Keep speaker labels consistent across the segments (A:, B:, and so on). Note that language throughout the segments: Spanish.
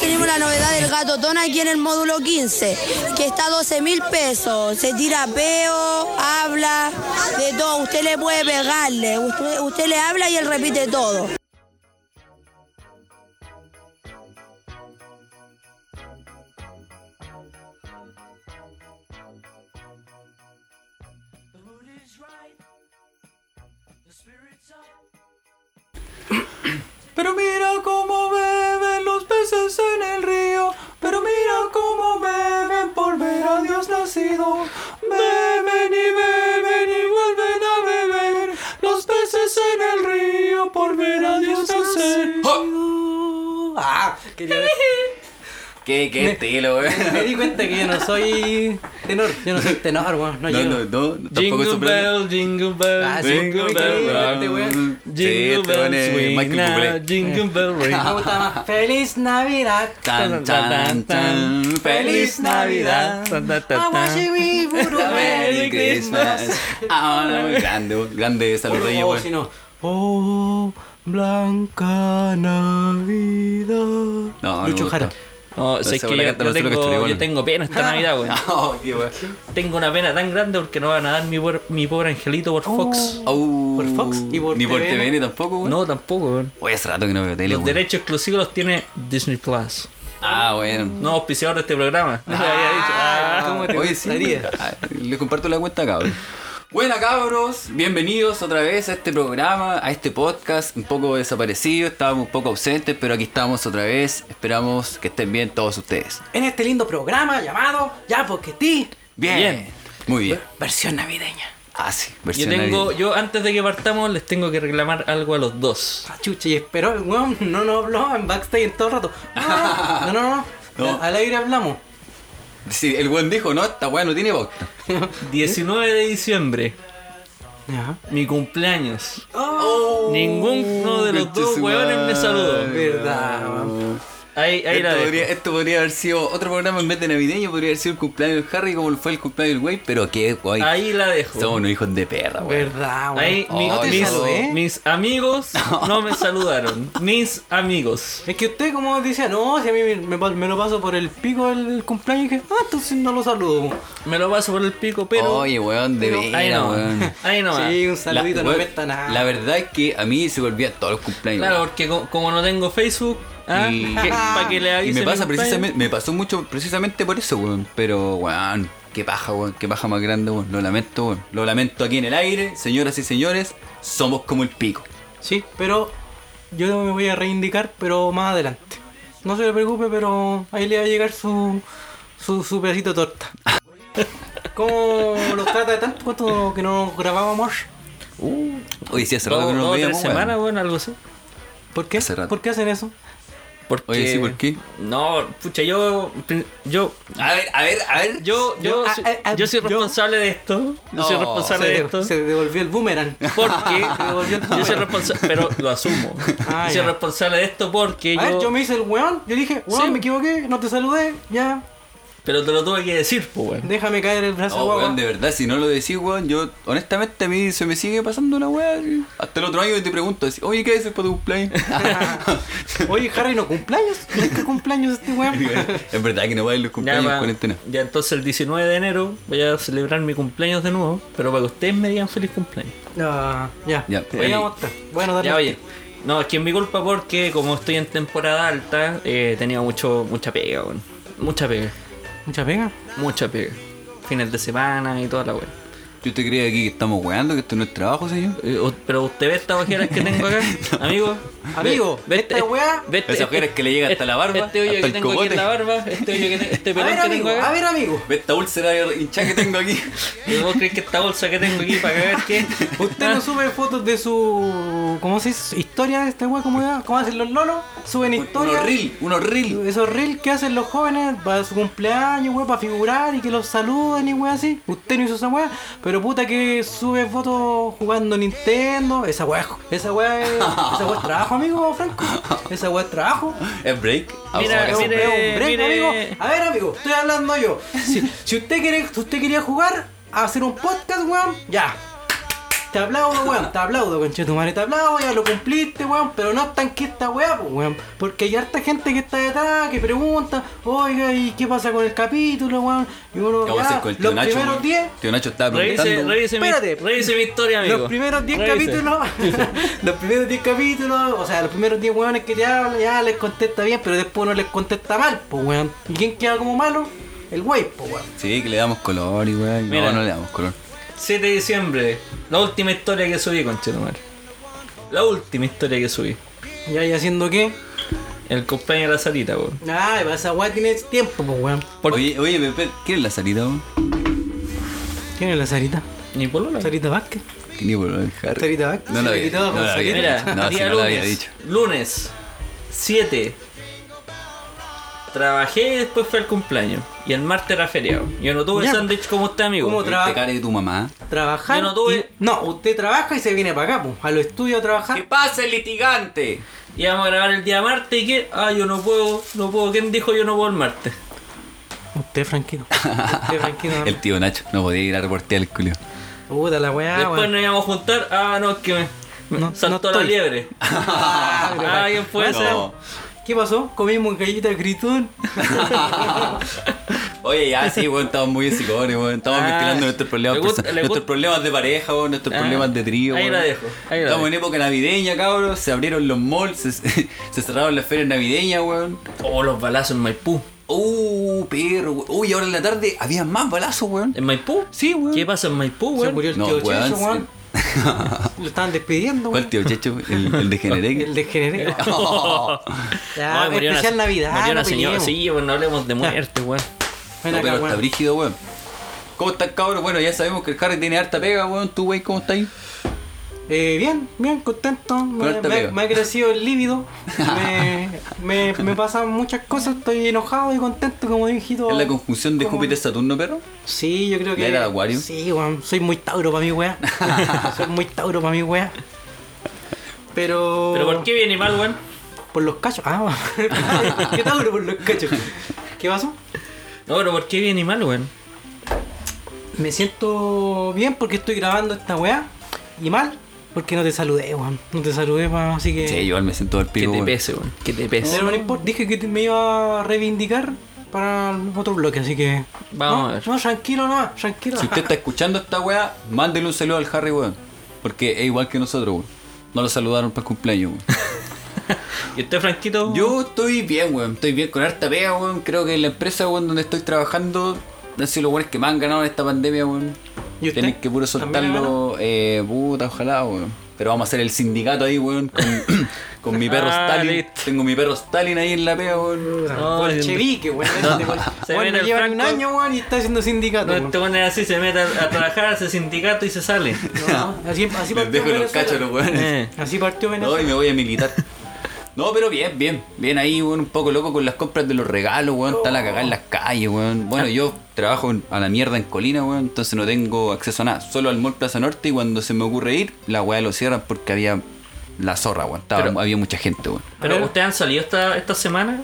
A: tenemos la novedad del gato Tona aquí en el módulo 15, que está a 12 mil pesos. Se tira peo, habla, de todo. Usted le puede pegarle, usted, usted le habla y él repite todo.
B: Pero mira cómo beben los peces en el río. Pero mira cómo beben por ver a Dios nacido. Beben y beben y vuelven a beber los peces en el río por ver a Dios Oh. nacido.
C: Ah, quería ver. Qué, qué estilo, eh. güey.
B: Me di cuenta que yo no soy tenor. Yo no soy tenor, weón. No,
C: No,
B: llego.
C: no, no, tampoco es
D: Jingle
C: soprano.
D: bell, jingle bell,
B: Ah, sí,
D: jingle
B: me
D: bell,
B: quedé-
D: rock.
B: este weón.
C: Sí,
D: Jingle
C: este
D: bell
C: weón es
D: swing
C: Michael
D: now,
C: Bublé. Eh.
D: jingle bell ring.
B: Me gusta más. ¡Feliz Navidad!
C: Tan, tan, tan. Feliz Navidad.
D: Tan, tan,
B: I
D: tan,
B: wish
D: tan.
B: you were
C: Merry
B: Merry
C: Christmas.
B: Christmas.
C: Ah, no, muy grande, güey. grande esa los reyes,
B: Oh,
C: güey.
B: si no. Oh, Blanca Navidad.
C: No, no
B: Lucho
C: me
B: Jara.
C: gusta.
D: No, sé
C: Esa
D: que
C: weá
D: yo,
C: canta
D: yo
C: nosotros que
D: tengo,
C: estuvimos,
D: yo
C: ¿no?
D: tengo pena esta Navidad, weón.
C: Oh, qué güey.
D: Tengo una pena tan grande porque no van a dar mi, puer- mi pobre angelito por Fox.
C: Oh,
B: ¿Por Fox? ¿Y por
C: ni por
B: TVN?
C: TVN tampoco, güey.
D: No, tampoco, weón.
C: Oye, hace rato que no veo tele,
D: Los
C: güey.
D: derechos exclusivos los tiene Disney Plus.
C: Ah, bueno.
D: No auspiciador de este programa. No lo había dicho. Ah.
B: ¿Cómo te
C: Oye, sí.
B: gustaría?
C: Ah, Les comparto la cuenta, cabros. Buena, cabros. Bienvenidos otra vez a este programa, a este podcast. Un poco desaparecido, estábamos un poco ausentes, pero aquí estamos otra vez. Esperamos que estén bien todos ustedes.
B: En este lindo programa llamado Ya Porque Ti,
C: Bien.
D: Bien.
C: Muy bien.
B: versión navideña.
C: Ah, sí.
D: Yo
C: versión
D: tengo,
C: navideña.
D: yo antes de que partamos les tengo que reclamar algo a los dos.
B: Ah, Chucha, y espero, el weón no nos habló en backstage en todo el rato. No, no, no. no.
C: No.
B: Al aire hablamos.
C: Sí, el buen dijo, no, esta weá no tiene pauta.
D: 19 de diciembre,
B: Ajá.
D: mi cumpleaños.
B: Oh,
D: Ninguno de los
C: conche
D: dos
C: su
D: hueones me
C: madre.
D: saludó.
B: verdad, weón.
D: Ahí, ahí
C: Esto
D: la dejo.
C: podría, esto podría haber sido otro programa en vez de navideño, podría haber sido el cumpleaños del Harry como fue el cumpleaños del güey, pero qué guay.
D: Ahí la dejo.
C: Somos unos hijos de perra, güey.
B: Verdad, weón.
D: Ahí mi-
C: No te
D: mis,
C: Ah, Oh, saludé.
D: mis amigos no me saludaron. Mis amigos.
B: Es que usted como dice, no, si a mí me, me pa- me lo paso por el pico el cumpleaños, que ah, entonces no lo saludo.
D: Me lo paso por el pico, pero
C: Oye, weón, de
D: pero ahí
C: veras,
D: no.
C: weón.
D: Ahí no.
B: sí, un saludito
C: La-
B: no
C: weón,
B: cuesta nada.
C: La verdad es que a mí se me olvidan todos los cumpleaños.
D: Claro, porque co- como no tengo Facebook,
C: Y-
D: para que le
C: weón.
D: avise.
C: y me pasa
D: mi compañero.
C: precisamente, me pasó mucho precisamente por eso, weón. Pero, weón, qué paja, weón, qué paja más grande, weón. Lo lamento, weón. Lo lamento aquí en el aire, señoras y señores, somos como el pico.
B: Sí, pero yo me voy a reivindicar, pero más adelante. No se le preocupe, pero ahí le va a llegar su, su, su pedacito de torta. ¿Cómo los trata de tanto? ¿Cuánto que no grabábamos?
C: Oye, sí, hace rato
D: Dos
C: que no nos
D: dos,
C: veíamos,
D: tres
C: weón.
D: semanas, bueno, algo así.
B: ¿Por qué?
C: Hace rato.
B: ¿Por qué hacen eso?
D: Porque...
C: Oye, sí, ¿por qué?
D: No, pucha, yo. Yo.
C: A ver, a ver, a ver.
D: Yo, yo,
B: Yo-
D: soy,
B: ah, ah,
D: yo soy
B: yo-
D: responsable de esto. Yo soy
C: No,
D: responsable de
B: Se,
D: esto.
B: se devolvió el boomerang.
D: Porque
B: Se devolvió el
D: yo soy
B: boomerang.
D: responsable, pero lo asumo.
B: Ah,
D: yo soy
B: ya.
D: responsable de esto porque
B: A ver,
D: yo,
B: yo me hice el weón, yo dije, weón,
D: Sí.
B: me equivoqué, no te saludé, ya,
D: Pero te lo tuve que decir, pues, weón.
B: déjame caer el brazo,
C: No,
B: guagua.
C: Oh, weón, de verdad, si no lo decís, weón, yo honestamente a mí se me sigue pasando la weá. así. Hasta el otro año te pregunto, así, oye, ¿qué haces para tu cumpleaños?
B: Oye, Harry, no cumpleaños. ¿No es que cumpleaños este weón?
C: es verdad que no va a ir los
D: Ya,
C: cumpleaños en
D: va.
C: cuarentena.
D: ya entonces el 19 de enero voy a celebrar mi cumpleaños de nuevo, pero para que ustedes me digan feliz cumpleaños.
B: Ah, ya.
C: Ya,
B: Oye,
C: oye.
B: vamos a estar. Bueno, dale.
D: Ya oye, no, es que es mi culpa porque como estoy en temporada alta, eh, he tenido mucho, mucha pega, weón. Mucha pega,
B: Mucha pega.
D: mucha pega. Fines de semana y toda la weón.
C: Yo te creo aquí que estamos weando, que esto no es trabajo, señor.
D: Eh, o- Pero usted ve estas ojeras que tengo acá, amigo.
B: Amigo, esta
D: eh,
B: weá-
D: ve este-
C: Esas ojeras que le llega hasta la barba,
D: Este hoyo
C: hasta
D: que
C: el
D: tengo aquí
C: cogote.
D: en la barba, este hoyo que te- este
B: A
D: pelón
B: ver,
D: que
B: amigo,
D: tengo acá.
B: a ver, amigo.
C: Ve esta úlcera de hincha que tengo aquí.
D: ¿Y vos crees que esta bolsa que tengo aquí para cagar qué?
B: Usted no sube fotos de su. ¿Cómo se dice? Historia de este weón, ¿cómo, era? ¿Cómo hacen los lolos? Suben
C: unos
B: historias.
C: reel, unos reel.
B: Esos reels que hacen los jóvenes para su cumpleaños, weón, para figurar y que los saluden y weón así. Usted no hizo esa weá, pero puta que sube fotos jugando Nintendo. Esa weá, esa weá es, esa weá es trabajo, amigo Franco. Esa weá es trabajo.
C: Es break. Ah,
D: Mira,
C: vamos a
B: Es un-
C: casa.
D: mire,
B: es un break,
D: mire.
B: amigo. A ver, amigo, estoy hablando yo. Si, si usted quiere, si usted quería jugar, hacer un podcast, weón, ya. Te aplaudo, weón, te aplaudo, conchetumare, te aplaudo, ya lo cumpliste, weón, pero no tan que esta weá, pues, weón. Porque hay harta gente que está detrás, que pregunta, oiga, ¿y qué pasa con el capítulo, weón? Y uno,
C: ¿Qué vamos a hacer
B: ya,
C: con el tío
B: los
C: Nacho?
B: primeros
C: weón?
B: 10
C: Tío Nacho estaba
D: Revise,
C: preguntando.
D: revise, mi,
B: Espérate.
D: revise mi historia, amigo.
B: Los primeros 10
D: Revise.
B: capítulos, los primeros 10 capítulos, o sea, los primeros 10 weones que te hablan, ya les contesta bien, pero después uno les contesta mal, pues weón. ¿Y quién queda como malo? El wey, pues weón.
C: Sí, que le damos color y weón. No,
D: Mira.
C: no le damos color.
D: 7 de diciembre, la última historia que subí, conchetumare. La última historia que subí.
B: ¿Y ahí haciendo qué?
D: El compañero de la salita, weón.
B: Ay, pues esa weá tiene tiempo, pues weón.
D: Por-
C: Oye, oye, Pepe, ¿quién es la salita, weón?
B: ¿Quién es la Sarita?
D: Ni por lo
B: Sarita Vázquez.
C: ¿Quién es por dejar?
B: Sarita Vázquez.
C: No lo
B: se
C: había,
B: quitó
C: no
B: con
C: lo había.
B: Sarita.
D: Mira,
C: No, si
D: día
C: no lo había
D: lunes,
C: dicho.
D: Lunes 7. Trabajé y después fue el cumpleaños. Y el martes era feriado. Yo no tuve
B: Ya.
D: sándwich como usted, amigo.
B: ¿Cómo
C: Te
B: Tra-
C: care de tu mamá.
B: Trabajar.
D: Yo no tuve-
B: y- No, usted trabaja y se viene para acá, pues. A los estudios a trabajar.
C: pasa, el litigante?
D: Y vamos a grabar el día martes y que. Ah, yo no puedo, no puedo. ¿Quién dijo yo no puedo el martes?
B: Usted, Franquito. Usted, Franquito.
C: El tío Nacho, no podía ir a reportear el culio.
B: Puta la weá,
D: después
B: weón.
D: nos íbamos a juntar. Ah, no, es que me. me
B: Ah, No-
D: saltó
B: no
D: la
B: estoy.
D: liebre.
B: Ah, pero-
D: Ah, bien fue
B: Bueno,
D: eso.
B: ¿Qué pasó? Comimos galleta de gritón.
C: Oye, ya sí, weón, estamos muy psicones, weón. Estamos
D: Ah,
C: mezclando nuestros problemas,
D: le gusta-
C: perso-
D: le
C: nuestros
D: gusta-
C: problemas de pareja, weón, nuestros
D: Ah,
C: problemas de trío.
D: ahí
C: weón.
D: la dejo, ahí la
C: estamos
D: dejo.
C: en época navideña, cabros. Se abrieron los malls, se, se cerraron las ferias navideñas, weón.
D: Oh, los balazos en Maipú.
C: Uh, perro, weón. Uy, ahora en la tarde había más balazos, weón.
D: ¿En Maipú?
C: Sí, weón.
D: ¿Qué pasa en Maipú,
B: Se
D: weón?
B: murió el
C: No,
B: tío
C: weón,
B: Checho,
C: sí.
B: weón. Lo estaban despidiendo,
C: ¿Cuál
B: weón.
C: tío Checho? El, el de Generec.
B: El degeneré. Ya,
D: Ay, murió una-
B: Ah, especial Navidad.
D: Murió una
B: no
D: señora.
B: pillemos.
D: Sí, bueno, hablemos de muerte, weón.
B: Ven
C: No,
B: acá,
C: pero
B: weón.
C: está brígido, weón. ¿Cómo están, cabros? Bueno, ya sabemos que el Harry tiene harta pega, weón. ¿Tú, weón, cómo estás ahí?
B: Eh, bien, bien, contento. Me,
C: harta
B: me-
C: pega.
B: me ha crecido el líbido. Me, me, me pasan muchas cosas. Estoy enojado y contento, como dijito.
C: ¿Es la conjunción de
B: ¿Cómo?
C: Júpiter-Saturno, perro?
B: Sí, yo creo que.
C: ¿La era de Acuario?
B: Sí, weón. Soy muy tauro para mi weá. soy muy tauro para mi weá. Pero.
D: ¿Pero por qué viene mal, weón?
B: Por los cachos. Ah, ¿qué tauro por los cachos? ¿Qué pasó?
D: No, pero ¿por qué viene mal, weón?
B: Me siento bien porque estoy grabando esta weá. Y mal porque no te saludé, weón. No te saludé, weón. Así que.
C: Sí, yo igual me siento al
D: Que
C: pico,
D: te
C: weón.
D: pese, weón. Que te pese.
B: Pero no importa, dije que te- me iba a reivindicar para el otro bloque, así que.
D: Vamos
B: no,
D: a ver.
B: No, tranquilo, no, tranquilo.
C: Si usted está escuchando esta weá, mándele un saludo al Harry, weón. Porque es igual que nosotros, weón. No lo saludaron para el cumpleaños, weón.
D: ¿Y usted,
B: Oh.
D: Franquito?
C: Yo estoy bien, weón. Estoy bien con harta pega, weón. Creo que en la empresa, weón, donde estoy trabajando, han sido los weones que me han ganado en esta pandemia, weón.
B: ¿Y usted?
C: Tienen que puro
B: ¿También le
C: soltarlo, eh, puta, ojalá, weón. Pero vamos a hacer el sindicato ahí, weón, con, con mi perro
D: Ah,
C: Stalin.
D: listo.
C: Tengo mi perro Stalin ahí en la pega, weón.
D: No,
B: Bolchevique, weón.
D: Se
B: Bueno,
D: viene el
B: lleva un
D: Franco.
B: año, weón, y está haciendo sindicato.
D: No este
B: weón.
D: te pones así, se mete a, a trabajar, hace sindicato y se sale.
B: No, no, así, así
C: Les
B: partió
C: dejo los
B: Venezuela.
C: cachos a los weones.
D: Eh.
B: Así partió
C: No,
B: Venezuela.
C: y me voy a militar. No, pero bien, bien. Bien ahí, weón, un poco loco con las compras de los regalos, weón. Está la cagada en las calles, weón. Bueno, yo trabajo en- a la mierda en Colina, weón. Entonces no tengo acceso a nada. Solo al Mall Plaza Norte y cuando se me ocurre ir, la weá lo cierran porque había la zorra, weón. Estaba- había mucha gente, weón.
B: A
D: Pero
B: ver.
D: ustedes han salido esta, esta semana.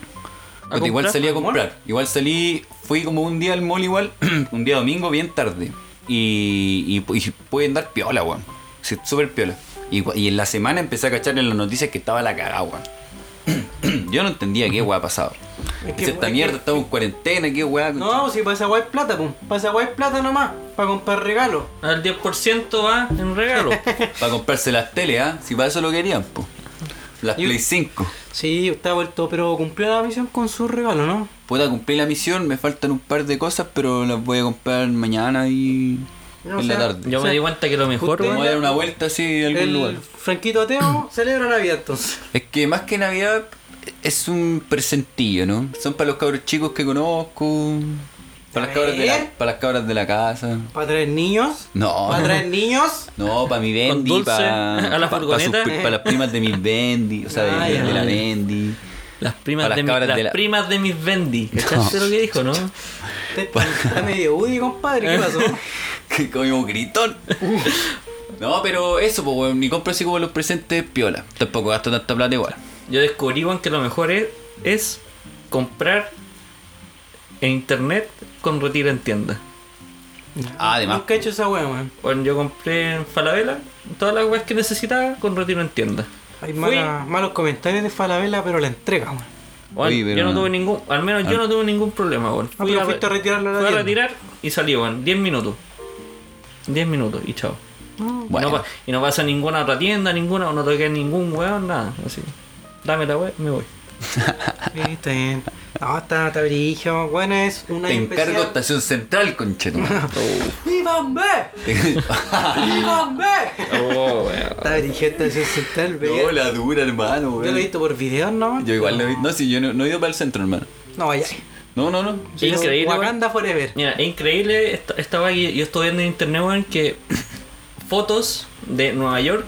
D: a
C: Puta, igual
D: comprar?
C: salí a
B: ¿Al
C: comprar. Igual salí, fui como un día al mall igual, un día domingo bien tarde. Y, y, pu- y pude andar piola, weón. Sí, Súper piola. Y, gu- y en la semana empecé a cachar en las noticias que estaba la cagada, weón. Yo no entendía qué weá ha pasado.
B: Es que-
C: Dice,
B: es
C: esta
B: que-
C: mierda, estamos en cuarentena, qué weá.
B: No, si para esa weá es plata, pum. Para esa weá es plata nomás. Para comprar regalos.
D: Al 10% va ah, en regalo.
C: Para comprarse las teles, ¿ah? Si para eso lo querían, po. Las
B: Y-
C: Play 5.
B: Sí, usted ha vuelto, pero cumplió la misión con su regalo, ¿no?
C: Puta, cumplí la misión, me faltan un par de cosas, pero las voy a comprar mañana y
B: No,
C: en
B: o
C: la
B: sea,
C: tarde.
D: Yo
B: O
D: me
B: sea,
D: di cuenta que lo mejor,
B: usted-
C: Vamos a
D: weón.
C: dar una vuelta así en algún lugar.
B: El Franquito Ateo celebra Navidad entonces.
C: Es que más que Navidad es un presentillo, ¿no? Son para los cabros chicos que conozco. Para las cabras de
B: Eh.
C: la, para las cabras de la casa.
B: ¿Para traer niños?
C: No.
B: ¿Para traer niños?
C: No, para mi
D: Con
C: Bendy,
D: dulce,
C: para
D: a la furgoneta.
C: para las primas de mis Bendy, o sea, de-
B: Ah,
C: de,
B: ya.
C: la Bendy.
D: Las
C: Para
D: primas
C: las
D: de, mi-
C: cabras
D: las
C: de la-
D: primas de mis Bendy. ¿Cachaste lo que dijo, no?
B: Usted está- está medio Woody, compadre. ¿Qué pasó?
C: Que comimos gritón. No, pero eso, pues, weón, ni compro así como los presentes piola. Tampoco gasto tanta plata igual.
D: Yo descubrí, weón, que lo mejor es, es comprar en internet con retiro en tienda.
C: Ah, además.
B: Nunca he hecho esa wea, weón.
D: Bueno, yo compré en Falabella todas las weas que necesitaba con retiro en tienda.
B: Hay
D: Fui-
B: mala- malos comentarios de Falabella, pero la entrega, weón.
D: Bueno,
C: Oye, pero
D: yo
C: no.
D: no
C: Ah.
D: tuve ningún, al menos yo no tuve ningún problema, bueno.
B: Ah, pero fuiste a retirarlo a la
D: Fui a
B: tienda.
D: retirar y salí, bueno, 10 minutos. 10 minutos y chao. Y
C: Bueno,
D: no
B: pues,
D: pa- y no pasa ninguna otra tienda, ninguna, o no toqué ningún weón, nada. Así. Dame la wea, me voy.
B: Sí, está bien. No, está, está brillo. Bueno, es una
C: te encargo
B: especial.
C: estación central, conchetumare.
B: ¡Vivan B! ¡Vivan B!
D: Oh, weón.
B: Está brillo estación central, ve.
C: no, la dura, hermano,
B: Yo lo he
C: weón.
B: visto por videos, ¿no?
C: Yo igual lo he visto. No, sí, yo no, no he ido para el centro, hermano.
B: No, vaya.
C: No, no, no.
D: Es increíble, weón.
B: Wakanda Forever.
D: Mira, es increíble esta, esta weá que yo estoy viendo en internet, weón, que fotos de Nueva York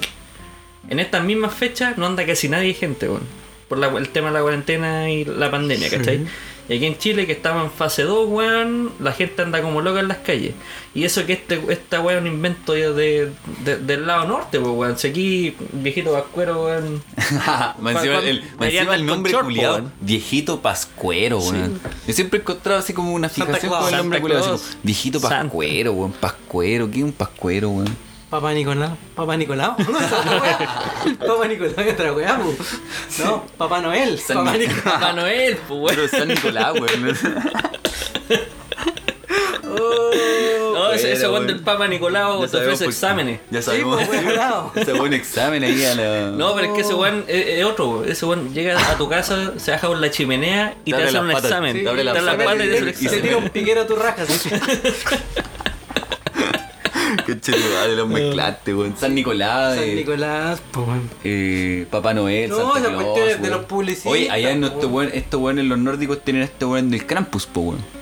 D: en estas mismas fechas no anda casi nadie gente, weón. Por la- el tema de la cuarentena y la pandemia, ¿cachai? Y aquí en Chile, que estamos en fase 2, weón, la gente anda como loca en las calles. Y eso que este, esta weá es un invento de, de- de- del lado norte, pues, weón. Si aquí, viejito vascuero, weón.
C: Me encima
D: Juan-
C: el, más
D: Mariana
C: encima el
D: con
C: nombre
D: short,
C: culiado.
D: po, weón.
C: Viejito Pascuero, weón. Yo siempre he encontrado así como una
B: Santa
C: fijación
B: Claus.
C: con el nombre
D: Santa
C: culiado. así
D: Claus.
C: como, Viejito
D: Santa.
C: Pascuero, weón. Pascuero. ¿Qué es un Pascuero, weón?
B: Papá Nicolau. Papá Nicolau. Papá Nicolau es otra weá, po. No, Papá Noel.
C: San
B: Papá
C: Nic-
B: Nicolau.
D: Papá Noel, pues, weón.
C: Pero San Nicolás, weón.
D: No, ese, ese
C: Pero,
D: weón
C: weón.
D: del Papa Nicolau te
C: sabemos
D: ofrece
C: por-
D: exámenes.
C: Ya sabemos.
B: Sí, pues, weón.
C: Se pone examen ahí a la.
D: No, pero es que ese weón es, es otro, weón. ese weón llega a tu casa, se baja por la chimenea y
C: Te abre
D: te hacen
C: las
D: un
C: patas,
D: examen.
C: sí,
D: te abren
C: te
D: las
C: abre las
D: patas y te hacen
C: patas
D: un
C: y
B: Y te
D: examen.
B: tira un piquero a tu raja. sí.
C: Qué chido, vale, los mezclaste, weón. San Nicolás.
B: San
C: eh,
B: Nicolás, po, weón.
C: eh, Papá Noel,
B: No,
C: Santa
B: esa
C: Claus,
B: cuestión es de
C: weón.
B: los publicistas,
C: Oye, allá en
B: po,
C: estos
B: weón.
C: weón- estos weones, los nórdicos tienen a este weón del Krampus, po, weón.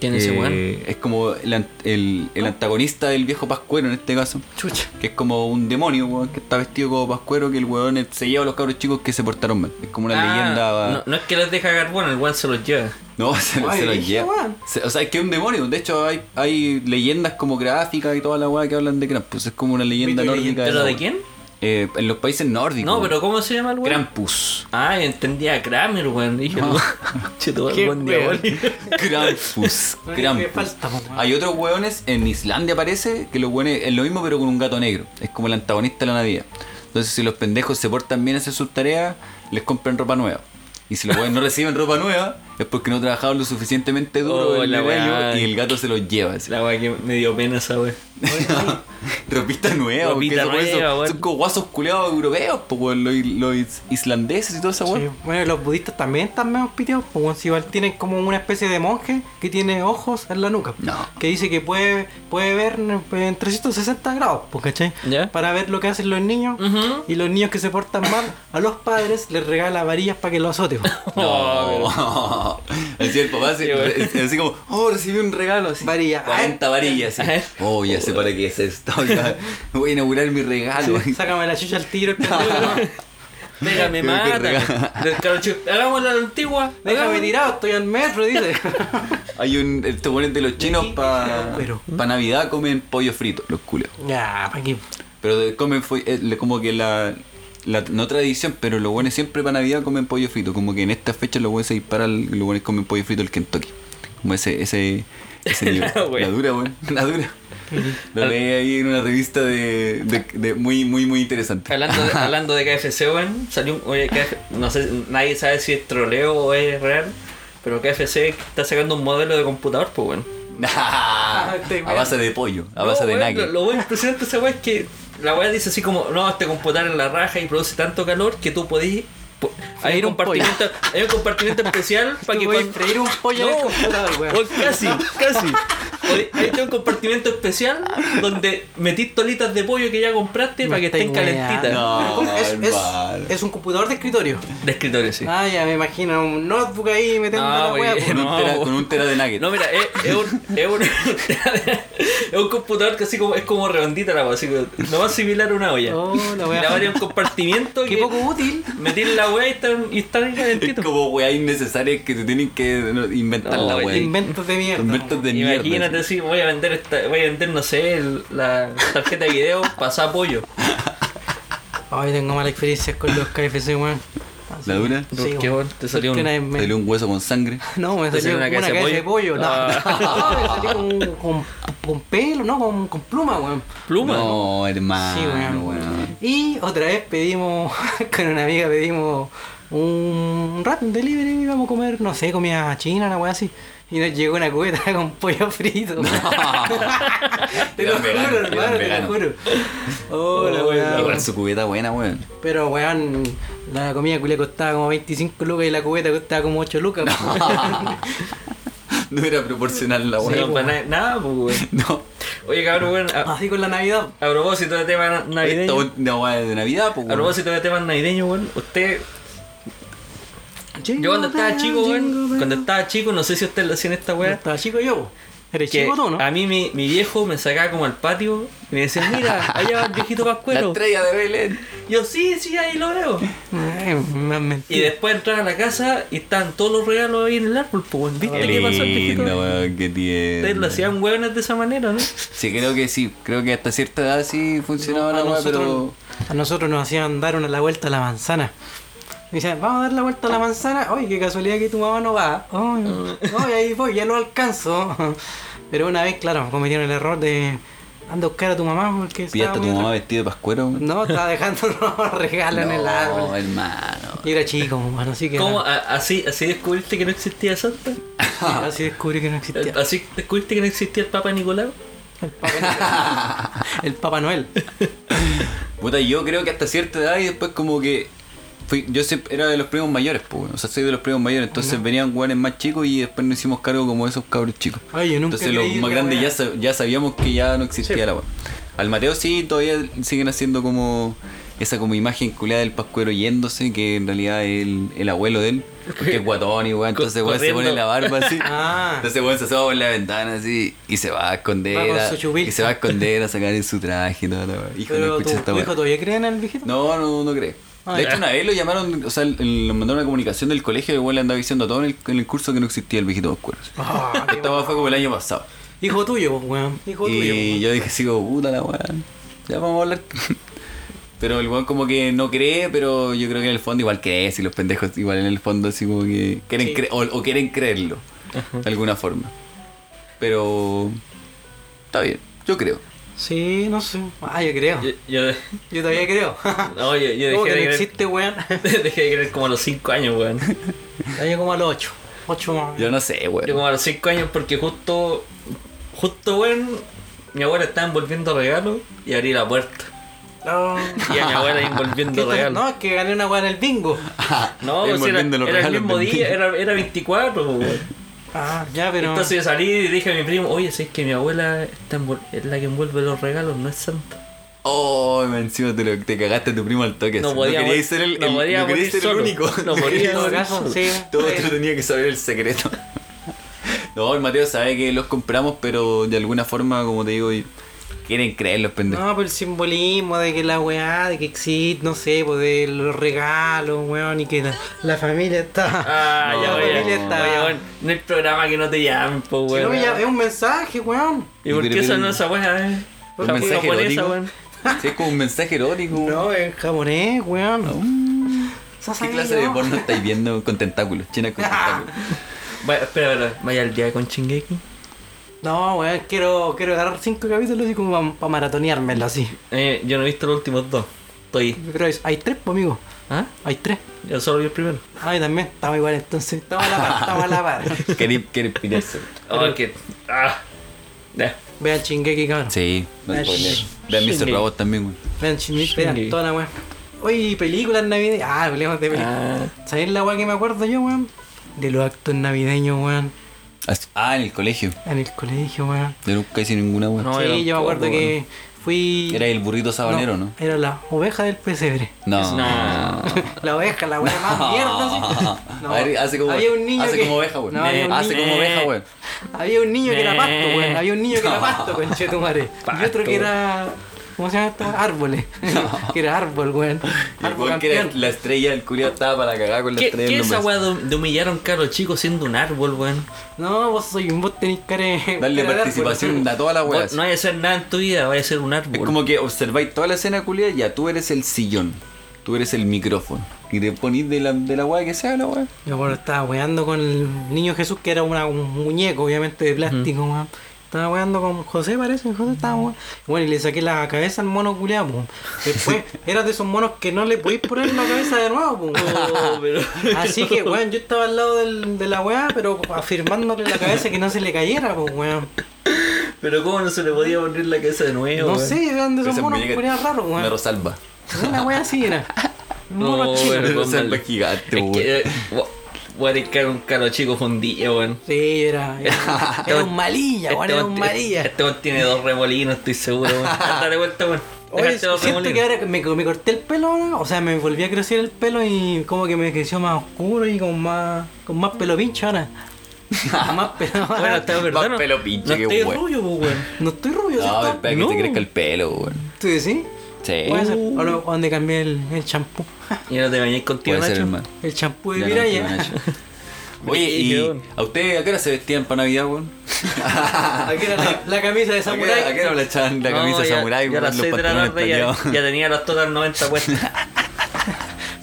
D: ¿Quién es ese
C: Eh,
D: weón?
C: Es como el, an- el-
B: Ah.
C: el antagonista del viejo Pascuero en este caso.
D: Chucha.
C: Que es como un demonio, weón, que está vestido como Pascuero, que el weón se lleva a los cabros chicos que se portaron mal. Es como una
D: Ah,
C: leyenda. va.
D: No, no es que los deja carbón, el weón se los lleva.
C: No, se, lo-
B: Ay,
C: se lo
B: dije,
C: lleva.
B: weón.
C: Se- o sea, es que es un demonio. De hecho, hay, hay leyendas como gráficas y toda la weá que hablan de Krampus. Es como una leyenda
B: Mito y
C: nórdica.
B: leyenda.
C: la
D: ¿Pero de
C: weá.
D: quién?
C: Eh, en los países nórdicos.
D: No, pero ¿cómo se llama el weón?
C: Krampus.
D: Ah, entendía a Kramer, weón. Dije,
C: No.
D: no. Cheto,
B: Qué
D: buen
B: weón.
D: diabólico.
C: Krampus.
B: No,
C: Krampus.
B: me falta, po, weón.
C: Hay otros hueones, en Islandia parece, que los hueones es lo mismo pero con un gato negro. Es como el antagonista de la Navidad. Entonces si los pendejos se portan bien a hacer sus tareas, les compran ropa nueva. Y si los hueones no reciben ropa nueva, es porque no trabajaron lo suficientemente duro
D: Oh,
C: en
D: la
C: el
D: weá.
C: año y el gato se los lleva. así.
D: La weá que me dio pena esa weón.
C: Ropita nueva,
D: Ropita
C: porque esos hueones
D: nueva,
C: son,
D: weón.
C: son como guasos culeados europeos, po, weón, los, los is- islandeses y toda esa
B: Sí,
C: hueá.
B: Bueno, los budistas también están medio piteados, pues, weón. Si igual tienen como una especie de monje que tiene ojos en la nuca.
C: No.
B: Que dice que puede, puede ver en 360 grados, pues, ¿cachai?
D: Ya.
B: Para ver lo que hacen los niños.
D: Ujú.
B: Y los niños que se portan mal, a los padres les regala varillas para que los azote. pues.
C: No. así el papá, así,
D: Sí, weón.
C: así como, oh, recibí un regalo. Así,
B: Varilla.
C: 40 varillas. Así. Oh, ya sé para qué es esto. ya Voy a inaugurar mi regalo.
B: Sácame la chucha al tiro, este el pendejo.
D: Déjame
C: Qué
D: mata.
C: verga.
D: Del carocho- Hagámoslo a la antigua.
B: Déjame
D: hagámoslo.
B: tirado, estoy al metro, dice.
C: Hay un. Estos ponen de los chinos para
B: Pero-
C: pa Navidad comen pollo frito, los culos.
B: Ya, pa' aquí.
C: Pero de- comen. fo- eh, le- Como que la. la- no tradición, pero los buenos siempre para Navidad comen pollo frito. Como que en estas fechas los buenos se disparan y los buenos comen pollo frito el Kentucky. Como ese. ese ese nivel.
D: La
C: la
D: wea.
C: dura, weón. La dura. Lo leí ahí en una revista de, de- de muy, muy, muy interesante.
D: Hablando de, hablando de KFC, weón, salió un. Oye, KFC, no sé, nadie sabe si es troleo o es real, pero KFC está sacando un modelo de computador, pues, weón.
B: estoy
C: Ah, a
B: bien.
C: base de pollo, a
D: No,
C: base de
D: weón,
C: nugget.
D: Lo, lo más impresionante de esa weón es que la weón dice así como: No, este computador en la raja y produce tanto calor que tú podés. po- Hay
B: Freír
D: un,
B: un pollo.
D: compartimento, hay un compartimento especial para que
B: Tú podés
D: cuando-
B: freír un pollo en el computador, weón.
D: weón, casi, casi. Oye, Hay un compartimento especial donde metís tolitas de pollo que ya compraste para que
B: estáis
D: estén calentitas.
B: weando.
C: No,
B: Es, es-
C: hermano.
B: es un computador de escritorio.
D: De escritorio, sí.
B: Ah, ya me imagino un notebook ahí metiendo
D: No,
B: la
D: güey,
B: weá.
C: con,
B: pues.
D: no.
C: un tera, con un tera de nugget.
D: No, mira, es, es un, es, un, es un computador que así como, es como redondita la weá, así que no va a similar a una olla.
B: Oh, la weá.
D: Y abre un compartimiento
B: Qué
D: que
B: poco útil.
D: metí la weá y están, y están
C: es
D: calentitos.
C: como weá innecesarias que se tienen que no, inventar
D: No,
C: la
D: weón.
C: weá.
B: Inventos de mierda.
C: Inventos de mierda.
D: Imagínate
C: así.
D: así, voy a vender esta, voy a vender, no sé, el- la tarjeta de video, pasá pollo.
B: Ay, tengo malas experiencias con los KFC, weón. Así-
C: ¿La dura?
B: Sí,
D: ¿Por qué,
B: weón.
D: weón? Te salió
B: Porque
D: un-
B: una vez me-
C: Salió un hueso con sangre.
B: No, me salió
D: te salió
B: una
D: una
B: cabeza
D: cabeza de
B: de pollo.
D: pollo.
B: No, no, me salió como un- con con pelo, no, con, con pluma, weón.
D: Pluma.
C: No,
D: Ah,
B: Sí,
C: hermano,
B: weón.
C: weón.
B: Y otra vez pedimos, con una amiga pedimos un rat un delivery y íbamos a comer, no sé, comida china, una weá así. Y nos llegó una cubeta con pollo frito. te lo
C: Eran veganos,
B: juro,
C: eran
B: hermano, te lo
C: veganos.
B: juro. Oh, la weá.
C: Igual su cubeta buena, weón.
B: Pero weón, la comida culia costaba como 25 lucas y la cubeta costaba como 8 lucas.
C: No era proporcional la
D: No,
C: weón.
D: para na- nada, pues, weón.
C: No.
D: Oye, cabrón, weón, a,
B: Así con la Navidad.
D: a propósito de temas
C: Esto
D: navideños.
C: es una weá de Navidad, pues,
D: A
C: weón.
D: propósito de temas navideños, weón, usted. Yo cuando estaba chico, weón, cuando estaba chico, no sé si usted lo hacía en esta
B: Cuando
D: weá.
B: estaba chico yo. Eres
D: que
B: chico tú, ¿no?
D: A mí mi, mi viejo me sacaba como al patio y me decía, mira, allá va el viejito
C: La
D: Pascuero.
C: estrella de Belén.
D: Yo sí, sí, ahí lo veo.
B: Ay, me han
D: Y
B: mentido.
D: después entrar a la casa y estaban todos los regalos ahí en el árbol, pues, weón. ¿Viste
C: Qué
D: qué pasó el viejito?
C: lindo, weón, qué
D: Ustedes lo
C: tierno.
D: hacían hueones de esa manera, ¿no?
C: Sí, creo que sí. Creo que hasta cierta edad sí funcionaba
B: a,
C: la weá,
B: nosotros,
C: Ah, pero...
B: a nosotros nos hacían dar una la vuelta a la manzana. Me Decían, vamos a dar la vuelta a la manzana. Oye, qué casualidad que tu mamá no va. Ay,
C: Ah.
B: ay, ahí voy, ya lo alcanzo. Pero una vez, claro, cometieron el error de anda a buscar a tu mamá porque
C: ¿Pillaste a
B: estaba
C: tu
B: muy
C: mamá
B: atrás.
C: vestido de pascuero? weón?
B: No, estaba dejando unos regalos en el
C: No,
B: árbol.
C: hermano.
B: Y era chico, pues, bueno, así que
D: ¿Cómo? A- así, así descubriste que no existía Santa. Eh,
B: así descubrí que no existía
D: Así descubriste que no existía el Papa Nicolau.
B: el Papá Noel. El Papá Noel.
C: Puta, yo creo que hasta cierta edad y después como que... Fui, yo siempre era de los primos mayores, pues, weón. o sea, soy de los primos mayores, entonces venían weones más chicos y después nos hicimos cargo como de esos cabros chicos.
B: Ay, yo nunca
C: entonces
B: creí
C: los
B: en
C: más
B: la
C: grandes
B: weá.
C: ya, sab- ya sabíamos que ya no existía la weá. Al Mateo sí, todavía siguen haciendo como esa como imagen culiada del pascuero yéndose, que en realidad es el, el abuelo de él, que es guatón y weón, entonces weón se pone
D: corriendo.
C: la barba así.
B: Ah.
C: Entonces weón se asoma por la ventana así y se va a esconder.
B: Va con
C: a-
B: su chubisco.
C: y se va a esconder a sacar en su traje y toda la weá. Hijo, no
B: Pero
C: escuches
B: tu
C: esta weá.
B: hijo todavía cree en el viejito.
C: No, no, no cree.
B: Ah,
C: de
B: ya.
C: hecho, una vez lo llamaron, o sea, el- lo mandaron una comunicación del colegio y igual le andaba diciendo a todo en el, en el curso que no existía el viejito oscuro.
B: Ah, qué
C: Esta weá fue como el año pasado.
B: Hijo tuyo, pues, weón. Hijo tuyo.
C: Y yo dije, sigo, puta la weá. Ya vamos a hablar. Pero el weón como que no cree, pero yo creo que en el fondo igual cree, si los pendejos igual en el fondo así como que quieren cre- o, o quieren creerlo, de alguna forma. Pero está bien, yo creo.
B: Sí, no sé. Ah, yo creo.
D: Yo, yo-
B: Yo todavía creo.
D: no, yo, yo
B: ¿Cómo
D: dejé,
B: que no
D: de
B: existe, weón?
D: creer, dejé de creer como a los 5 años, weón.
B: Yo como a los 8. 8 más.
C: Yo no sé,
D: Yo
C: weón.
D: como a los 5 años porque justo, justo, weón, mi abuela estaba envolviendo regalos y abrí la puerta.
B: No.
D: Y a mi abuela ahí
B: ¿Qué
D: envolviendo
B: tal?
D: regalos.
B: No, es que gané una weá en el bingo.
D: No, pues era,
C: Envolviendo los
D: era el
C: regalos
D: mismo
C: del
D: día,
C: niño.
D: era, era 24, pues, weón.
B: Ah, ya, pero.
D: Entonces yo salí y dije a mi primo, oye, si es que mi abuela está envol- es la que envuelve los regalos, no es santa.
C: Oh, man, encima te, lo- te cagaste a tu primo al toque.
D: No
C: así.
D: podía morir-
C: querías ser el,
D: no
C: el-
D: podía
C: no querías ser el
D: morir solo.
C: único.
D: No podía
B: en
C: querías-
B: todo caso, sí. Eh,
C: Todo otro tenía que saber el secreto. No, el Mateo sabe que los compramos, pero de alguna forma, como te digo, y- quieren creer los pendejos.
B: No, pero el simbolismo de que la weá, de que existe, no sé, pues de los regalos, weón, y que la, la familia está.
D: Ah,
B: la
D: ya,
B: familia
D: weón.
B: está.
D: Oye, weón, no hay programa que no te llamen, po,
B: Si no,
D: weón.
B: ya, es un mensaje, weón.
D: ¿Y
C: Pero-
D: por qué
C: pero-
D: sonó esa weá, eh?
C: Un
D: Japo-
C: mensaje
D: japonesa,
C: erótico.
D: weón.
C: Sí, es como un mensaje erótico.
B: No, es japonés, weón.
C: ¿Qué clase de porno estáis viendo con tentáculos? China con tentáculos.
D: Vaya, espera, espera, vaya al día con Chingeki.
B: No, weón, quiero, quiero agarrar cinco capítulos y como para maratoneármelo así.
D: Eh, yo no he visto los últimos dos. Estoy.
B: Yo creo que hay tres, pues, amigo.
D: ¿Ah?
B: Hay tres.
D: Yo solo vi el primero.
B: Ah, yo también. Estamos igual entonces. Estamos a la par, estamos a la par.
C: Queréis queréis pillarse.
D: Oh, que. Ah. Ya.
B: Vean chingueki, cabrón.
C: Sí, no
B: Ah,
C: se puede
B: sh-
C: Vean Mr.
D: shit.
C: Robot también, güey.
B: Vean chingueki, vean
D: Shingeki.
B: toda la weón. Oye, películas navideñas. Ah, hablemos de películas.
D: Ah.
B: ¿Sabéis la weá que me acuerdo yo, weón? De los actos navideños, weón.
C: As- Ah, en el colegio.
B: En el colegio, weón.
C: Yo nunca hice ninguna, güey.
D: No,
B: sí,
D: yo
B: yo me acuerdo
D: tampoco,
B: que fui.
C: Era el burrito sabanero, ¿no?
B: Era la oveja del pesebre.
C: No.
D: No.
B: La oveja, la weá más Ah, mierda. así. No.
C: A ver, hace como,
B: Había un niño
C: hace
B: que-
C: como oveja, güey.
B: No, había un
C: hace
B: niño-
C: como oveja, güey.
B: Había un niño que era
D: Nah.
B: pasto, weón. Había un niño que era pasto, conchetumare. Y
D: Pasto.
B: otro que era. ¿Cómo se llama esto? Árboles. que era árbol, weón.
C: Y el
B: Árbol
C: weón que era
B: campeón.
C: la estrella, el culiado estaba para cagar con la
D: ¿Qué,
C: estrella.
D: qué
C: del
D: esa
C: nombre.
D: weá de, de humillar a un caro chico siendo un árbol, weón?
B: No, vos soy un vos tenés cara de- cara de
C: Darle
B: árbol.
C: participación a
B: Ah,
C: todas las
D: Vos
C: weas.
D: No vaya a ser nada en tu vida, vaya a ser un árbol.
C: Es como que observáis toda la escena culiada, ya tú eres el sillón, tú eres el micrófono. Y te ponís de la, de la weá que sea la weá.
B: Yo me acuerdo, estaba weando con el niño Jesús, que era una- un muñeco, obviamente, de plástico, weón. Estaba jugando con José, parece. José estaba jugando. Bueno, y le saqué la cabeza al mono culeado, po. Después, era de esos monos que no le podéis poner la cabeza de nuevo, po. Así que, weón, yo estaba al lado del- de la weá, pero afirmándole la cabeza que no se le cayera, pues, weón.
D: Pero cómo no se le podía poner la cabeza de nuevo.
B: No
D: weón?
B: sé, eran de esos
C: Esa
B: monos
C: muñeca
B: culeados raros,
C: Me
B: weón.
C: resalva.
B: Una weá así era.
D: No,
B: Monos chinos.
D: weón,
C: Una
D: weón,
C: selva
D: mal.
C: gigante,
D: Es que, eh, wa- weón, es que era un caro chico fundillo, weón.
B: Sí, era. Era, era un malilla, weón, era un
D: weón-
B: malilla.
D: Este weón tiene dos remolinos, estoy seguro, weón. Dale vuelta, weón.
B: Oye,
D: Déjate
B: siento
D: dos remolinos.
B: que ahora me, me corté el pelo, ¿no? o sea, me volví a crecer el pelo y como que me creció más oscuro y con más con más pelo pincho ahora. más pelo.
D: Bueno, hasta es verdad,
C: Más
D: no,
C: pelo pinche
D: no
C: que
D: estoy
C: weón.
D: rubio, pues, weón.
B: No estoy rubio,
C: No,
B: ¿cierto?
C: espera que
D: No.
C: te crezca el pelo, weón.
B: ¿Tú decís?
C: Sí.
B: Puede ser. Ahora cuando cambié el el champú.
D: Y no te bañáis contigo,
C: Puede ser,
D: Nacho.
C: hermano.
B: El champú de
C: Ya no,
B: Piraya.
C: Nacho. Oye,
D: Qué
C: ¿y
D: weón.
C: a ustedes a qué hora se vestían para Navidad, weón?
B: Aquí era la, la camisa de
C: ¿A qué hora- a
B: samurái.
C: qué hora le echaban la
D: No,
C: camisa
D: ya-
C: samurái,
D: ya a
C: weón?
D: las
C: Los
D: 6 de la
C: pantalones
D: tarde ya,
C: tallados.
D: ya tenía las todas 90 puestas.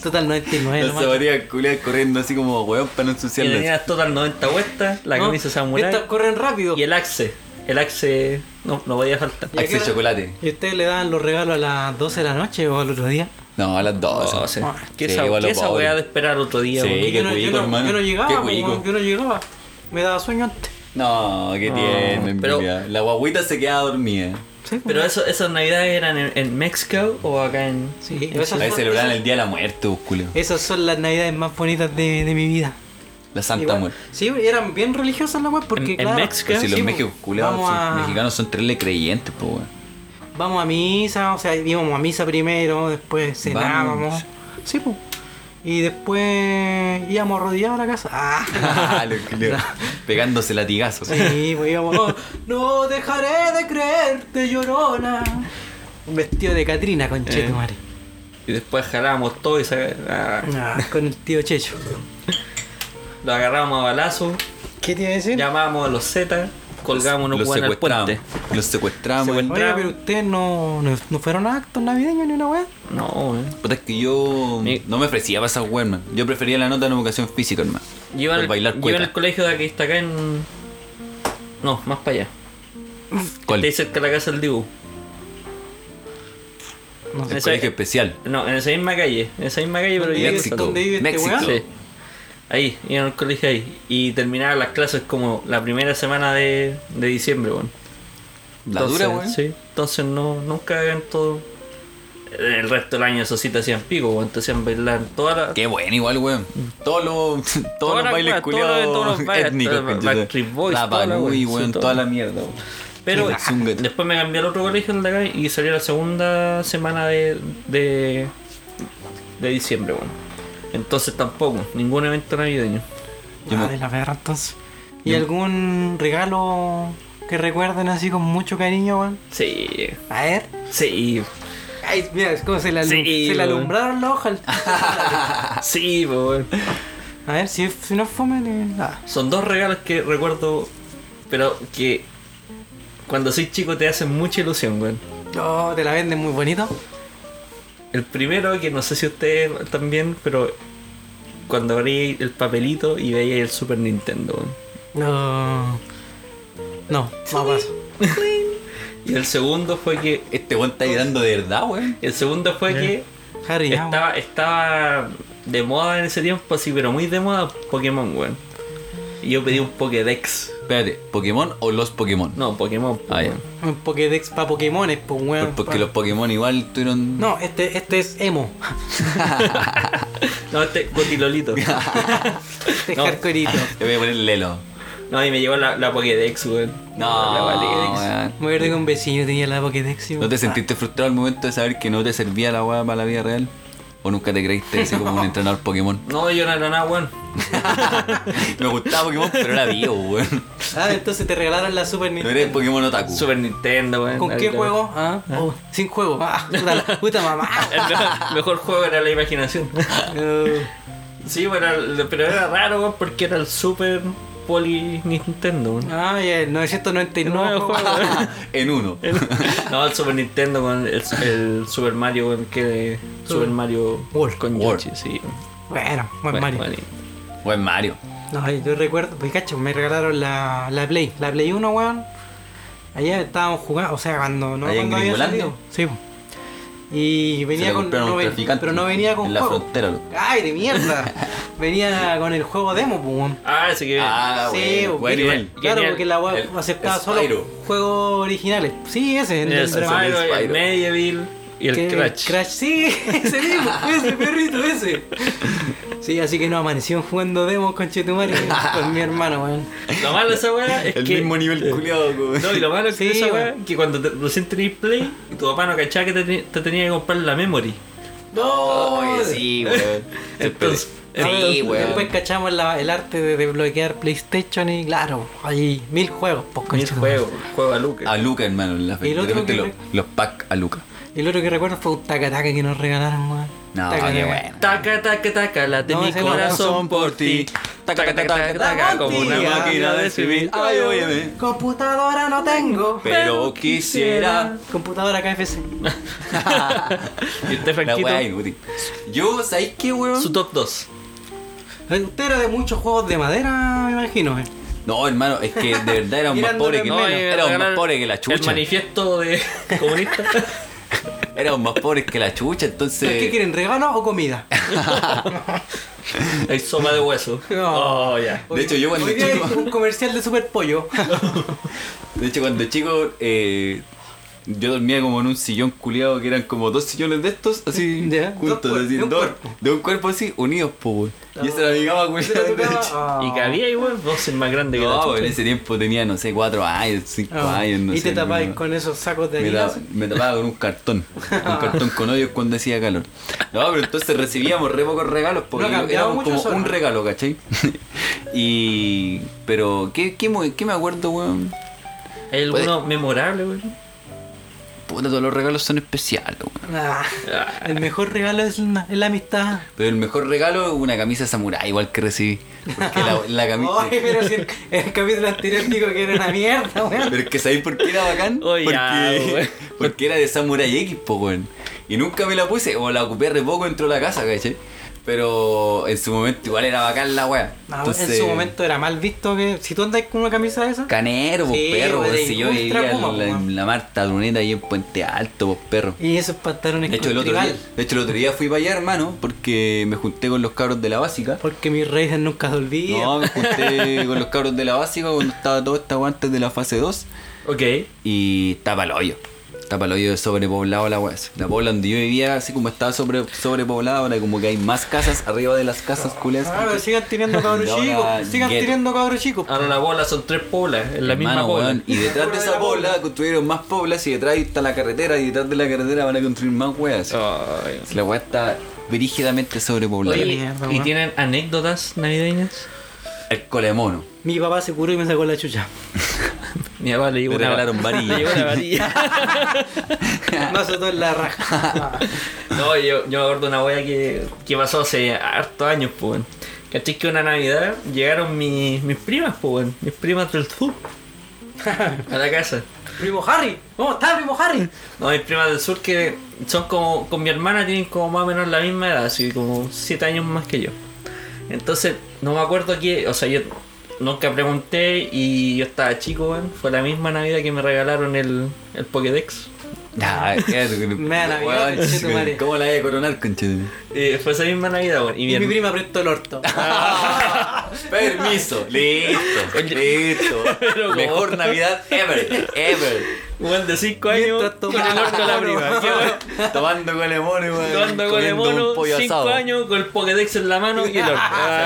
B: Total 99.
C: Las
B: nomás.
C: zapatillas culiadas corriendo así como weón para no
D: ya tenía
C: ensuciarlas.
D: las todas 90 puestas, la
B: No,
D: camisa
B: Estas
D: samurai
B: corren rápido.
D: y el axe. El axe no, no podía faltar.
B: ¿Y a qué
C: Axe
B: hora?
C: chocolate.
B: ¿Y ustedes le daban los regalos a las 12 de la noche o al otro día?
C: No, a las 12.
D: No, sé. Ah, ¿Qué
C: Oh, Sí,
D: esa,
C: igual
D: qué
C: lo
D: esa
C: pobre.
D: weá de esperar otro día,
C: Sí.
D: weón?
C: qué
B: yo, no,
C: cuico,
B: yo, no,
C: hermano.
B: yo no llegaba,
C: Qué
B: po,
C: cuico.
B: weón, yo no llegaba. Me daba sueño antes.
C: No, qué tierno, en
D: pero-
C: realidad. La guaguita se queda dormida.
B: Sí, po.
D: Pero eso, esas navidades eran en, en México o acá en.
B: Sí,
D: en
B: esas-
D: Chile?
C: Ahí celebran el día de la muerte, pues, vos, culo.
D: Eh,
B: Esas son las navidades más bonitas de, de mi vida.
C: La santa
B: Igual-
C: muerte.
B: Sí, y eran bien religiosas las weas porque
D: En- en
B: claro,
D: México,
C: Pero si los
B: sí,
C: mexicanos,
B: pues,
C: culiados,
B: vamos,
C: son-
B: a,
C: mexicanos son tres creyentes, pues, weón.
B: vamos a misa, o sea, íbamos a misa primero, después cenábamos.
C: Vamos.
B: Sí, pues. Y después íbamos rodeados a la casa. Ah.
C: Ah, los culiados. Pegándose latigazos.
B: sí, pues íbamos. oh, no dejaré de creerte, llorona. Un vestido de Catrina con Cheto, madre.
C: Eh.
D: Y después jalábamos todo y sa- ah,
B: con el tío Checho.
D: lo agarrábamos a balazo,
B: ¿Qué te iba a decir?
D: llamábamos a los Z, colgábamos unos
C: los
D: weones al
C: secuestramos.
D: puente.
C: Los secuestramos.
D: Secuest-
B: Oiga, pero ustedes no, no, no fueron a actos navideños ni una wea.
D: No, weón.
C: Puta, es que yo
D: Mi-
C: no me ofrecía para esas weas, man. Yo prefería la nota en educación física, hermano.
D: Yo iba
C: Por
D: al-
C: bailar
D: yo iba en
C: cueca.
D: el colegio de aquí, está acá en. No, más para allá.
C: ¿Cuál?
D: Está ahí cerca de la casa del Dibu.
B: No
C: El
D: esa-
C: colegio especial.
D: No, en esa misma calle. En esa misma calle, pero
B: ¿Dónde
D: yo
B: vive-
C: México.
B: ¿Dónde vive este
C: México.
B: weón?
D: Sí. Ah, Ahí, iba al colegio ahí. Y terminaba las clases como la primera semana de, de diciembre, weón.
C: La dura,
D: Entonces,
C: weón.
D: Sí, entonces no, nunca en todo. El resto del año esos sí te hacían pico, weón. Te hacían bailar toda la.
C: Qué bueno igual, weón. Todos los, todos
D: Todas
C: los
D: las
C: bailes
D: weas, todos los- todos
C: culiados
D: los bailes,
C: étnicos.
D: todos los
C: conchetumare.
D: Backstreet Boys,
C: la
D: toda la
C: Baluy,
D: wea,
C: weón,
D: sí, todo.
C: toda la mierda, weón.
D: Pero
C: Qué zunga.
D: después me cambié al otro colegio el de acá y salí la segunda semana de, de, de diciembre, bueno. Entonces tampoco, ningún evento navideño.
C: Yo me-
B: Ah, de la perra, entonces. ¿Y algún regalo que recuerden así con mucho cariño, weón?
D: Sí,
B: A ver.
D: sí,
B: Ay, mira, es como se le, alum-
D: Sí,
B: se le
D: weón.
B: alumbraron los ojos.
C: Ah.
D: sí, po, weón.
B: A ver, si, si no fome, le- nada.
D: Son dos regalos que recuerdo, pero que cuando soy chico te hacen mucha ilusión, weón.
B: No, te la venden muy bonito.
D: El primero, que no sé si ustedes también, pero cuando abrí el papelito y veía el Super Nintendo, weón.
B: No. No, no paso.
D: Y el segundo fue que.
C: Este weón está llorando de verdad, weón.
D: El segundo fue que
B: Harry, ya, weón.
D: Estaba, estaba de moda en ese tiempo, sí, pero muy de moda Pokémon, weón. Y yo pedí un Pokédex.
C: Espérate, ¿Pokémon o los Pokémon?
D: No, Pokémon. po,
C: Ah, ya.
D: weón.
B: Un Pokédex para Pokémones, pues, weón.
C: Porque
B: pa-
C: los Pokémon igual tuvieron.
B: No, este, este es emo.
D: No, este Cotilolito.
B: Este
D: No.
B: es hardcoreito.
C: Le voy a poner Lelo.
D: no, y me llegó la, la Pokédex, weón.
C: No,
D: la
C: weón.
B: Me acuerdo que un vecino tenía la Pokédex. y-
C: ¿No te sentiste frustrado al momento de saber que no te servía la weá para la vida real? ¿O nunca te creíste así como un entrenador Pokémon?
D: No, yo no era nada, weón.
C: Me gustaba Pokémon, pero era vivo, weón.
B: Ah, entonces te regalaron la Super
C: No
B: Nintendo.
C: eres Pokémon Otaku.
D: Super Nintendo, weón.
B: ¿Con
D: Ahí
B: qué
D: lo-
B: juego? Ah, oh, sin juego. Ah, puta, la- puta mamá.
D: El mejor, mejor juego era la imaginación.
B: Eh,
D: sí, pero era, pero era raro, weón, porque era el Super Poli Nintendo, weón.
B: Ah, ya, el 999.
D: Nuevo juego, weón.
C: En uno.
D: No, el Super Nintendo con el, el Super Mario con que Super Mario
B: World.
D: con
C: World.
D: Yoshi, sí.
B: Bueno, buen
D: Bueno,
B: Mario.
D: bueno,
C: Buen Mario.
B: No, yo recuerdo, pues cacho, me regalaron la, la Play. La Play 1, weón. Allá estábamos jugando, o sea, cuando no
C: Allá en
B: cuando había
C: Gringolandia.
B: salido. Sí. po. Y venía
C: le
B: con.
C: compraron
B: no
C: un
B: ven-
C: traficante
B: pero no venía con
C: en la
B: juego.
C: frontera, loco.
B: ¡Ay, de mierda! venía con el juego demo, pues, weón.
D: Ah, ese que.
C: Ah,
B: sí,
C: bueno,
B: po.
C: bueno,
D: mira,
C: igual.
B: Claro,
D: Genial.
B: porque la web
C: El
B: aceptaba
C: Spyro.
B: solo juegos originales. Sí, ese, el, del
D: el
B: drama.
D: Spyro, el
C: Spyro.
D: Medieval y el
B: Que-
D: Crash.
B: sí, ese mismo, ese perrito, ese. Sí, así que nos amanecieron jugando demos con Chetumari con mi hermano, weón.
D: Lo malo de esa weá es
C: El
D: que. eh,
C: mismo nivel culiado,
D: No, y lo malo es que
B: Sí,
D: esa weá,
B: weón.
D: que cuando te, recién tenías play, tu papá no cachaba que te, te- te tenía que comprar la memory.
B: No,
C: Oye, sí, weón.
D: Entonces,
C: Sí,
B: Después
C: weón.
B: cachamos la- el arte de desbloquear PlayStation y claro, hay mil juegos, pues
D: Mil
B: conchetumare.
D: juego, juego a Lucas.
C: A Luca, hermano. la-
B: Y el otro
C: literalmente
B: que-
C: los, los pack a Luca.
B: Y el otro que recuerdo fue un tacataca que nos regalaron, weón.
C: No,
B: Tacataca.
C: qué bueno.
D: Taca, taca, taca, late
B: No,
D: mi
B: ese no.
D: corazón por ti. Taca, taca, taca, taca, como una
B: Monty.
D: máquina de escribir.
C: Ay, óyeme.
B: Computadora no tengo.
C: Pero quisiera.
B: Computadora KFC.
D: y usted,
C: La weá
D: Franquito,
C: inútil. Yo, ¿sabéis qué, weón?
D: su top 2.
B: Usted era de muchos juegos de madera, me imagino, eh.
C: No, hermano, es que de verdad era un más
B: Mirándome
C: pobre que
B: menos.
C: Era un más
D: regalar
C: pobre que la
D: El
C: chucha.
D: manifiesto de comunista.
C: Era un más pobre que la chucha,
B: ¿Qué
C: entonces.
B: quieren, regalos o comida?
D: Hay sopa de hueso.
B: No.
D: Oh, ya.
C: De hecho, yo cuando
B: Hoy día hay
C: chico-
B: un comercial de Super Pollo.
C: De hecho, cuando chico, eh, yo dormía como en un sillón culiado que eran como dos sillones de estos, así,
B: Ya.
C: juntos,
B: Dos cuer-
C: así,
B: de un
C: dos-
B: cuerpo. Ah.
C: de un cuerpo así, unidos, po, weón. Y esa era mi cama culiada. de hecho.
D: Y cabía igual, vos es más grande que la
C: No, pues,
D: chucha.
C: weón, en ese tiempo tenía, no sé, cuatro años, cinco años, no
B: ah, y
C: sé.
B: te tapabas
C: no-
B: con esos sacos de
C: me,
B: harina.
C: tapa- me tapaba con un cartón, un cartón con hoyos cuando hacía calor. No, pero entonces recibíamos re pocos regalos porque
B: No ha cambiado
C: éramos
B: mucho
C: como
B: eso,
C: un
B: ¿no?
C: regalo, ¿cachai? y. Pero, ¿qué, qué, mo- qué me acuerdo, weón?
D: ¿Hay alguno memorable, güey?
C: Puta, todos los regalos son especiales, weón.
B: Ah, el mejor regalo es la, es la amistad.
C: Pero el mejor regalo es una camisa samurái, igual que recibí. Porque la, la camisa.
B: Ay, pero si el, el capítulo anterior dijo que era una mierda, weón.
C: Pero es que ¿sabéis por qué era bacán?
D: Oye, Oh, ya,
C: porque,
D: weón.
C: porque era de Samurai X, po, weón. Y nunca me la puse, o la ocupé re poco dentro de la casa, ¿cachai? Pero en su momento igual era bacán la weá.
B: No,
C: Entonces,
B: Ah, en su momento era mal visto que si tú andas con una camisa de esa,
C: Canero, vos
B: Sí, weón,
C: perro, weón.
B: era
C: Si yo
B: ultra Puma,
C: vivía en la,
B: po, weón.
C: en la Marta Luneta ahí en Puente Alto, vos perro.
B: y esos pantalones
C: De hecho, el
B: con
C: otro día,
B: tribal,
C: de hecho, el otro día fui para allá, hermano, porque me junté con los cabros de la básica.
B: porque mis reyes nunca se olvidan.
C: No, me junté con los cabros de la básica cuando estaba todo esta antes de la fase 2
D: Ok.
C: y tapa el hoyo. Tapa el hoyo de sobrepoblado la weá. La pobla donde yo vivía, así como estaba sobre, sobrepoblada, ahora como que hay más casas arriba de las casas culias.
B: Ah, pero sigan tirando cabros
C: Ahora,
B: chicos, sigan
C: get-
B: tirando cabros chicos.
D: Ahora la bola son tres poblas, en la misma
C: Hermano,
D: bola.
C: weón, Y detrás de esa pobla construyeron más poblas y detrás está la carretera y detrás de la carretera van a construir más weas.
D: Oh. Ay.
C: La weá está brígidamente sobrepoblada.
D: Oye,
B: mierda,
D: ¿y
B: weón.
D: tienen anécdotas navideñas?
C: El colemono.
B: Mi papá se curó y me sacó la chucha.
D: Mi papá le llegó
C: Me
D: una
C: regalaron varilla.
D: Le llegó una varilla.
B: No se todo en la raja.
D: No, yo, yo me acuerdo de una wea que, que pasó hace hartos años, pues, weón. ¿Cachai que una Navidad llegaron mis, mis primas, pues, weón? Mis primas del sur. A la casa.
B: Primo Harry, ¿cómo está primo Harry?
D: No, mis primas del sur que son como, con mi hermana tienen como más o menos la misma edad, así como 7 años más que yo. Entonces, no me acuerdo qué, o sea, yo nunca pregunté y yo estaba chico, weón. Fue la misma Navidad que me regalaron el, el Pokédex.
C: Nah, qué-
B: da la vida,
C: weón,
B: conchetumare.
C: ¿Cómo la voy a coronar, conchetumare?
D: Eh, fue esa misma Navidad, weón. Y, mi
B: Y mi
D: herma-
B: prima apretó el orto.
C: Permiso, listo, listo.
D: Pero
C: Mejor
D: como-
C: Navidad ever, ever.
D: Weón de 5 años
B: Mientras
D: con
B: toma-
D: el orto a la prima. Qué weón.
C: Tomando colemono, weón.
D: Jugando con el
C: comiendo un
D: mono,
C: pollo
D: 5
C: asado,
D: años con el Pokédex en la mano y el orto. Ah.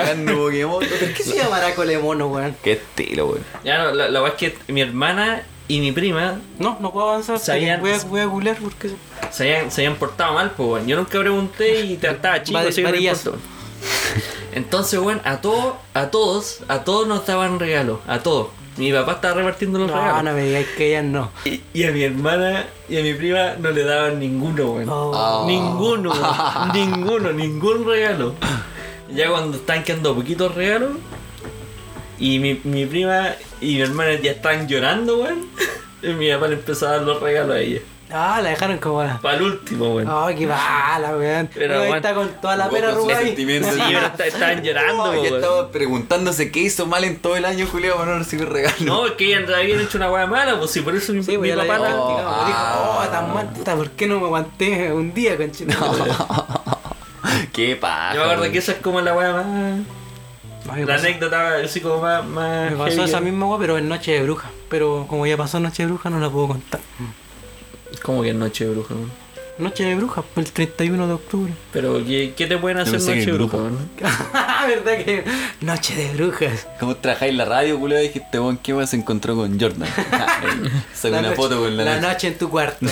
C: Sacando Pokémon.
B: ¿Por qué se llamará colemono, weón?
C: Qué estilo, weón.
D: Ya no, la, la weá es que mi hermana y mi prima
B: No, no puedo avanzar.
D: Sabían-
B: Voy a, voy a googlear porque.
D: se habían, se habían portado mal, pues, weón. Yo nunca pregunté y trataba chico,
B: Vari-
D: así que no me
B: varillazo.
D: importó. Entonces, weón, a todos, a todos, a todos nos daban regalos, a todos. Mi papá estaba repartiendo los
B: No,
D: regalos.
B: no me digáis que ellas no.
D: Y, y a mi hermana y a mi prima no le daban ninguno, weón.
B: Oh.
D: Ninguno, weón. ninguno, ningún regalo. Ya cuando están quedando poquitos regalos, y mi, mi prima y mi hermana ya estaban llorando, weón. Y mi papá le empezó a dar los regalos a ella.
B: Ah, la dejaron como la.
D: Para el último, weón.
B: Ah, qué bala, weón.
D: Pero,
B: Pero
D: weón,
B: está con toda la
C: jugó
B: pena
C: con sus
B: arrugada ahí.
C: sentimientos.
D: Sí, pero está- estaban llorando,
C: Yo
D: weón.
C: estaba preguntándose qué hizo mal en todo el año, Julián, para no recibir regalo.
D: No, es que ella habían hecho una weá mala, pues si por eso mi,
B: Sí,
D: mi
B: pues ya la
D: papá
B: había
D: la-
B: practicado.
C: Oh,
B: Dijo,
C: ah.
B: oh, tan mal, puta, ¿por qué no me aguanté un día, conchito?
C: qué paja.
D: Yo me acuerdo
C: weón.
D: que esa es como la weá más. La anécdota así como más. más
B: pues. Me pasó
D: heavy. eh.
B: esa misma weá, pero en Noche de Bruja. Pero como ya pasó Noche de Bruja, no la puedo contar.
D: Como que en Noche de Bruja, weón.
B: Noche de Bruja, fue el 31 de octubre.
D: Pero, ¿qué, qué te pueden hacer
C: pensé que
D: Noche de
C: el
D: Bruja,
C: grupo.
D: weón?
B: ¿Verdad que Noche de Brujas?
C: ¿Cómo trabajáis en la radio, Julio? Dijiste, weón, ¿qué weón se encontró con Jordan? Sacó
B: La
C: una
B: noche-
C: foto con la,
B: la
C: noche.
B: noche en tu cuarto.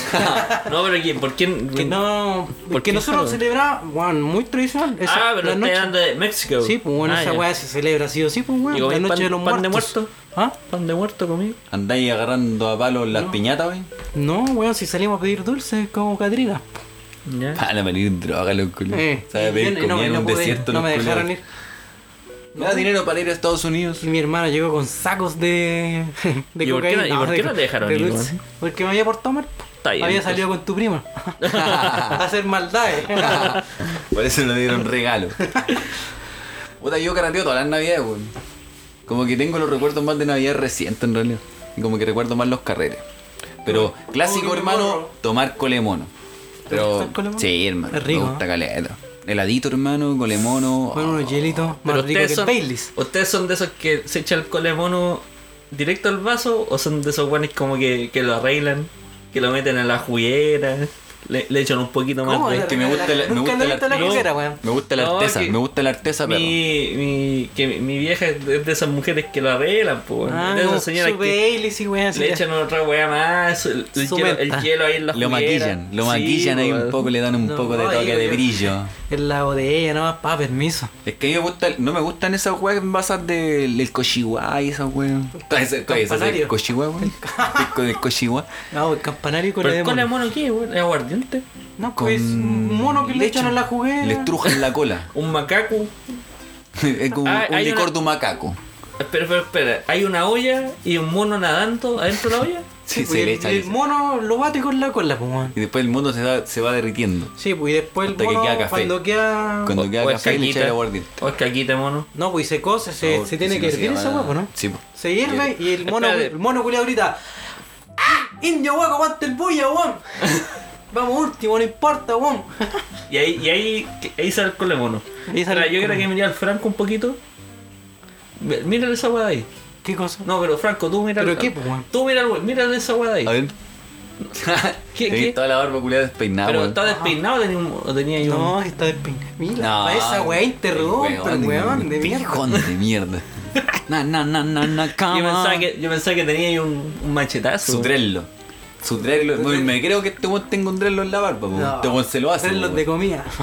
D: No, pero ¿quién? ¿Por quién?
B: que no, porque
D: qué
B: nosotros
D: dejaron?
B: celebramos, weón, muy tradicional. Esa,
D: ah, pero
B: la
D: está
B: noche.
D: hablando de México.
B: Sí, pues bueno,
D: Ah,
B: esa
D: ya.
B: weá se celebra sí o sí, pues
D: ¿Y
B: weón. La
D: comí
B: noche
D: pan-
B: de los
D: pan de
B: muertos.
D: muerto?
B: ¿Ah?
D: ¿Pan de muerto conmigo?
C: ¿Andáis agarrando a palos las piñatas, wey?
B: No, weón, si salimos a pedir dulces como Catrina.
D: Ya.
C: Van a venir droga, los culios.
B: Eh,
C: ¿Sabes?
B: y yo
C: Pedir
B: no-
C: comida
B: no,
C: en
B: no
C: un
B: pude,
C: desierto,
B: no
C: los
B: me
C: culios.
B: dejaron ir.
C: Me da dinero para ir a Estados Unidos.
B: Y mi hermana llegó con sacos de, de
D: ¿Y por qué no- y por qué no te dejaron ir,
B: dulce.
D: weón?
B: Porque me había portado mal.
D: Está bien,
B: Había
D: entonces.
B: salido con tu prima. a hacer maldades.
C: Por eso le dieron regalo. Puta, yo caranteo todas las navidades, weón. Como que tengo los recuerdos más de navidad reciente, en realidad. Y como que recuerdo más los carretes. Pero
B: Como
C: clásico,
B: que me
C: hermano,
B: borro.
C: tomar colemono.
B: gusta
C: Pero,
B: el colemono?
C: sí, hermano.
B: Es rico,
C: Me gusta caleta. Heladito, hermano, colemono.
B: Con unos hielitos más
D: Pero
B: ricos
D: ustedes
B: que
D: son,
B: Baileys.
D: ¿Ustedes son de esos que se echa el colemono directo al vaso o son de esos guanes como que, que lo arreglan, que lo meten a la juguera, le, le echan un poquito más
B: ¿Cómo?
D: de...
C: Es que me gusta la, me
B: Nunca
C: gusta
B: le he
C: la,
B: visto la
C: no,
B: coquera, weón.
C: me gusta la
D: No,
C: artesa,
D: que-
C: me gusta la artesa, perro.
D: Mi, mi, que mi- mi vieja es de de esas mujeres que lo arreglan, pues.
B: Ah,
D: de
B: como
D: esas
B: su
D: señoras que
B: Baileys y weón. así
D: le
B: ya.
D: echan otra weá más, el, el
B: Su
D: hielo, el
B: menta.
D: hielo ahí en la
C: Lo
D: juguera.
C: maquillan, lo
D: Sí,
C: maquillan ahí un
D: weón.
C: poco, le dan un
B: No,
C: poco de
B: ahí,
C: toque de
B: weón.
C: brillo.
B: En la botella, no, pa, permiso.
C: Es que a mí me gusta, no me gustan esas weas en basas del el cochihuá y esas weas. ¿Sabes el
B: Campanario.
C: cochihuá, weón? El co- El cochihuá.
B: No, el campanario con
D: ¿Pero
B: la
D: el
B: de mono.
D: colemono qué, weón? ¿Es aguardiente?
B: No, pues un mono que le echan a la juguera.
C: Le estrujan la cola.
D: ¿Un macaco?
C: Es como
D: Ah,
C: un
D: hay
C: licor
D: una-
C: de un macaco.
D: Espera, espera, espera. ¿Hay una olla y un mono nadando adentro de la olla?
C: Sí,
B: pues,
C: se
B: y
C: le
B: el,
C: echa
B: y
C: y
B: el
C: se-
B: mono lo bate con la cola, pues weón.
C: Y después el mundo se, da- se va derritiendo.
B: Sí, pues y después el
C: Hasta que
B: mono
C: queda café.
B: cuando queda.
C: Cuando
D: O-
C: queda
D: o es
C: café le echa
D: caquita.
C: el aguardiente.
D: O es caquita, mono.
B: No, pues se cose, se,
C: No,
B: se tiene
C: si
B: que
C: no se
B: hervir
C: llama
B: esa
C: nada.
B: huevo, ¿no?
C: Sí, pues. po.
B: Se hierve y el mono,
D: Espérate.
B: el mono culiado grita ¡Ah! ¡Indio, huevo, aguante el bulla, huevón! Vamos último, no importa, huevón.
D: Y ahí, y ahí, ahí sale el colemono.
B: Ahí sale
D: Ahora,
B: el
D: yo creo
B: colemono.
D: que mirar al Franco un poquito. Ve- Mírale esa weá ahí.
B: ¿Qué cosa?
D: No, pero Franco, tú mira.
B: ¿Pero qué, pues, weón?
D: Tú mira, mírale esa weá ahí.
C: A ver.
D: ¿Qué-
C: Tenés
D: qué?
C: toda la barba culiada despeinada,
D: Pero
C: weón.
D: está despeinado tenía un- o tenía ahí un.
B: No, que está despeinado. Mira,
C: No,
B: pa' esa weá interrumpe,
C: weón,
B: huevón, de mierda.
C: pijón de mierda. Na, na, na, na, na,
D: yo, pensaba
C: cama.
D: que, yo pensaba que tenía ahí un, un machetazo.
C: Su trello. Su trello. Bueno, me creo que este weón tenga un trello en la barba, weón. Este weón se lo hace.
B: Hacer los
C: weón.
B: de comida.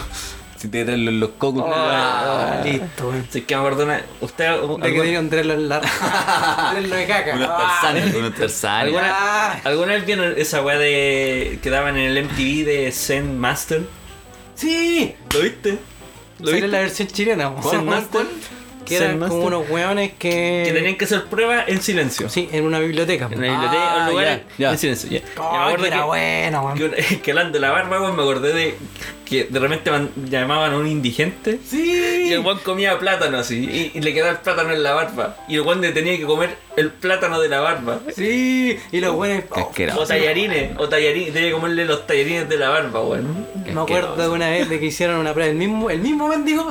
C: Si te trello en los cocos.
D: Ah,
B: Ah, listo, weón.
D: Sí, que me acuerdo una. Usted. alguna-
B: De que tiene un trelo en la. trelo de caca.
C: unos tarzanes, unos tarzanes.
D: ¿Alguna,
B: Ah.
D: ¿Alguna vez vieron esa weá de. que daban en el MTV de Zen Master?
B: ¡Sí!
D: ¿Lo viste? ¿Lo
B: Sale
D: viste?
B: la versión chilena, weón.
D: ¿Cuál, cuál, cuál?
B: Que eran
D: Zen Master.
B: como unos hueones que.
D: Que tenían que hacer pruebas en silencio.
B: Sí, en una biblioteca.
D: En
B: po.
D: la biblioteca,
C: Ah,
D: en lugares
C: ya, ya.
D: en silencio. Ya.
B: Oh,
D: Ya me acuerdo
B: que era
D: que-
B: buena, weón.
D: que una- que hablando de la barba, weón, me acordé de que de repente man- llamaban a un indigente. Y
B: Sí.
D: el weón comía plátano así, y, y le quedaba el plátano en la barba. Y el weón le tenía que comer el plátano de la barba.
B: Sí. Y los oh, buenos.
C: Qué asqueroso.
D: O tallarines, o tallarines, tenía que comerle los tallarines de la barba, weón.
C: Qué
B: me acuerdo de
C: asqueroso.
B: una vez de que hicieron una prueba. El mismo, el mismo mendigo.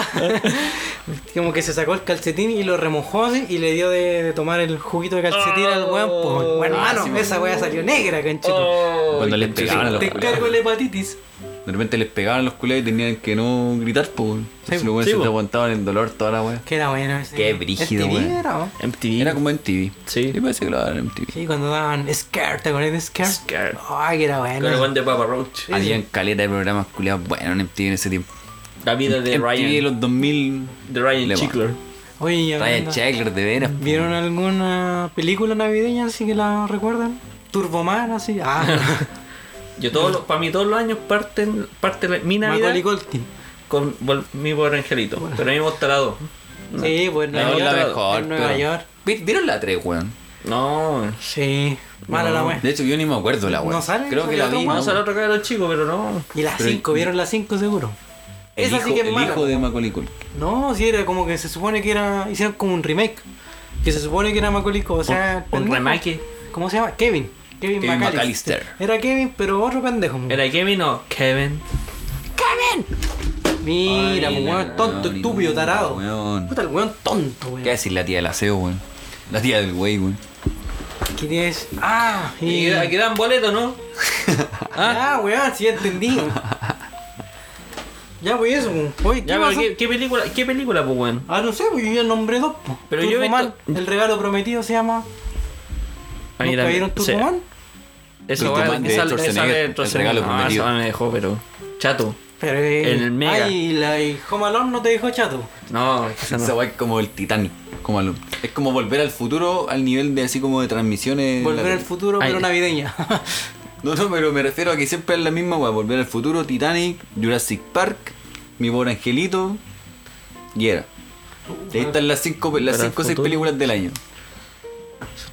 B: como que se sacó el calcetín y lo remojó así y le dio de, de tomar el juguito de calcetín
D: Oh.
B: al weón. po. Bueno,
C: Ah,
B: hermano,
C: sí,
B: esa weá salió negra, canchito.
D: Oh,
C: Cuando les
D: qué
C: pegaban a los
B: Te
C: culiados.
B: cargo la hepatitis.
C: De repente les pegaban los culiados y tenían que no gritar, po. weón. Entonces
B: Sí,
C: los weones
D: sí,
C: se
D: po.
C: aguantaban el dolor toda la weá.
B: Que era bueno ese.
C: Qué brígido,
B: Este
C: weón.
B: libro.
D: MTV.
C: Era como en TV.
D: Sí.
C: Y parece que lo daban en TV.
B: Sí, cuando daban Skirt, ¿te acuerdas de Skirt?
D: Skirt.
B: Ay, que era
D: Con el
B: bueno.
D: weón de Papa Roach.
C: Habían caleta de programas culiados buenos en MTV en ese tiempo.
D: La vida de
C: MTV de
D: Ryan.
C: los 2000.
D: De Ryan
C: Le va.
D: Chicler.
B: Oye, y
C: Ryan
B: hablando-
C: Chagler, de veras. po.
B: ¿Vieron alguna película navideña así que la recuerdan? Turboman, así. Ah,
D: Yo todos los, para mí todos los años parten, parte la- mi Navidad
B: Macaulay Culkin.
D: con vol- mi pobre angelito. Pero a mí me gusta la dos.
B: Sí, pues
C: La dos
B: Nueva
C: la
B: York,
C: mejor.
B: en Nueva
C: pero-
B: York.
C: Vi- ¿Vieron la 3, weón?
D: No.
B: Sí. Mala la wea.
C: De hecho, yo ni me acuerdo la wea.
B: No sale,
C: Creo
B: no
C: que la
B: sale
C: vi.
B: otro
D: Vamos a
C: ¿no?
D: la otra cara de los chicos, pero no.
B: Y las
C: Pero-
B: 5, vieron las 5 seguro.
C: El
B: Esa
C: hijo,
B: sí que es
C: el
B: mala.
C: hijo de Macaulay Culkin.
B: No, sí, era como que se supone que era. Hicieron como un remake. Que se supone que era Macaulay Culkin, O sea,
D: Un- un
B: pendejo.
D: remake.
B: ¿Cómo se llama? Kevin. Kevin,
C: Kevin
B: McAllister.
C: McAllister.
B: Era Kevin, pero otro pendejo. mo.
D: ¿Era Kevin o Kevin?
B: Mira,
C: Ay,
B: mo,
C: la
B: weón, tonto,
C: weón,
B: estúpido, tarado.
C: weón.
B: Puta, el weón tonto, weón.
C: ¿Qué decir la tía del aseo, weón? La tía del güey, weón.
B: ¿Quién es? Ah, y...
D: Y aquí dan boleto, ¿no?
B: ah, weón, sí, ya entendí. ya, pues eso, weón. Oye, ¿qué
D: Ya,
B: pasó?
D: pero ¿qué, qué película, ¿qué película, pues, weón?
B: Ah, no sé, pues yo ya nombré dos. po.
D: Pero yo he
B: Turboman,
D: visto-
B: El regalo prometido se llama.
D: A mí
B: ¿Nunca
D: también,
B: vieron
D: o sea,
B: Turboman?
D: Esa
C: Pero
D: weá,
C: Turboman de
D: esa-
C: Schwarzenegger,
D: esa de
C: el
D: Schwarzenegger.
C: regalo
D: No,
C: prometido.
D: esa me dejó, pero. Chato.
B: Pero eh,
D: el Mega.
B: Ay, la y Home Alone no te dejó chato.
D: No, esa no.
C: Esa weá es como el Titanic. Como al- es como volver al futuro al nivel de así como de transmisiones.
B: Volver
C: La-
B: al futuro,
D: Ay.
B: pero navideña.
C: No, no, pero me refiero a que siempre es la misma weá. Volver al futuro, Titanic, Jurassic Park, mi pobre angelito. Y era. Y ahí están las cinco, las
D: Volver al
C: cinco o seis
D: futuro.
C: películas del año.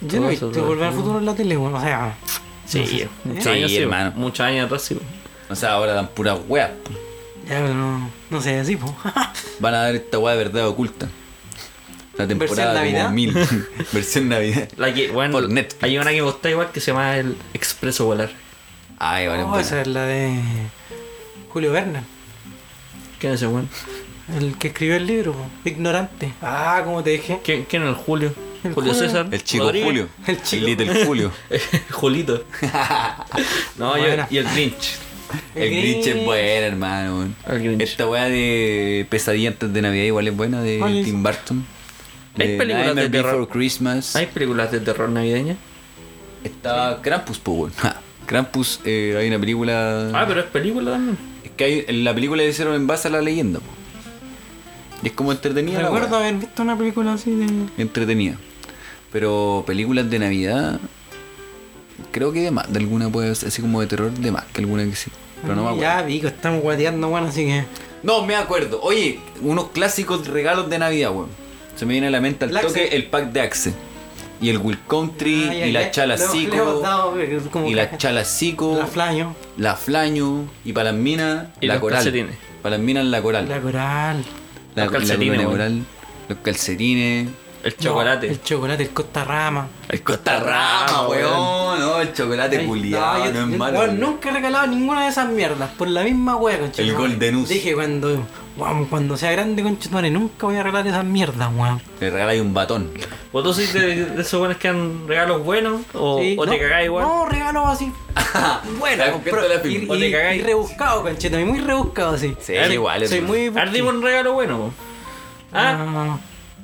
B: yo no he
D: Todo
B: visto
D: eso, todo
B: Volver al
D: eso.
B: futuro en la tele, bueno, o sea.
D: Sí,
B: ¿Eh?
D: muchos
C: Sí,
D: años, sí,
C: hermano.
D: Muchos años atrás, sí.
C: O sea, ahora dan puras weas. po.
B: Ya, pero no, no sé, así, pues. po.
C: Van a dar esta weá de verdad oculta. La temporada
B: ¿Versión
C: como
B: Navidad?
C: mil. Versión Navidad.
D: La que, bueno,
C: Por Netflix.
D: hay una que me gusta igual que se llama El Expreso Volar.
C: Ay, vale,
B: No,
C: buena.
B: Oh, esa es la de Julio Verne,
D: ¿Quién es ese weón?
B: el que escribió el libro, po. ignorante. Ah, como te dije.
D: ¿Quién, quién es el Julio?
B: El
D: Julio
B: Julio.
D: César.
C: El chico
D: Rodríguez.
C: Julio.
B: El chico.
C: Little Julio.
D: Julito. no, yo-
B: Buena.
D: y el Grinch.
B: El
C: El Grinch es
B: Grinch.
C: bueno, hermano. weón.
D: El Grinch.
C: Esta weá de Pesadilla antes de Navidad igual es buena de
B: ¿Cuál es?
C: Tim Burton.
D: Hay
C: De
D: películas de
C: Nightmare
D: terror.
C: Before Christmas.
D: ¿Hay películas de terror navideña?
C: Está Krampus, po, weón. Ja. Krampus, eh, hay una película...
D: Ah, pero es película también.
C: Es que hay, en la película la hicieron en base a la leyenda, po. Y es como entretenida. la
B: Recuerdo
C: weá.
B: haber visto una película así de.
C: Entretenida. Pero películas de Navidad... Creo que de más, de alguna puede ser así como de terror, de más que alguna que sí. Pero no me acuerdo.
B: Ya, Vico, estamos guateando, bueno, así que.
C: No, me acuerdo. Oye, unos clásicos regalos de Navidad, weón. Se me viene a la mente al
B: El Axe.
C: toque el pack de Axe. Y el Will Country,
B: Ah, ya,
C: y la
B: ya.
C: Chala
B: Le- le hemos
C: Cico.
B: dado, pero, como
C: Y
B: que-
C: la Chala Cico,
B: La Flaño,
C: la Flaño, y para las minas,
D: Y
C: la
D: los
C: coral.
D: calcetines.
C: Para las minas, la coral.
B: la Coral.
C: La,
D: Los
C: la
D: calcetines,
C: colonia
D: weón.
C: coral, los calcetines.
D: El chocolate.
B: El chocolate, el Costa Rama.
C: El Costa Rama, weón. No, el chocolate
B: Ay,
C: culiado,
B: yo-
C: no, es
B: yo,
C: malo.
B: weón,
C: weón.
B: nunca he regalado ninguna de esas mierdas. Por la misma wea, conchetumare.
C: El Goldenus.
B: Dije cuando, weón, cuando sea grande, conchetumare, nunca voy a regalar esas mierdas, weón.
C: Le regaláis un batón.
D: ¿Vosotros sois de, de esos buenos que dan regalos buenos? ¿O,
B: Sí,
D: o te
B: no,
D: cagáis igual?
B: No, regalos así.
C: bueno,
B: y,
D: o te
B: y-
D: cagáis.
B: y rebuscado, conchetumare, muy rebuscado así.
C: Sí,
D: Ar-
C: igual.
B: Soy
C: hermano.
B: muy.
D: Ardimos un regalo bueno. po. Ah,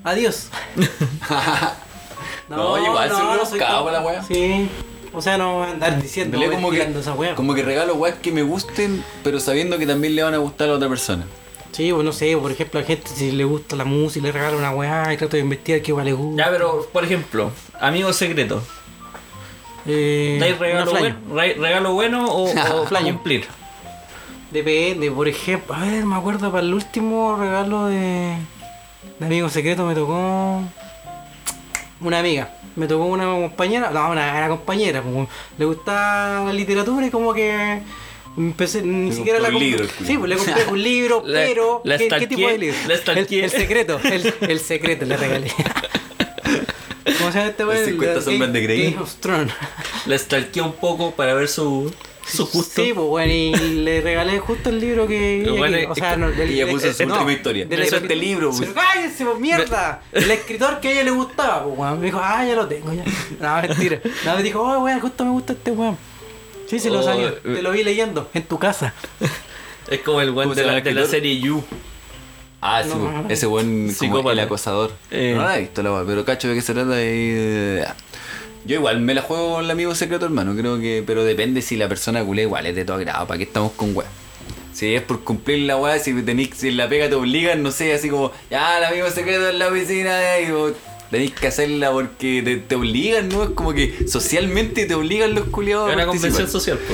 B: Ah, adiós.
C: No, igual soy rebuscado
B: como-
C: para la wea.
B: Sí. O sea, no voy a andar diciendo,
C: Peleo
B: weón,
C: como que,
B: tirando esa wea.
C: como que regalo weas que me gusten, pero sabiendo que también le van a gustar a la otra persona.
B: Sí, pues no sé, por ejemplo, a gente si le gusta la música, le regalo una weá y trato de investigar qué weá le gusta.
D: ya, pero por ejemplo, amigo secreto.
B: Eh,
D: ¿Dais
B: una
D: regalo,
B: flaña.
D: bueno, re- regalo bueno o, o
B: Flaño.
D: cumplir?
B: Depende, por ejemplo, a ver, me acuerdo para el último regalo de, de Amigo Secreto me tocó una amiga. Me tocó una compañera, no, una, era compañera, como le gustaba la literatura y como que empecé, ni
C: Le
B: siquiera la
C: compró un
B: compré.
C: libro, el culo.
B: Sí, pues le compré un libro,
D: La-
B: pero
D: la
B: ¿qué, qué tipo
D: stalkeé,
B: de libro?
D: la
B: el,
D: stalkeé.
B: el secreto, el, el secreto le regalé. ¿Cómo se llama este
C: Las
B: weón?
C: 50 sombras de Grey.
B: Game of Thrones.
D: La stalkeé un poco para ver su, su gusto.
B: Sí, pues bueno, y le regalé justo el libro que.
D: Pero
B: ella quiere.
D: bueno,
B: o sea,
D: es-
B: no, eh,
C: y ella puso su
B: no,
C: última historia.
B: del-
C: Eso es este libro,
B: Pero
C: pues.
B: ¡Cállense, pues mierda! El escritor que a ella le gustaba, pues weón. Me dijo, ah, ya lo tengo, ya. No, mentira. No, me dijo, oh, weón, justo me gusta este weón. Sí, se lo
D: Oh,
B: salió.
D: eh.
B: Te lo vi leyendo en tu casa.
D: Es como el
C: ¿Cómo
D: buen
C: se
D: de
C: llama
D: la,
C: el
D: de la
C: escritor?
D: serie You.
B: Oh,
C: Ah, sí,
B: No.
C: po. ese buen como
D: Psicópata.
C: el acosador.
D: Eh.
C: No la he visto la wea, pero cacho de qué se trata y, eh, Yo igual me la juego con el amigo secreto, hermano. Creo que. Pero depende si la persona culé igual es de todo agrado. ¿Para qué estamos con weas? Si es por cumplir la wea, si, tenés, si la pega te obligan, no sé, así como, ya, el amigo secreto en la piscina, de ahí", o Tenés que hacerla porque te, te obligan, ¿no? Es como que socialmente te obligan los culiados. a
D: Es una
C: participar.
D: convención social. po.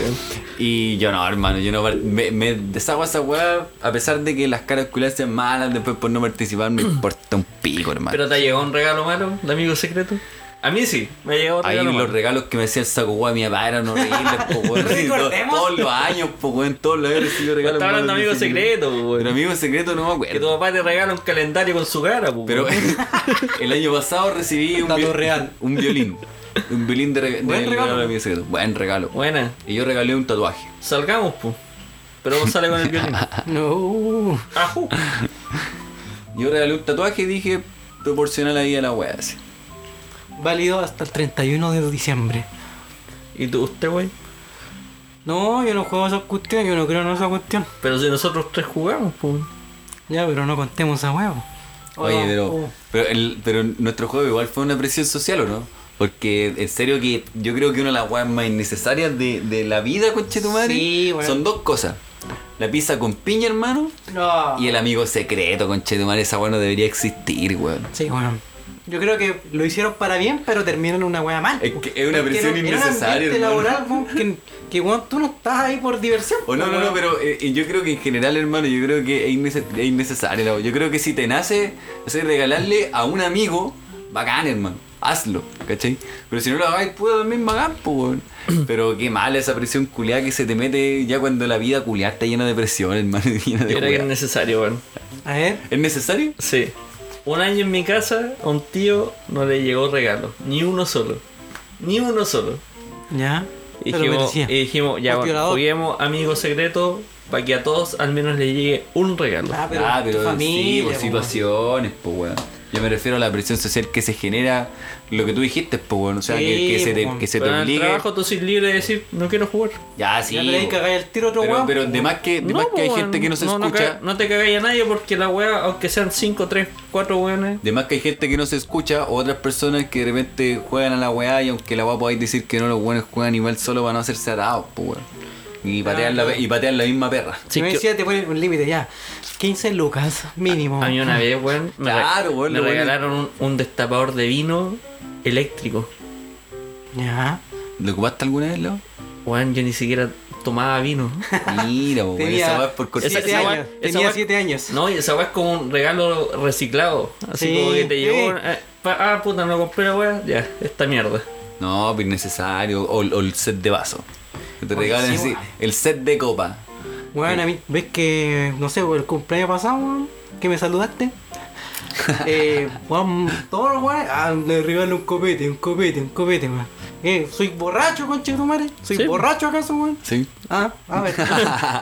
C: Y yo no, hermano, yo no par- me, me deshago esa weá, a pesar de que las caras culiadas sean malas, después por no participar me importa un pico, hermano.
D: Pero te ha llegado un regalo malo de amigo secreto. A mí sí, me llegó
C: Ahí
D: regalo
C: los
D: malo.
C: regalos que me hacía el saco guay, mi papá eran horribles, po, weón. Así, to-
B: Recordemos.
C: Todos los años, po, weón, todos los años recibo regalos.
D: Está hablando de
C: malos
D: amigo
C: de ese
D: secreto,
C: tipo.
D: weón.
C: Pero amigo secreto no me
D: Que tu
C: acuerdo.
D: papá te regala un calendario con su cara, pues.
C: Pero
D: weón.
C: el año pasado recibí un,
B: Dato
C: viol-
B: real.
C: un violín. Un violín de, reg-
B: Buen regalo.
C: del regalo de amigo secreto. Buen regalo.
D: Buena,
C: Y yo regalé un tatuaje.
D: salgamos, pues. Pero vos sale con el violín.
B: No. uh,
D: Ajú.
C: Yo regalé un tatuaje y dije proporcional ahí a la wea. así.
B: Válido hasta el 31 de diciembre.
D: ¿Y tú, usted, güey?
B: No, yo no juego a esa cuestión, yo no creo en esa cuestión.
D: Pero si nosotros tres jugamos, pues.
B: Ya, pero no contemos a huevo.
C: Oye,
B: Oh,
C: pero,
B: oh.
C: pero, el- pero nuestro juego igual fue una presión social, ¿o no? Porque en serio que yo creo que una de las weas más innecesarias de, de la vida, conche tu madre,
B: Sí, weón.
C: son dos cosas. La pizza con piña, hermano,
B: No.
C: y el amigo secreto, conche tu madre, esa wea no debería existir, weón.
B: Sí, bueno. Yo creo que lo hicieron para bien, pero terminaron una wea mal.
C: Es que es una
B: Porque
C: presión
B: era-
C: innecesaria,
B: Era un ambiente
C: hermano.
B: laboral, weón, que, que weón, tú no estás ahí por diversión.
C: O no,
B: weón.
C: no, no, pero eh, eh, yo creo que en general, hermano, yo creo que es, innece- es innecesario. la- Yo creo que si te nace, hacer regalarle a un amigo, bacán, hermano. Hazlo, ¿cachai? Pero si no lo hagáis, puedo también bacán, pues, weón. Pero qué mala esa presión culiada que se te mete ya cuando la vida culiada está llena de presión, hermano. llena de
D: Yo creo que es
C: weá.
D: necesario, weón.
B: A ver,
C: ¿Es necesario?
D: Sí. Un año en mi casa, a un tío no le llegó regalo. Ni uno solo. Ni uno solo.
B: ya. te
D: Y
B: lo
D: dijimos,
B: merecía.
D: y dijimos, ya,
B: Un
D: bueno,
B: violador.
D: juguemos amigo secreto para que a todos al menos les llegue un regalo.
B: Ah, pero,
C: ah,
B: tu
C: pero sí,
B: familia,
C: por
B: weón.
C: situaciones, pues, weón. Yo me refiero a la presión social que se genera, lo que tú dijiste, pues, weón. O sea, que,
B: Sí,
C: que se te,
B: weón.
C: que se te
D: Pero en el
C: obligue.
D: trabajo tú sois libre de decir, no quiero jugar.
C: Ya, sí.
B: Ya le ahí
C: po.
B: cagáis el tiro a otro
C: pero,
B: weón.
C: pero
B: po.
C: de más que, de más que hay
D: pues,
C: gente que no se
D: caga-
C: escucha,
D: No, te cagáis a nadie porque la weá, aunque sean 5, 3, 4 weones.
C: de más que hay gente que no se escucha, o otras personas que de repente juegan a la weá y aunque la weá podáis decir que no, los buenos juegan igual solo para no hacerse atados, pues weón. Y patean, la, y patean la misma perra.
D: Sí,
B: Si me
D: que-
B: decía, te ponen un límite ya. 15 lucas, mínimo.
D: A mí una vez, weón, me, re-
C: Claro, weón,
D: me
C: lo bueno.
D: regalaron un, un destapador de vino eléctrico.
B: Ya.
C: ¿Lo ocupaste alguna vez, Leo?
D: Weón, yo ni siquiera tomaba vino.
C: Mira, po, weón,
B: Tenía
C: esa weá es por cortesía.
B: siete
D: weá-
B: años.
D: esa
B: Tenía
D: weá-
B: siete años.
D: No, y esa weá es como un regalo reciclado. Así
B: Sí,
D: como que te
B: sí.
D: llegó. eh, pa- ah, puta, no lo compré la weá. Ya, esta mierda.
C: No, pero innecesario. O, o el set de vaso. Que te
B: Oye,
C: regalan
B: sí,
C: así,
B: weón.
C: el set de copa.
B: Bueno, a mí, ves que, no sé, por el cumpleaños pasado, weón, que me saludaste. eh, weón, todos los weones, ah, le regalo un copete, un copete, un copete, weón. Eh, soy borracho, conche tu madre. Soy
D: Sí.
B: borracho acaso, weón.
C: Sí.
B: Ah, a ver.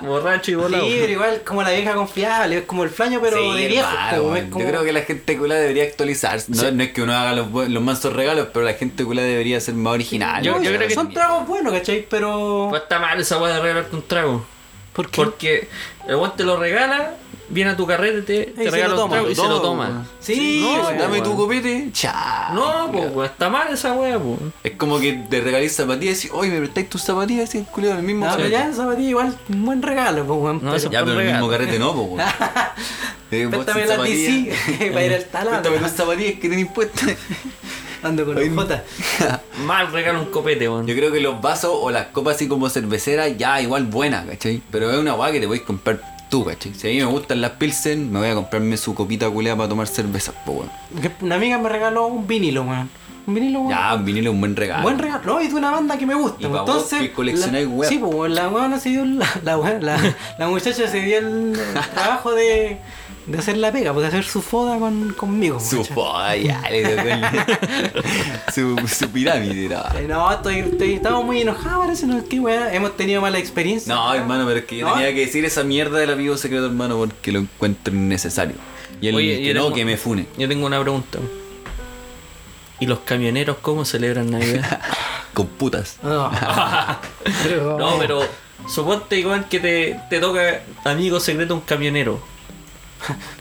D: Borracho y volado.
B: Ah. Sí, pero igual como la vieja confiable, es como el flaño, pero
C: Sí,
B: de viejo.
C: hermano,
B: como, es
C: weón.
B: como-
C: Yo creo que la gente culada debería actualizarse. No, no es que uno haga los, buen- los mansos regalos, pero la gente culada debería ser más original.
D: Yo-
B: No,
D: yo creo que-
B: son tragos buenos, ¿cachai? Pero.
D: Pues está mal esa weá de regalarte un trago.
B: ¿Por qué?
D: Porque el weón te lo regala, viene a tu carrete, te,
B: Y
D: te
B: se lo
D: regala un
B: toma,
D: trago y
B: lo
D: se lo
B: toma,
D: toma.
B: weón. Sí,
D: no,
B: weón.
C: Dame tu
D: weón.
C: copete, chao.
D: No, pues, weón, está mal esa weá, pues.
C: Es como que te regalís zapatillas y decís, oye, me prestáis tus zapatillas y el culiado el mismo
B: No, pero
C: carrete.
B: ya esa zapatilla igual un buen regalo, pues, weón.
D: No,
B: pero-
D: eso-
C: Ya, pero el
D: Regalo.
C: mismo carrete no, po, weón. Eh, vos
B: Préstame
C: sin
B: la
C: zapatillas.
B: DC para ir al taladro.
C: Préstame tus zapatillas que tenéis puestas.
B: Ando con los
C: Oye,
B: J.
D: Mal regala un copete, weón.
C: Yo creo que los vasos o las copas así como cerveceras, ya igual buena, ¿cachai? Pero es una guay que te podéis comprar tú, ¿cachai? Si a mí me gustan las pilsen, me voy a comprarme su copita culea para tomar cerveza, po, weón.
B: Que Una amiga me regaló un vinilo, weón. Un vinilo, weón.
C: Ya, un vinilo es un buen regalo.
B: Buen regalo, no, y de una banda que me gusta.
C: Y pa' vos
B: Entonces,
C: que coleccionáis
B: la-
C: weas.
B: Sí, pues weón, la weona se dio la, la, wea- la, la muchacha se dio el trabajo de, de hacer la pega, pues de hacer su foda con, conmigo.
C: Su
B: muchacha.
C: foda, ya, le tocó el- su, su pirámide, era.
B: Eh, No, estoy, estoy, estaba muy enojado, parece, no, qué weá, hemos tenido mala experiencia.
C: No, hermano, pero es que yo
B: No.
C: tenía que decir esa mierda del amigo secreto, hermano, porque lo encuentro innecesario. Y el
D: Oye,
C: que
D: yo
C: no,
D: tengo-
C: que me fune.
D: Yo tengo una pregunta. ¿Y los camioneros cómo celebran Navidad?
C: Con putas.
B: No. Pero-
D: no, pero suponte igual que te, te toca amigo secreto un camionero.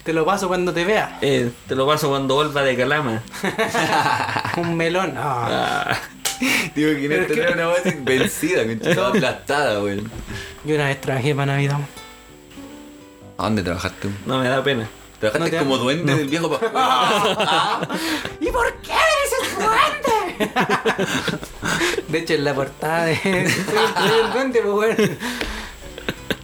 B: Te lo paso cuando te vea.
D: Eh, te lo paso cuando vuelva de Calama.
B: Un melón. Ah.
D: Ah,
C: Digo que
B: Pero es
C: no
B: que-
C: tenía una voz vencida, conchita, aplastada, güey.
B: Yo una vez trabajé para Navidad.
C: ¿A dónde trabajaste?
D: no me da pena.
C: Trabajaste
B: No te-
C: como duende del viejo pa...
B: ¿Y por qué eres el duende? de hecho, en la portada de. Soy el, soy el duende, pues, weón.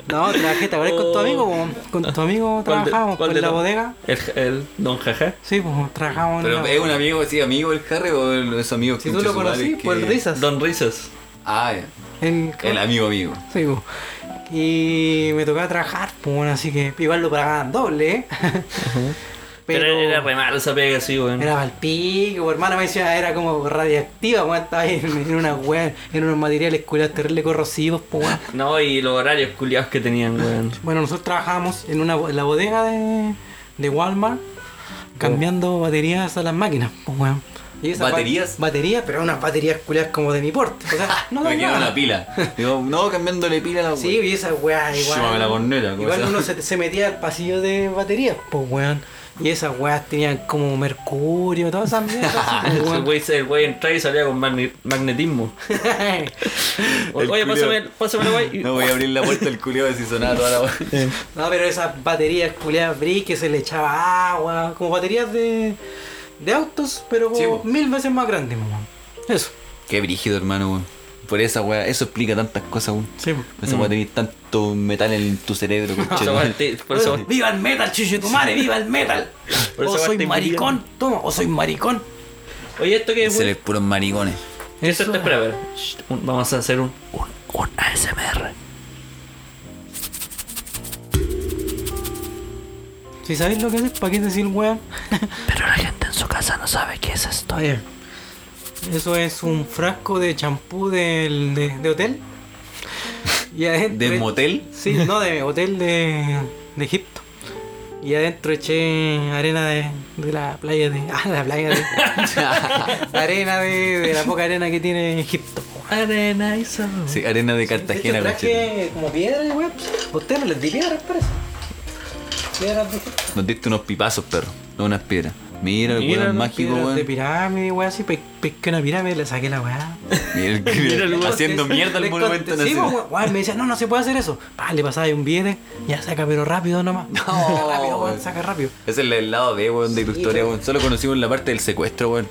B: No, trabajé, ¿te acuerdas con tu amigo? weón? Con tu amigo
D: ¿Cuál de-
B: trabajábamos
D: cuál
B: con
D: de
B: la
D: los-
B: bodega.
D: El, el Don Jaja.
B: Sí, pues trabajábamos en
C: Pero
B: la
C: es un
B: bodega.
C: amigo, sí, amigo el Harry o el- esos amigos
B: Si tú
C: conches
B: lo
C: su madre
B: conocí, pues,
C: que-
B: por risas.
D: Don Risas.
C: Ah,
B: El-
C: el amigo amigo.
B: Sí, po. Y me tocaba trabajar, pues bueno, así que igual lo pagaban doble, ¿eh?
D: Pero, era re malo esa pega, sí, weón.
B: Era pa'l pico, po, hermano, me decía, era como radiactiva, weón, estaba ahí en, en una weá, en unos materiales culiados terrible corrosivos, pues weón.
D: No, y los horarios culiados que tenían, weón.
B: Bueno, nosotros trabajábamos en una bo- en la bodega de, de Walmart, cambiando baterías a las máquinas, pues weón. Y esa
C: Oh. ¿Baterías?
B: ba- Baterías, pero unas baterías culiadas como de mi porte. O sea, no
C: Me
B: dan
C: queda
B: nada.
C: una pila. Digo, no, cambiándole pila a la
B: Sí, y esa weá igual.
C: Llámame la corneta, pues, ¿cómo
B: igual
C: se llama?
B: uno se, se metía al pasillo de baterías, pues weón. Y esas weas tenían como mercurio, todas esas mierdas. así, pues,
D: Ah, Ese
B: weón.
D: güey- El güey entraba y salía con magne- magnetismo. O-
C: El
D: Oye,
C: culiao.
D: pásame, pásame la güey.
C: No voy a abrir la puerta del culiado si sonaba toda la hora.
B: no, pero esas baterías culiadas bris que se le echaba agua, como baterías de, de autos, pero como
C: Sí, po.
B: mil veces más grandes, pues, weón. Eso.
C: Qué brígido, hermano, weón. Por esa weá, eso explica tantas cosas, weón.
B: Sí, Mm. po.
C: Esa weá tenés tanto metal en tu cerebro,
D: Por
C: conche.
D: eso,
C: madre.
D: te- por eso-
B: ¡Viva el metal, chucho tu madre! ¡Viva el metal!
D: Por
B: o
D: esa
B: soy
D: parte
B: maricón, toma, o soy maricón.
D: Oye, esto que es,
C: Se
D: güey.
C: les puros maricones.
D: Esto está, espera, espera. Shh, un- Vamos a hacer un, un, un ASMR.
B: Si sabéis lo que es, ¿para qué decir weón?
D: Pero la gente en su casa no sabe qué es esto.
B: Oye, eso es un frasco de champú del, de, de hotel. Y adentro,
C: ¿De motel?
B: Sí, no, de hotel de, de Egipto. Y adentro eché arena de, de la playa de. Ah, la playa de. arena de, de la poca arena que tiene Egipto.
D: Arena y sol.
C: Sí, arena de
B: De
C: Cartagena,
B: hecho,
C: conche.
B: traje como piedra, weón. Usted no les di piedras, parece. Piedras de Egipto.
C: Nos diste unos pipazos, perro. No unas piedras. Mira el
D: Mira
C: weón
D: las
C: mágico,
B: Piedras de
C: weón.
B: pirámide, weón. Así pe- pesqué una pirámide, le saqué la weá.
C: Mira el
D: Mira el
C: que
D: weón.
C: haciendo mierda el
B: Le
C: monumento
B: conté- sí,
C: nacional.
B: pues, weón, me decía, no, no se puede hacer eso. Pa, le pasaba ahí un billete, ya saca, pero rápido nomás. Saca rápido, weón, saca rápido.
C: Ese es el- el lado B, weón, de tu
B: Sí,
C: historia,
B: weón.
C: weón. Solo conocimos la parte del secuestro, weón.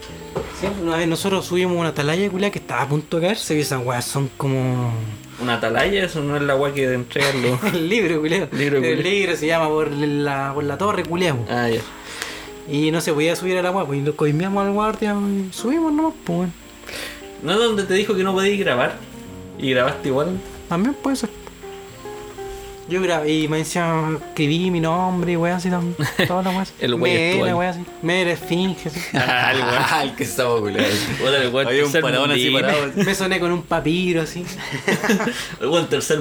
B: Sí, una vez nosotros subimos una atalaya culia que estaba a punto de caerse y esas weas son como.
D: Una atalaya, eso no es la weá que de entregarlo.
B: El libro, culiao.
D: Libro,
B: el
D: culiao.
B: libro se llama por la, por la torre, culiao.
D: ah, ya.
B: Y no se podía subir a la agua, pues y lo coimeamos al guardia y subimos nomás, pues. weón.
D: ¿No es donde te dijo que no podías grabar? ¿Y grabaste igual?
B: También puede ser. Yo grabé y me decían, escribí mi nombre y weá así, tam- todas las weas.
D: El wey estuvo ahí.
B: weá así. Me esfinge, así.
D: Ah, el weón.
C: Ah, el que estaba culiado.
D: Puta, el weón
C: Había un
D: tercer
C: paradón así
D: mundista.
C: parado.
B: Me soné con un papiro así.
D: El weón tercer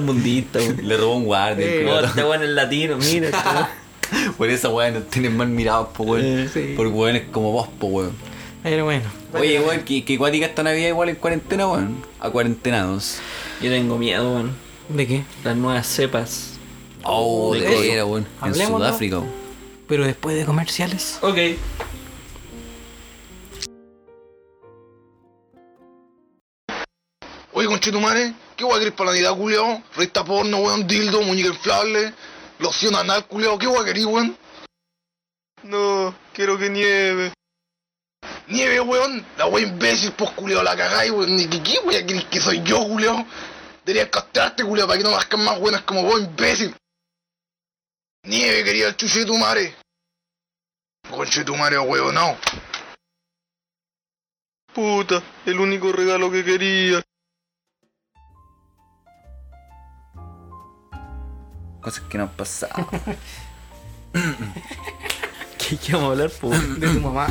D: mundista, weón.
C: Le robó un guardia, el
B: Sí.
D: No,
C: culiao.
D: este weón es latino, mira. este weón.
C: Por esa weá nos tienen mal mirados, po, weón.
B: Eh, Sí.
C: Por weones como vos, po, weón.
B: Pero bueno. eh.
C: Oye, weón, que, que cuática esta Navidad igual en cuarentena, weón. A cuarentenados.
D: Yo tengo miedo, weón.
B: ¿De qué?
D: Las nuevas cepas.
C: Oh,
B: de
C: de
B: eso.
C: cólera, weón. En
B: Hablemos, ¿no?
C: Sudáfrica, weón.
B: Pero después de comerciales.
D: Ok.
E: Oye, conchetumare, ¿qué guay querés para la Navidad, culiao? Resta porno, weón, dildo, muñeca inflable, loción anal, culiao, ¿qué guay querés, weón? No, quiero que nieve. Nieve, weón, la wey imbécil, pues, culiao, la cagáis, weón, ni que qué wea querés que soy yo, culiao. Deberías castrarte, culiao, para que no nazcan más buenas como vos, imbécil. Nieve, quería el chuche de tu madre. Conchetumare, weón, no. Puta, el único regalo que quería.
C: Cosas que no han pasado.
D: ¿Qué, qué vamos a hablar, po? weón?
B: De tu mamá.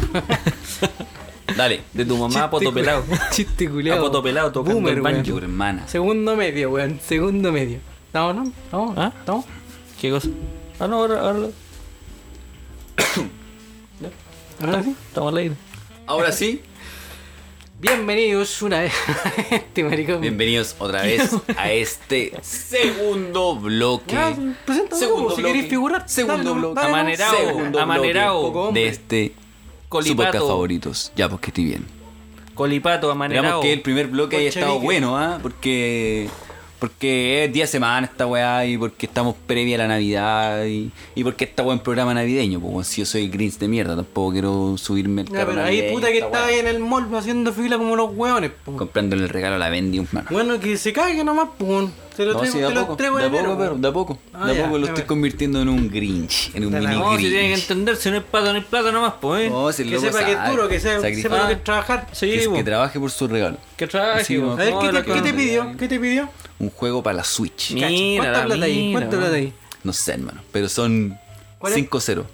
C: Dale.
D: De tu mamá a poto pelado.
B: Chiste culiao.
D: A poto pelado tocando
B: Boomer,
D: el
B: weón.
D: banjo.
C: Tu hermana.
B: Segundo medio, weón. Segundo medio. No, no, no.
D: ¿Ah?
B: No.
D: ¿Qué cosa? Ah, no, ahora, ahora
B: Ahora sí.
D: estamos al aire.
C: Ahora sí,
B: Bienvenidos una vez a este maricón.
C: bienvenidos otra vez a este segundo bloque.
B: Ya, presenta
C: Segundo
B: luego, si
C: bloque.
B: queréis figurar.
C: Segundo
B: dale,
C: bloque.
B: dale,
D: Amanerao,
B: Segundo.
D: amanerao.
B: bloque. Poco hombre.
C: de este su
D: Colipato.
C: podcast favoritos. Ya, pues que estoy bien.
D: Colipato, amanerado.
C: Esperamos que el primer bloque haya estado
B: Bolchevique.
C: bueno, ¿ah? Porque. Porque es día de semana esta weá y porque estamos previa a la Navidad y, y porque está buen programa navideño, pues weón, si yo soy Grinch de mierda, tampoco quiero subirme el
B: Ya,
C: carro
B: pero ahí
C: navideño,
B: puta que
C: esta
B: estaba
C: weá.
B: ahí en el mall haciendo fila como los weones. po.
C: Comprándole el regalo a la Bendy, un mano.
B: Bueno, que se cague nomás, pues. weón. Te lo
C: No,
B: traigo,
C: sí, de a
B: te lo
C: poco.
B: entrego
C: De
B: en
C: a poco,
B: enero,
C: pero
B: weón.
C: de a poco.
B: Ah,
C: De a
B: ya,
C: poco lo
B: ya,
C: estoy
B: bueno.
C: convirtiendo en un Grinch. En un
B: De la-
C: mini
D: No, si tienen que
C: Grinch.
D: entender, si no es plata, no es plata nomás, pues. eh.
C: No, si el
B: Que
C: loco
B: sepa que es
C: sabe,
B: duro, que sea-
C: sacrifica-
B: sepa lo que es trabajar.
D: Sí,
C: que,
D: bo.
C: que trabaje por su regalo.
D: que trabaje,
C: Sí,
D: bo.
C: bo.
B: A ver,
D: No,
B: ¿qué
D: la
B: te, qué te
D: economía.
B: pidió? ¿Qué te pidió?
C: Un juego para la Switch.
D: Mira,
B: ¿Cuánta
D: la
B: plata hay?
D: mira,
B: ¿Cuánta plata hay?
C: No sé, hermano. Pero son
B: ¿Cuál es?
C: 5-0.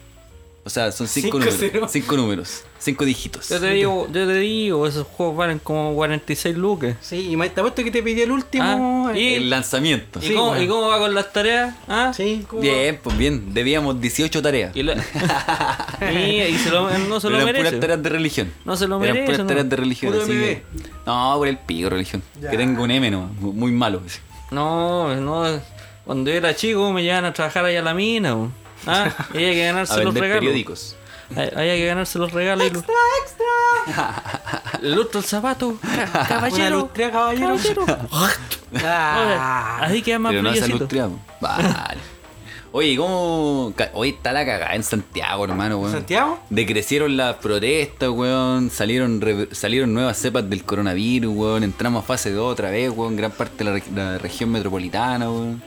C: O sea, son 5
B: Cinco cero.
C: números. 5 números. 5 dígitos.
D: Yo te digo, yo te digo, esos juegos valen como 46 lucas.
B: Sí, y me te apuesto que te pidió el último.
D: Ah,
B: eh.
D: y-
C: El lanzamiento.
D: ¿Y,
B: Sí,
D: cómo,
B: bueno.
D: ¿Y cómo va con las tareas? ¿Ah?
B: Sí, ¿cómo?
C: Bien, pues bien. Debíamos 18 tareas.
D: Y, la- Mira, y se lo- no se
C: Pero
D: lo
C: eran puras
D: merece.
C: tareas de religión.
D: No se lo
C: Eran
D: merece,
C: puras
D: no.
C: tareas de religión.
B: Puro
C: así
B: MB.
C: que- No, por el pico religión.
B: Ya.
C: Que tengo un M, no. Muy malo. así.
D: No, no. Cuando yo era chico me llevaban a trabajar allá a la mina. bo. Ah, y había que ganarse
C: A
D: los
C: vender
D: regalos.
C: periódicos.
D: Hay- Había que ganarse los regalos. y los- El otro el zapato. ca-
B: Una
D: Caballero.
B: lustrea, caballero.
D: Ahora,
B: Ah,
D: Así queda más
C: Pero no se
D: brillecito.
C: lustriamos. Vale. Oye, ¿cómo? ca- Hoy está la cagada en Santiago, hermano, weón.
B: ¿Santiago?
C: Decrecieron las protestas, weón. Salieron, re- salieron nuevas cepas del coronavirus, weón. Entramos a fase 2 otra vez, weón. Gran parte de la, reg- la región metropolitana, weón.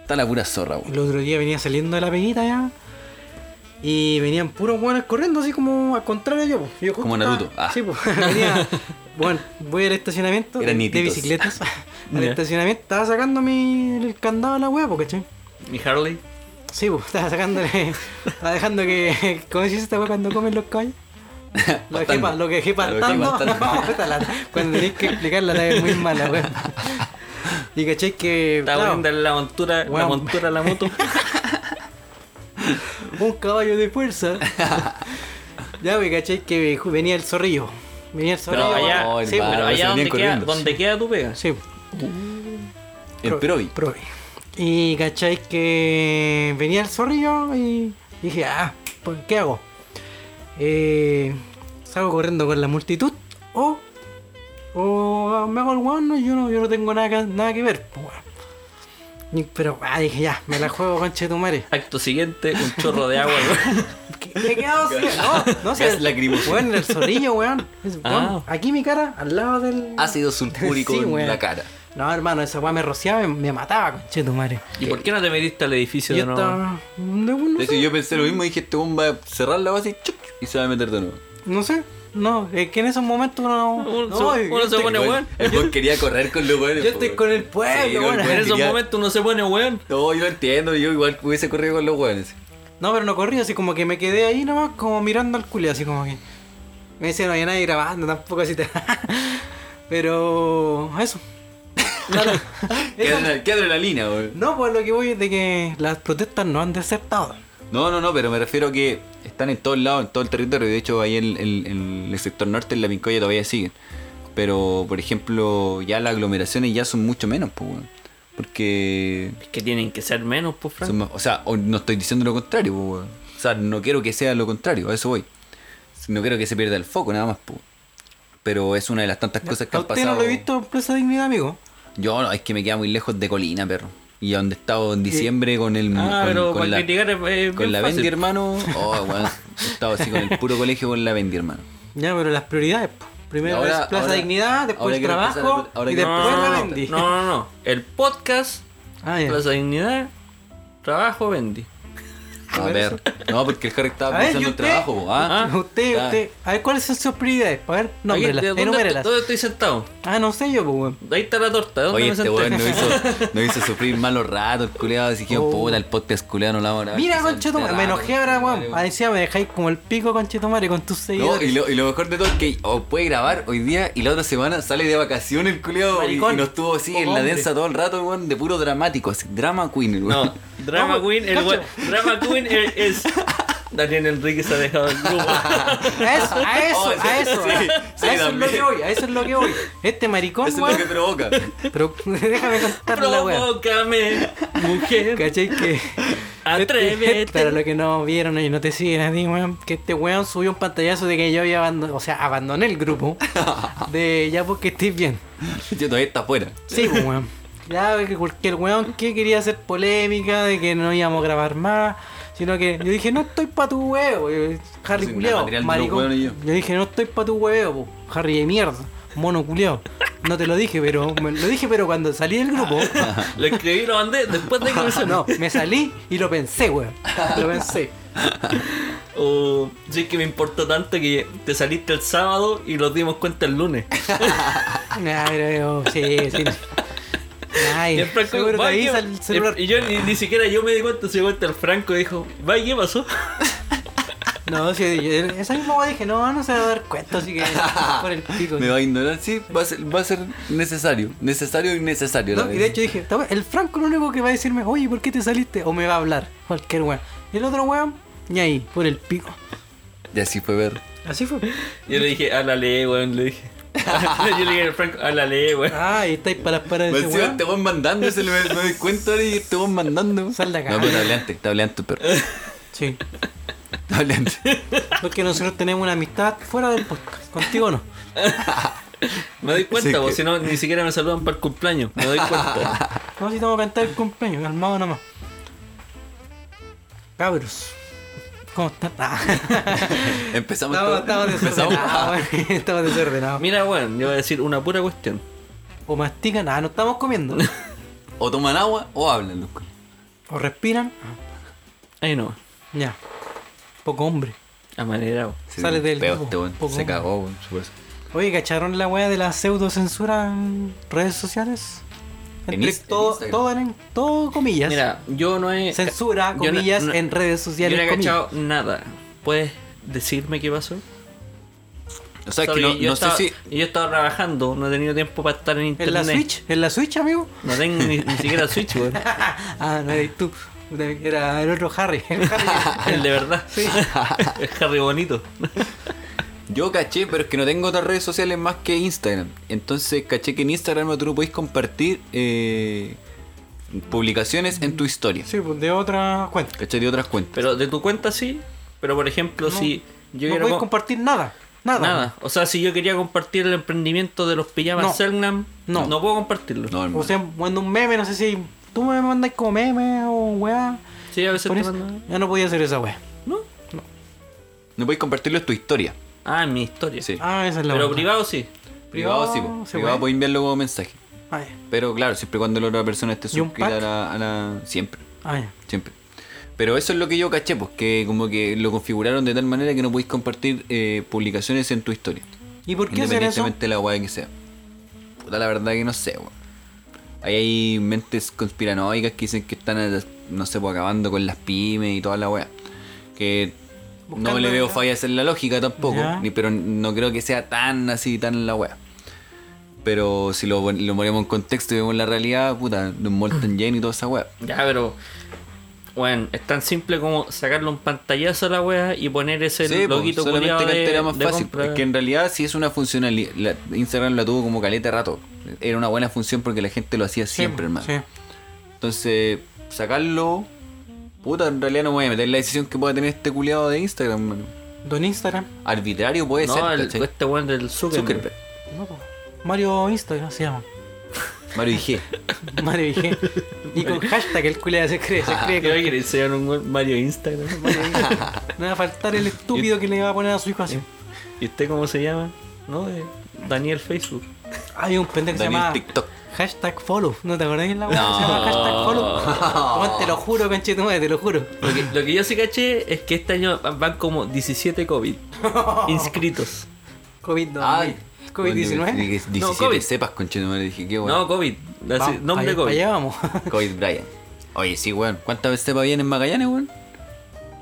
C: Está la pura zorra, weón.
B: El otro día venía saliendo de la peñita ya. Y venían puros buenos corriendo, así como al contrario yo. po. Yo justo
C: Como Naruto,
B: estaba-
C: ah.
B: Sí, pues. Venía. Bueno, voy al estacionamiento de, de
C: Eran nietitos.
B: bicicletas. al
D: Ya.
B: estacionamiento estaba sacando mi, el candado de la hueá, po, ¿cachai?
D: Mi Harley.
B: Sí, pues, estaba sacándole. estaba dejando que. ¿Cómo se dice esta hueá cuando comen los caballos? Lo dejé,
C: Pastando.
B: pa- lo dejé
C: Lo dejé
B: pastando.
C: pastando.
B: No, puta la- cuando tenés que explicarla, la es muy mala, weón. Y cachai que.
D: Estaba
B: claro,
D: poniéndole la montura, la
B: Weón.
D: montura a la moto.
B: un caballo de fuerza. ya, me caché que ju- venía el zorrillo. Venía el zorrillo.
D: Pero allá,
C: no,
D: sí,
C: hermano,
D: pero
C: se
D: allá
C: venían
D: donde queda,
C: corriendo.
D: donde queda tu pega.
B: Sí,
C: El Perovi.
B: probi. Y cachai que venía el zorrillo y dije, ah, pues, ¿qué hago? Eh, ¿Salgo corriendo con la multitud? ¿O, o ah, me hago el guano yo no, yo no tengo nada que, nada que ver? pues, weón. Y- Pero ah, dije, ya, me la juego, conche tu madre.
D: Acto siguiente, un chorro de agua. weón.
B: ¿Qué, qué quedado así? No, no
C: Gas
B: sé.
C: lacrimógeno.
B: Weón, el zorrillo, weón. Es-
D: Ah.
B: weón, Aquí mi cara, al lado del.
C: Ácido sulfúrico
B: Sí,
C: en
B: weón.
C: la cara.
B: No, hermano, esa weá me rociaba, me, me mataba, conchito, madre.
D: ¿Y por qué no te metiste al edificio
B: Yo
D: de nuevo?
B: estaba. No, no
C: De hecho,
B: sé.
C: yo pensé lo mismo. Dije, este weón va a cerrar la base y, chup, y se va a meter de nuevo.
B: No sé. No, es que en esos momentos uno no.
D: Uno se-
B: no,
D: uno
B: yo
D: se
B: estoy-
D: pone
C: Weón,
D: weón.
C: El weón quería correr con los
B: Yo
C: weones. po,
B: estoy
C: weón.
B: con el pueblo,
C: Sí, con el
B: weón.
C: weón
D: En esos
C: quería-
D: momentos uno se pone weón.
C: No, yo lo entiendo, yo igual hubiese corrido con los weones.
B: No, pero no corrí, así como que me quedé ahí nomás, como mirando al culio, así como que. Me decía, no había nadie grabando tampoco, así te. pero. Eso. Claro.
C: ¿Qué
B: Eso.
C: adrenal- qué adrenalina, weón?
B: No, pues lo que voy es de que las protestas no han desertado.
C: No, no, no, pero me refiero que están en todos lados, en todo el territorio. De hecho, ahí en, en- en el sector norte, en la Pincoya, todavía siguen. Pero, por ejemplo, ya las aglomeraciones ya son mucho menos, pues, weón. Porque.
D: Es que tienen que ser menos, pues, Frank.
C: son más- o sea, o no estoy diciendo lo contrario, pues, weón. O sea, no quiero que sea lo contrario, a eso voy. No quiero que se pierda el foco, nada más, pues. Pero es una de las tantas cosas que
B: A
C: han
B: usted
C: pasado.
B: no lo he visto en Plaza Dignidad, amigo.
C: Yo no, es que me queda muy lejos de Colina, perro. Y a donde he estado en diciembre con el.
D: Ah,
C: con,
D: pero
C: con
D: para criticar es- es
C: Con
D: bien
C: la
D: fácil.
C: Bendy, hermano. Oh, bueno, he estado así con el puro colegio con la Bendy, hermano.
B: Ya, pero las prioridades. po. Primero
C: Ahora-
B: es Plaza
C: ahora-
B: Dignidad,
C: ahora
B: después el
C: quiero
B: trabajo
C: empezar a- ahora
B: y
C: quiero
B: después
D: No,
B: la
D: no, no,
B: Bendy.
D: no, no, no. Eh. El podcast,
B: Ah, ya.
D: Plaza Dignidad, Trabajo, Bendy.
C: A ver. No, porque el Harry estaba
B: A ver,
C: pensando
B: ¿y
C: en
B: usted?
C: trabajo, po, ¿ah?
B: Ah, usted,
C: Ah.
B: usted. A ver, ¿cuáles son sus prioridades? A ver,
D: Aquí,
B: nómbrelas,
D: ¿de ¿dónde, estoy-
B: enumérelas.
D: dónde estoy sentado?
B: Ah, no sé yo, pues, weón.
D: Ahí está la torta. ¿Dónde
C: Oye,
D: me
C: este
D: senté?
C: weón nos hizo, nos hizo sufrir malos ratos, el culeado. Así que,
B: Oh.
C: puta, el podcast culeado no la vamos a grabar,
B: Mira,
C: quizás
B: conchetumare,
C: este
B: me
C: rato,
B: enojé ahora, weón.
C: conchetumare,
B: Ah, Encima me dejáis como el pico, conchetumare, con tus
C: No, y
B: seguidores.
C: lo, y lo mejor de todo es que o puede grabar hoy día y la otra semana sale de vacaciones el culeado y, y
B: Maricón.
C: nos tuvo así
B: Oh,
C: en la
B: hombre.
C: densa todo el rato, weón, de puro dramático, así, drama queen, el weón.
D: No, Drama
B: No,
D: Queen, el
B: cacho.
D: weón. Drama Queen es. es- Daniel Enrique se ha dejado el grupo.
B: A eso, a eso,
C: Oh, sí,
B: a eso.
C: sí, sí,
B: a eso es lo
C: también.
B: que voy, a eso es lo que voy. Este maricón,
C: Eso es lo que
B: weón.
C: provoca.
B: Pero déjame contar la weón.
D: Provócame, mujer.
B: ¿Cachai que?
D: Atrévete.
B: Este- Para los que no vieron y no te siguen a ti, weón, que este weón subió un pantallazo de que yo había abandonado, o sea, abandoné el grupo de ya porque estés bien.
C: Yo todavía está afuera.
B: Sí, pues, weón. Ya, que porque el weón que quería hacer polémica de que no íbamos a grabar más, sino que yo dije, no estoy pa' tu huevo, eh, Harry
C: Sin
B: culiao,
C: material de los
B: maricón.
C: hueones
B: Yo.
C: yo.
B: dije, no estoy pa' tu huevo, po, pues, Harry de mierda. mono culiao. No te lo dije, pero me- lo dije, pero cuando salí del grupo,
D: Lo escribí y lo mandé después de que me sonó.
B: no, me salí y lo pensé, weón. Lo pensé.
D: O sí que me importó tanto que te saliste el sábado y nos dimos cuenta el lunes.
B: Ay, pero, sí, sí.
D: Y
B: Ay,
D: el Franco
B: seguro
D: dijo,
B: que
D: "Va,
B: ahí
D: ¿qué-?"
B: sale el celular.
D: Y yo ni, ni siquiera yo me di cuenta, se dio cuenta el Franco y dijo, "Va, ¿qué pasó?
B: No, sí, yo- esa misma weá dije, no, no se va a dar cuenta, así que por el pico.
C: Ah, Me va a ignorar, sí, va a ser, va a ser necesario. Necesario y necesario.
B: No, y de hecho dije, "Esta wea- el Franco es el único que va a decirme, oye, ¿por qué te saliste? O me va a hablar, cualquier weón. Y el otro weón, y ahí, por el pico.
C: Y así fue ver.
B: Así fue.
D: Yo le dije, a la ley, weón, le dije. yo le dije al Franco, a la ley, weón.
B: Ah, y estáis para las paras
C: Me
B: de ese
C: encima
B: weón.
C: te voy mandando, se le me doy cuenta ahora y te voy mandando.
B: Sal de acá.
C: No, pero está hablante, está hablante, pero.
B: Sí.
C: Está hablante.
B: Porque nosotros tenemos una amistad fuera del podcast. Contigo no.
D: Me doy cuenta,
C: Sí,
D: vos,
C: que-
D: si no, ni siquiera me saludan para el cumpleaños. Me doy cuenta.
B: No si tengo que cantar el cumpleaños, calmado nomás. Cabros. ¿Cómo están? Ah,
C: Empezamos
B: estamos,
C: todo.
B: estamos
C: empezamos.
B: desordenados. weón. Estamos desordenados.
D: Mira, weón, yo voy a decir una pura cuestión.
B: O mastican, ah, no estamos comiendo.
C: O toman agua o hablan, loco.
B: O respiran.
D: Ahí no,
B: Ya. Poco hombre.
D: amanerado.
B: Sale del
C: Peo
B: grupo,
C: este weón.
B: poco
C: Se
B: más.
C: cagó, weón. por eso.
B: Oye, ¿cacharon la weá de la pseudocensura en redes sociales?
C: En
B: Entre
C: Inst- en
B: todo,
C: Instagram.
B: todo en todo comillas.
D: Mira, yo no he.
B: Censura,
D: yo no-
B: comillas,
D: no-
B: en redes sociales.
D: Yo no he
B: comillas.
D: cachado nada. ¿Puedes decirme qué pasó?
C: O sea, es que
D: Sorry,
C: no,
D: yo,
C: no sé
D: estaba,
C: si.
D: yo estaba trabajando, no he tenido tiempo para estar en internet.
B: ¿En la Switch? ¿En la Switch, amigo?
D: No tengo ni, ni siquiera Switch, weón.
B: ah, no eres tú. Era el otro Harry. El
D: El
B: Harry.
D: de verdad. Es Harry bonito.
C: Yo caché, pero es que no tengo otras redes sociales más que Instagram. Entonces caché que en Instagram tú no podés compartir eh, publicaciones en tu historia.
B: sí, pues de otra cuenta.
C: Caché de otras cuentas.
D: Pero de tu cuenta sí. Pero por ejemplo, si yo
B: no
D: quiero.
B: podéis
D: co-
B: compartir nada. Nada.
D: Nada. O sea, si yo quería compartir el emprendimiento de los pijamas
B: No.
D: Selknam,
B: No.
D: no. puedo compartirlo.
C: No, hermano.
B: O sea, cuando un meme, no sé si tú me mandas como meme o weá.
D: Sí, a veces
B: por
D: te
B: eso,
D: mando-
B: Ya no podía hacer esa weá.
D: No.
C: no podés compartirlo en tu historia.
D: Ah, en mi historia.
C: Sí.
B: Ah, esa es la
D: Pero
B: otra.
D: privado sí.
B: Privado,
C: Privado, sí, po.
B: se
C: privado
B: puede.
C: podés enviarlo como mensaje.
B: Ah, ya.
C: Pero claro, siempre cuando la otra persona esté
B: ¿Y un
C: suscrita a
B: pack?
C: la, a la- Siempre,
B: Ah, ya.
C: siempre. Pero eso es lo que yo caché, pues que como que lo configuraron de tal manera que no podéis compartir eh, publicaciones en tu historia.
B: ¿Y por qué hacer eso?
C: Independientemente de la guay que sea. Puta, la verdad que no sé, weón. Ahí hay mentes conspiranoicas que dicen que están, eh, no sé, pues, acabando con las pymes y toda la weá. Que no
B: Buscando
C: le veo
B: la-
C: fallas en la lógica tampoco,
B: Ya.
C: ni, pero no creo que sea tan así, tan la weá. Pero si lo, pon- lo ponemos en contexto y vemos la realidad, puta, de un Molten Jane y toda esa weá.
D: Ya, pero. Bueno, es tan simple como sacarle un pantallazo a la wea y poner ese
C: Sí, pues,
D: loguito
C: solamente
D: culiao
C: que antes
D: de,
C: era más
D: de
C: fácil.
D: compra.
C: Es que en realidad sí es una funcionalidad. la- Instagram la tuvo como caleta de rato. Era una buena función porque la gente lo hacía siempre, hermano.
B: Sí.
C: Entonces, sacarlo. Puta, en realidad no me voy a meter en la decisión que pueda tener este culiado de Instagram, mano.
B: Don Instagram.
C: Arbitrario puede ser,
D: No, el-
C: ¿cachai?
D: este weón del Zuckerberg. Ah,
C: Zuckerberg.
B: No, po. Mario Instagram se llama.
C: Mario dije.
B: Mario dije. Y con hashtag el culiado se cree, se cree.
D: Creo que le hicieron un weón Mario Instagram.
B: No va a faltar el estúpido que le va a poner a su hijo así.
D: ¿Y usted cómo se llama? ¿No? Eh, Daniel Facebook.
B: Hay un pendejo que se
C: Daniel
B: llama
C: TikTok.
B: hashtag follow. ¿No te acordás de la weá?
C: No.
B: Se llama hashtag follow. Juan, te lo juro, conchetumare, te lo juro.
D: Lo que, lo que yo sí caché es que este año van- van como 17 COVID inscritos.
B: COVID
C: Ay.
B: COVID-19.
C: Dije, 17
D: No, COVID.
C: cepas, conchetumare. Dije, qué bueno.
D: No, COVID. Así,
B: Vamos,
D: nombre
B: pa'
D: COVID.
B: allá vamos.
C: COVID Brian. Oye, sí, weón. ¿Cuántas veces cepas vienen en Magallanes, weón?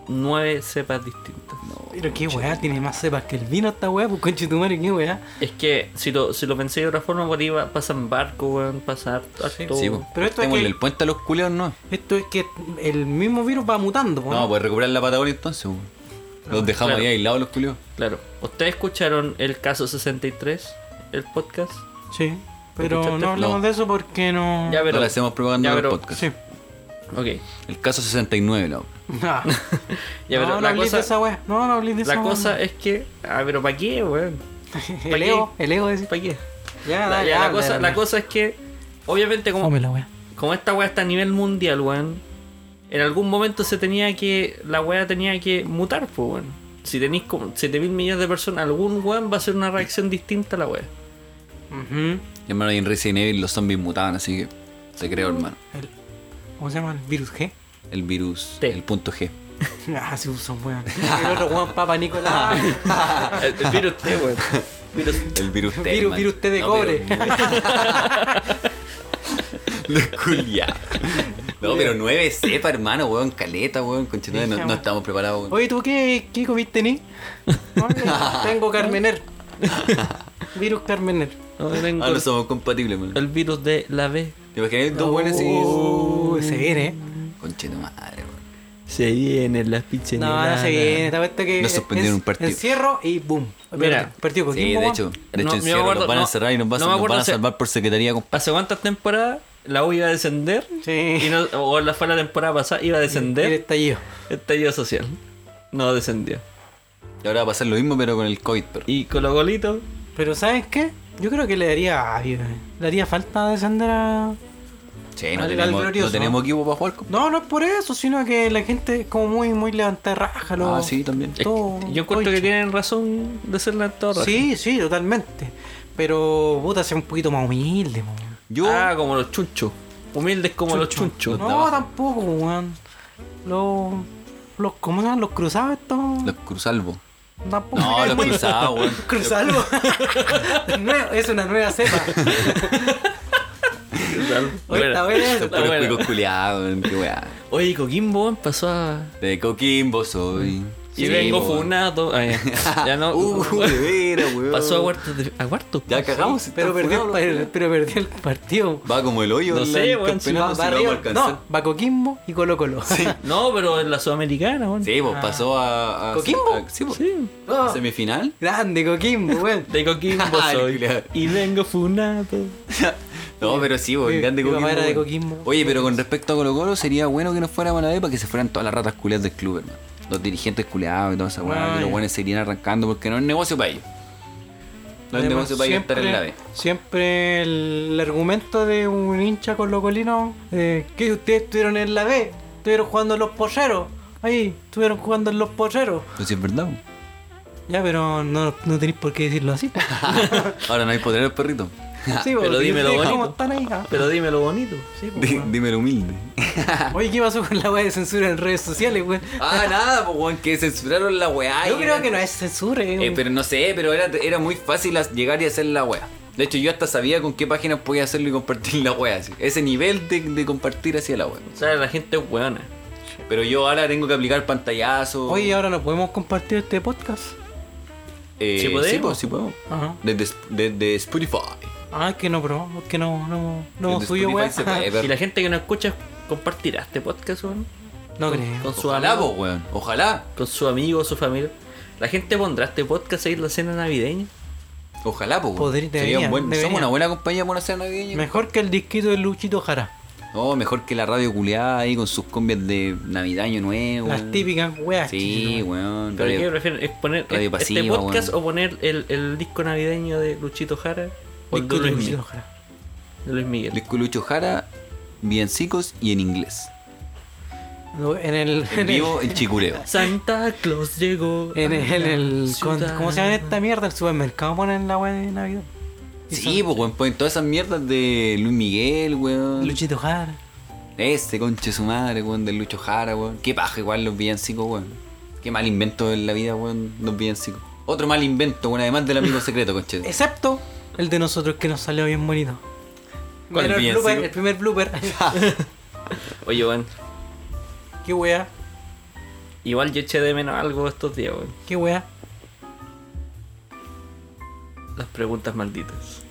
D: Nueve cepas distintas.
B: Pero qué weá, tiene más cepas que el vino esta weá, pues conchetumare, qué weá.
D: Es que si lo, si lo pensé de otra forma, por ahí va- pasan barcos, weón, pasan harto- harto-
C: Sí, weón.
B: Pero esto es que-
C: el puente a los culiados, no.
B: Esto es que el mismo virus va mutando, po,
C: No, pues recuperar la Patagonia entonces, weón. Los dejamos
D: Ah, claro.
C: ahí aislados los culiados.
D: Claro. ¿Ustedes escucharon el caso 63? El podcast.
B: Sí. Pero
D: ¿Escuchaste?
B: no hablamos
C: pues. No.
B: de eso porque no.
D: Ya, pero.
C: No le hacemos propaganda
D: ya,
C: al
D: pero-
C: podcast.
B: Sí.
D: Ok.
C: El caso 69, la
B: Ah.
D: Ya,
B: no,
D: pero
B: no
D: la
B: hablís de
D: cosa,
B: esa weá. No, no hablís de esa
D: la
B: weá.
D: cosa es que. Ah, pero ¿para qué, weón?
B: El ego, el ego decís.
D: ¿Para qué?
B: Ya,
D: La,
B: Ah, dale,
D: ya, la
B: habla,
D: cosa,
B: habla.
D: la cosa es que, obviamente, como,
B: Fome la weá.
D: como esta weá está a nivel mundial, weón, en algún momento se tenía que. La weá tenía que mutar, pues, weón. Si tenéis como 7 mil millones de personas, algún weón va a hacer una reacción distinta a la weá.
B: Ujú.
C: Y, hermano, y en Resident Evil los zombies mutaban, así que se creó,
D: Mm.
C: hermano.
B: El- ¿Cómo se llama? ¿El virus G?
C: El virus,
D: Sí.
C: el punto G.
B: Ah, se usa un weón. El otro weón, Papa Nicolás.
D: El, el virus T, weón. Virus
C: El virus T.
B: Virus-
C: hermano.
B: virus T de cobre.
C: pero- Los culiados. No, pero 9 cepa, hermano, weón, caleta, weón, continúa, no, no estamos preparados, weón. Ah,
B: Oye, ¿tú qué, qué comiste, ni? Tengo Carmener. virus Carmener.
D: No tengo
C: Ah, no somos compatibles, man.
D: el virus de la B.
C: ¿Te imaginas
D: Oh.
C: dos buenas y.
B: Uh, se viene, ¿eh?
C: Conchito madre, weón.
D: Se vienen las pinches
B: No, ahora se viene. Esta vez que
C: Nos suspendieron
B: en-
C: un partido.
B: Encierro y boom.
D: Mira.
B: partido con
C: Sí,
B: Coquimbo,
C: de
B: weón.
C: hecho, de
D: No,
C: hecho,
D: me
C: encierro,
D: acuerdo-
C: nos van a
D: no,
C: encerrar y nos, va a-
D: no me
C: nos van
D: acuerdo
C: a
D: si-
C: salvar por secretaría, compadre.
D: ¿Hace cuántas temporadas la U iba a descender?
B: Sí.
D: Y no- o la fue la temporada pasada, iba a
B: El
D: descender.
B: estallido.
D: Estallido social. No descendió.
C: Y ahora va a pasar lo mismo, pero con el COVID, pero.
D: Y con los golitos.
B: Pero ¿sabes qué? Yo creo que le daría le haría falta descender a...
C: Sí, no
B: Al- al
C: tenemos, no
B: glorioso.
C: tenemos equipo para jugar, compadre.
B: No, no es por eso, sino que la gente es como muy, muy levantarraja. lo-
C: Ah, sí, también.
D: Es que
B: todo
D: yo encuentro que
B: coicho.
D: tienen razón de ser la torre.
B: Sí, sí, totalmente. Pero, puta, sea un poquito más humilde, mo.
C: Yo.
D: Ah, como los chunchos. Humildes como los chunchos.
B: No, tampoco, weón. Los... Los, ¿Cómo se llaman? ¿Los cruzados estos?
C: Los cruzalvos.
B: Tampoco me
C: No,
B: caen
C: los
B: muy-
C: cruzados, weón.
B: Cruzalvo. Nue- es una nueva cepa. Oye, está buena esa,
C: Son
B: está
C: puros
D: buena.
C: cuicos culiados, weón, qué weá.
D: Oye, Coquimbo weón, pasó a.
C: De Coquimbo soy.
D: y
C: Sí,
D: vengo
C: weón.
D: funado. Ah, ya. Ya no.
C: Uh, de veras, weón.
D: pasó a cuartos. de- A pues. cuartos.
C: Ya cagamos. si
B: Pero
C: están
B: perdió,
C: funados,
B: el,
C: weón.
B: pero perdió el partido.
C: Va como el hoyo.
D: No
C: el-
D: sé,
C: el
D: weón, si
C: campeonato,
B: Va-
C: si
B: va
C: lo
B: arriba.
C: vamos a alcanzar.
B: no, va Coquimbo y Colo Colo.
D: No, pero en la Sudamericana, weón.
C: Sí, pues pasó a. a
B: ¿Coquimbo?
C: a- sí, pues.
D: Sí.
B: Ah.
C: ¿Semifinal?
B: Grande Coquimbo, weón.
D: De Coquimbo
C: Ah,
D: soy.
C: claro.
D: y vengo funado.
C: No, pero sí,
B: mi-
C: weón. Grande
B: mi
C: Coquimbo.
B: papá era de
C: weón.
B: Coquimbo.
C: Oye, pero con respecto a Colo Colo, sería bueno que nos fuéramos a la B para que se fueran todas las ratas culiadas del club, hermano. Los dirigentes culeados y toda esa weá.
B: Ah,
C: Que los
B: ya.
C: buenos se irían arrancando porque no es negocio para ellos. No es negocio para ellos estar en la B.
B: Siempre el, el argumento de un hincha con colino eh, que ustedes estuvieron en la B, estuvieron jugando en los porreros. Ahí, estuvieron jugando en los porreros.
C: Pues sí, es verdad. weón.
B: Ya, pero no, no tenéis por qué decirlo así.
C: Ahora no hay poder al perrito.
B: Sí, porque
D: dímelo
B: ustedes
D: bonito.
B: ¿Cómo están ahí? ah.
D: Pero dime lo bonito.
B: Sí, pues,
C: Dime
B: weón.
C: dímelo humilde.
B: Oye, ¿qué pasó con la weá de censura en redes sociales, weón?
C: Ah, nada, pues, weón, que censuraron la weá.
B: Yo
C: y
B: creo
C: era-
B: que no es censura, eh,
C: Eh, pero no sé, pero era, era muy fácil as- llegar y hacer la weá. De hecho, yo hasta sabía con qué páginas podía hacerlo y compartir la weá. así. Ese nivel de, de compartir hacia la weá.
D: O sea, la gente es weona.
C: Pero yo ahora tengo que aplicar pantallazo.
B: Oye, ahora no podemos compartir este podcast.
C: Eh,
D: ¿sí podemos?
C: Sí, pues, sí podemos.
B: Ajá.
C: Desde, Sp- desde Spotify.
B: Ah, es que no probamos, es que no, no, no
C: Desde
B: hemos subido,
C: Spotify
B: weón.
C: se puede ver.
D: Y la gente que no escucha compartirá este podcast, weón.
B: No creo.
D: Con su
C: Ojalá,
D: amigo.
C: pues, weón. Ojalá.
D: con su amigo, su familia. La gente pondrá este podcast ahí en la cena navideña.
C: Ojalá, pues, weón.
B: Podría-
C: Sería
B: deberían,
C: un buen-
B: deberían.
C: Somos una buena compañía por hacer navideña.
B: Mejor que el disquito de Luchito Jara.
C: No, mejor que la radio culeada ahí con sus combias de Navidad, Año Nuevo.
B: Las típicas weas.
C: Sí,
B: chiquillo,
C: weón.
D: Pero
C: radio-
D: ¿qué prefieren? ¿Es poner
C: radio
D: este
C: pasiva,
D: podcast
C: weón.
D: o poner el, el disco navideño de Luchito Jara? O el
B: Disquito
D: de
B: de
D: Luis,
B: Luchito
D: Miguel,
B: Jara.
D: de Luis Miguel.
C: Disco Lucho Jara, villancicos y en inglés.
B: Lo- En el.
C: En
B: En
C: vivo en Chicureo.
D: Santa Claus llegó.
B: el. En el, en el-
D: a la
B: con-
D: ciudad.
B: ¿Cómo se llama esta mierda? El supermercado ponen la wea de Navidad. Y
C: Sí,
B: son-
C: pues, weón, ponen todas esas mierdas de Luis Miguel, weón.
B: Luchito Jara.
C: Ese Este conche su madre, weón, del Lucho Jara, weón. Qué paja igual los villancicos, weón. Qué mal invento en la vida, weón, los villancicos. Otro mal invento, weón, además del amigo secreto, conche.
B: Excepto el de nosotros que nos salió bien bonito.
C: ¿Cuál
B: Pero el,
C: villancico?
B: blooper, el primer blooper.
D: Oye, weón.
B: qué wea,
D: Igual yo eché de menos algo estos días, weón.
B: qué wea.
D: Las preguntas malditas.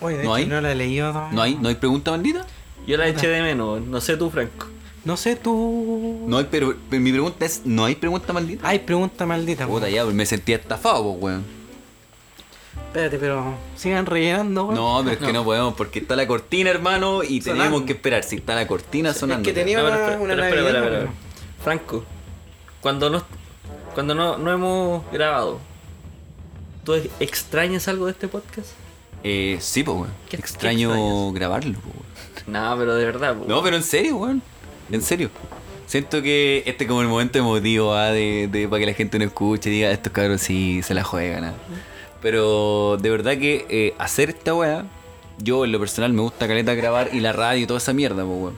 B: Oye, de
C: ¿No
B: hecho,
C: hay?
B: no la he leído. No,
C: ¿No hay, no hay pregunta maldita?
D: Yo las eché de menos, weón. No sé tú, Franco.
B: No sé tú.
C: No hay, pero, pero mi pregunta es, ¿no hay pregunta maldita?
B: Ay, pregunta maldita.
C: Puta, ya, me sentía estafado, pues, weón.
B: Espérate, pero sigan rellenando, weón.
C: No, pero es que no podemos, porque está la cortina, hermano, y tenemos
B: Sonando.
C: que esperar. Si está la cortina sonando.
B: que tenía-
D: No,
B: una-
D: pero espera,
B: una
D: pero espera,
B: Navidad, pues.
D: espera,
B: ¿no?
D: espera. Franco, cuando no cuando no, no hemos grabado, ¿tú ex- extrañas algo de este podcast?
C: Eh, sí, pues, weón.
D: ¿Qué-
C: Extraño
D: qué extrañas?
C: grabarlo, pues, weón.
D: No, pero de verdad, pues. po.
C: No, pero en serio, weón. En serio. Siento que este es como el momento emotivo ¿ah? de, de- para que la gente no escuche y diga, estos cabros sí se la juegan. ¿ah". Pero de verdad que eh, hacer esta weá, yo en lo personal me gusta caleta grabar y la radio y toda esa mierda, pues weón.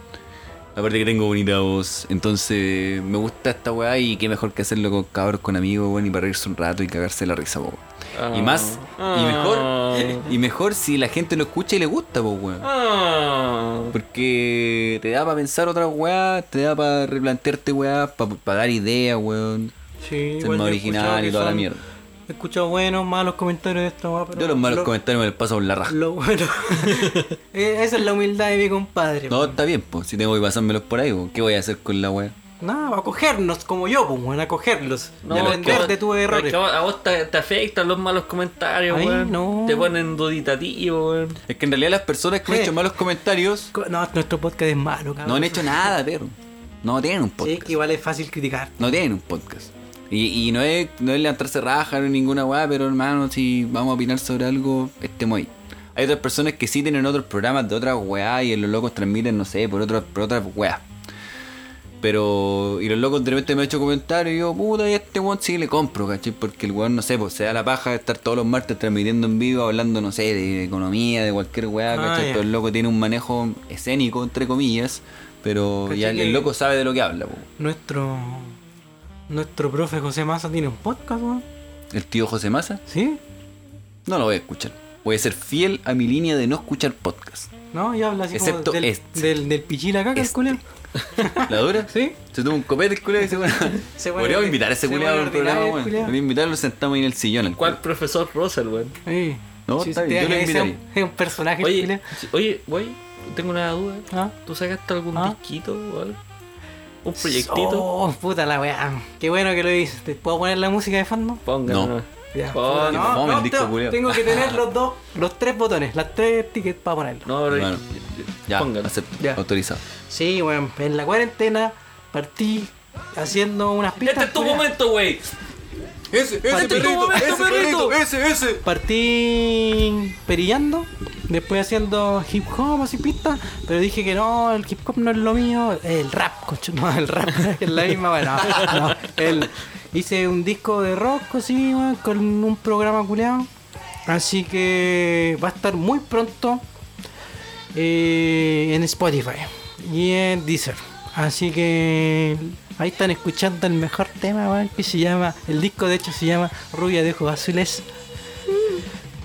C: Aparte que tengo bonita voz, entonces me gusta esta weá y qué mejor que hacerlo con cabros, con amigos, weón, y para reírse un rato y cagarse la risa, po, weón. Y más, y mejor, y mejor si la gente lo escucha y le gusta, po, weón.
D: Ah.
C: Porque te da para pensar otras weá, te da para replantearte weá, para dar ideas, weón.
B: Sí,
C: Ser
B: igual
C: más
B: yo he escuchado
C: original
B: que
C: y toda la
B: son-
C: mierda.
B: He escuchado buenos, malos comentarios de esta weá, pero.
C: Yo los malos
B: lo-
C: comentarios me los paso por la raja.
B: Lo bueno. Eh, Esa es la humildad de mi compadre.
C: No, está bien, pues. Si tengo que pasármelos por ahí, po, ¿qué voy a hacer con la weá?
B: Nada, a cogernos como yo, pues, weón, a cogerlos.
D: No,
B: y
D: es que
B: aprender
D: vos-
B: de tus
D: pero es
B: errores.
D: que a vos te, te afectan los malos comentarios,
B: Ay,
D: weón.
B: no.
D: Te ponen duditativo, weón.
C: Es que en realidad las personas que han
B: Sí.
C: hecho malos comentarios
B: Co- No, nuestro podcast es malo, cabrón.
C: no han hecho nada, perro. No tienen un
B: Sí,
C: podcast.
B: que igual es fácil criticar.
C: No tienen un podcast. Y, y no es, no es levantarse raja, no es ninguna weá, pero hermano, si vamos a opinar sobre algo, estemos ahí. Hay otras personas que sí tienen otros programas de otras weá y los locos transmiten, no sé, por otras, por otras weá. Pero, y los locos de repente me han hecho comentarios y yo, puta, y a este weón sí le compro, ¿cachai? Porque el weón, no sé, pues se da la paja de estar todos los martes transmitiendo en vivo, hablando, no sé, de economía, de cualquier weá,
B: Ah,
C: ¿cachai?
B: ya.
C: Pero el loco tiene un manejo escénico, entre comillas, pero
B: ¿Cachai
C: ya el, el
B: que-
C: loco sabe de lo que habla, po.
B: Nuestro. Nuestro profe José Massa tiene un podcast, weón.
C: El tío José Massa.
B: ¿Sí?
C: No lo voy a escuchar. Voy a ser fiel a mi línea de no escuchar podcast.
B: No, y habla así
C: Excepto
B: como del,
C: este.
B: del, del pichil acá,
C: Este.
B: calculé.
C: ¿La dura?
B: Sí.
C: Se tuvo un copete el culiao y se
B: Se vuelve-
C: Podríamos invitar a ese
B: se
C: culiado
B: vuelve
C: al programa,
B: ordinario el
C: weón.
B: culiao.
C: Podríamos invitarlo, sentamos ahí en el sillón. el
D: ¿Cuál profesor Russell, weón?
B: Sí.
C: No, está bien, yo lo
B: es un,
C: invitaría.
B: es un personaje,
D: Oye,
B: culé.
D: si- oye, güey, tengo una duda.
B: ¿Ah?
D: ¿Tú sacaste algún
B: ¿Ah?
D: disquito o algo? ¿Un proyectito?
B: Oh, puta la weá. Qué bueno que lo dices. ¿Te puedo poner la música de fondo?
D: Póngalo.
C: No.
B: Ya.
D: Póngalo.
C: no. fome el disco,
B: tengo-
C: culiao.
B: tengo que tener los dos, los tres botones, las tres tickets para ponerlo.
D: No, pero-
C: Bueno, Ya,
D: póngalo.
C: acepto.
B: Ya.
C: Autorizado.
B: Sí, weón. En la cuarentena partí haciendo unas pistas.
D: Este es tu
B: culiao.
D: momento, güey.
C: Ese,
B: Este es tu perrito, momento, ese perrito, perrito.
C: ese, ese.
B: Partí perillando, después haciendo hip hop, así pistas, pero dije que no, el hip hop no es lo mío, el rap, concho, no, el rap es la misma, bueno, no, el- hice un disco de rock, así, weón, con un programa culeado, así que va a estar muy pronto eh, en Spotify y en Deezer, así que ahí están escuchando el mejor tema, weón, que se llama, el disco de hecho se llama Rubia de Ojos Azules.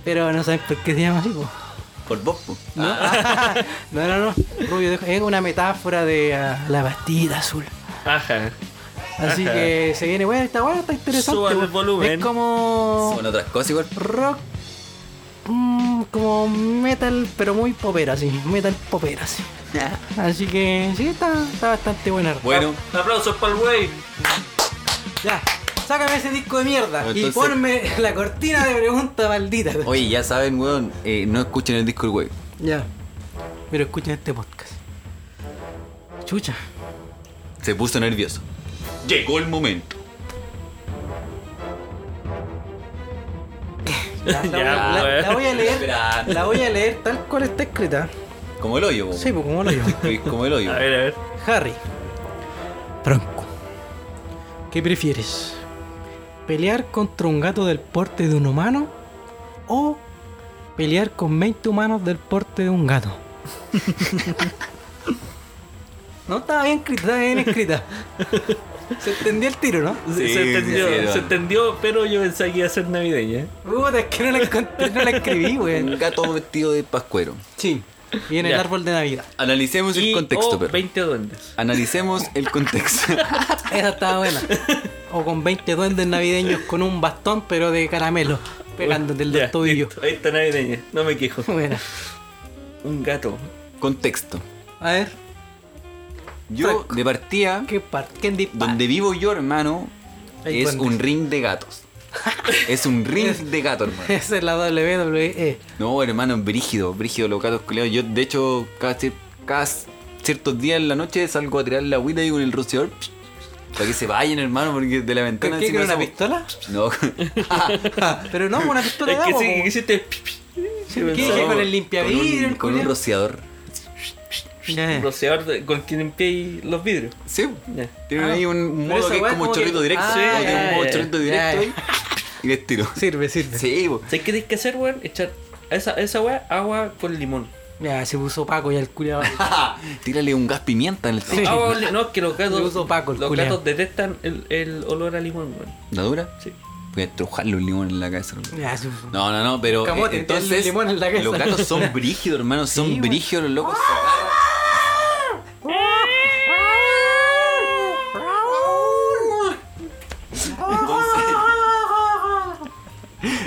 B: Pero no saben por qué se llama así, po. Ah,
C: Por vos, po.
B: ¿no? no, no, no. Rubio de- es una metáfora de ah, la bastida azul.
D: Ajá.
B: Así
D: Ajá.
B: que se viene, bueno, está bueno, está interesante.
D: Suban el
B: bueno.
D: volumen.
B: Es como
C: Son otras cosas igual.
B: rock, mm, como metal, pero muy popera, así. Metal popera, así. Así que sí, está, está bastante buena.
C: Bueno,
D: Aplausos para el güey.
B: Ya, sácame ese disco de mierda
C: Bueno,
B: y
C: entonces-
B: ponme la cortina de pregunta maldita.
C: oye, ya saben, weón, eh, no escuchen el disco del wey.
B: Ya, pero escuchen este podcast. Chucha.
C: Se puso nervioso. Llegó el momento.
B: La, la-
D: Ya,
B: la-
D: pues.
B: la voy a leer.
C: Espera,
B: La voy a leer tal cual está escrita.
C: Como el hoyo, po.
B: Sí, pues como lo yo.
C: Como el hoyo.
D: A ver, a ver.
B: Harry. Franco. ¿Qué prefieres? ¿Pelear contra un gato del porte de un humano? ¿O pelear con 20 humanos del porte de un gato? no estaba bien escrita, estaba bien escrita. Se entendía el tiro, ¿no?
C: Sí,
D: se entendió,
C: sí, sí,
D: se
C: bueno.
D: entendió, pero yo pensé que iba a ser navideña.
B: Puta, es que no la, encontré, no la escribí,
C: Un
B: güey.
C: gato vestido de pascuero.
B: Sí. Y en el
D: Ya.
B: árbol de Navidad.
C: Analicemos
D: Y oh,
C: el contexto,
D: o
C: perro.
D: 20 duendes.
C: Analicemos el contexto.
B: Esa estaba buena. O con 20 duendes navideños con un bastón, pero de caramelo, pegándote el
D: Ya,
B: dos tobillos.
D: listo. Ahí está navideña. No me quejo.
B: Bueno,
D: Un gato.
C: contexto.
B: a ver,
C: Yo
B: Franco.
C: de partida,
B: ¿qué parte? ¿Quién dispara?
C: donde vivo yo, hermano,
B: Hay
C: es
B: duendes.
C: un ring de gatos. es un ring de gatos, hermano.
B: Esa es la eh. WWE.
C: No, hermano, brígido, brígido los gatos culiados. Yo, de hecho, cada, cier- cada ciertos días en la noche salgo a tirar la agüita y con el rociador. psh, psh, Para que se vayan, hermano, porque de la
B: ¿Qué,
C: ventana
B: qué,
C: encima
B: con una
C: hacemos-
B: pistola?
C: No,
B: Ah, Pero no, una pistola de
D: Es que
B: agua.
D: sí,
B: po.
D: que hiciste
B: Sí, ¿Qué dije con el
C: con
B: limpiavidrio?
C: un, con un rociador.
D: un rociador de- con quien limpiáis los vidrios.
C: Sí,
D: Ya.
C: tienen
B: Ah.
C: ahí un
B: Pero
C: modo
B: esa
C: que es
B: weá
C: como
B: como que-
C: chorrito directo.
B: Ah,
C: sí,
B: ya,
C: tiene un
D: ya,
C: modo
D: ya.
C: chorrito directo. ahí. y les tiró.
B: Sirve, sirve.
C: Sí, po.
D: ¿Sabes qué tienes que hacer, weón? Echar a esa, a esa weá agua con limón.
B: Ya, se puso Paco y el culiado.
C: Tírale un gas pimienta en el techo.
D: Agua
B: Ah,
D: con li- no, que los gatos.
B: Lo uso Paco, el
D: los
B: culiao.
D: gatos detestan el, el olor a limón, weón.
C: ¿La dura?
D: Sí.
C: Voy a trujarle un limón en la cabeza.
B: Ya, se puso.
C: No, no, no, pero.
B: Camote,
C: eh, entonces.
B: el limón en la cabeza.
C: Los gatos son brígidos, hermano. Son
B: Sí,
C: brígidos los locos. Entonces-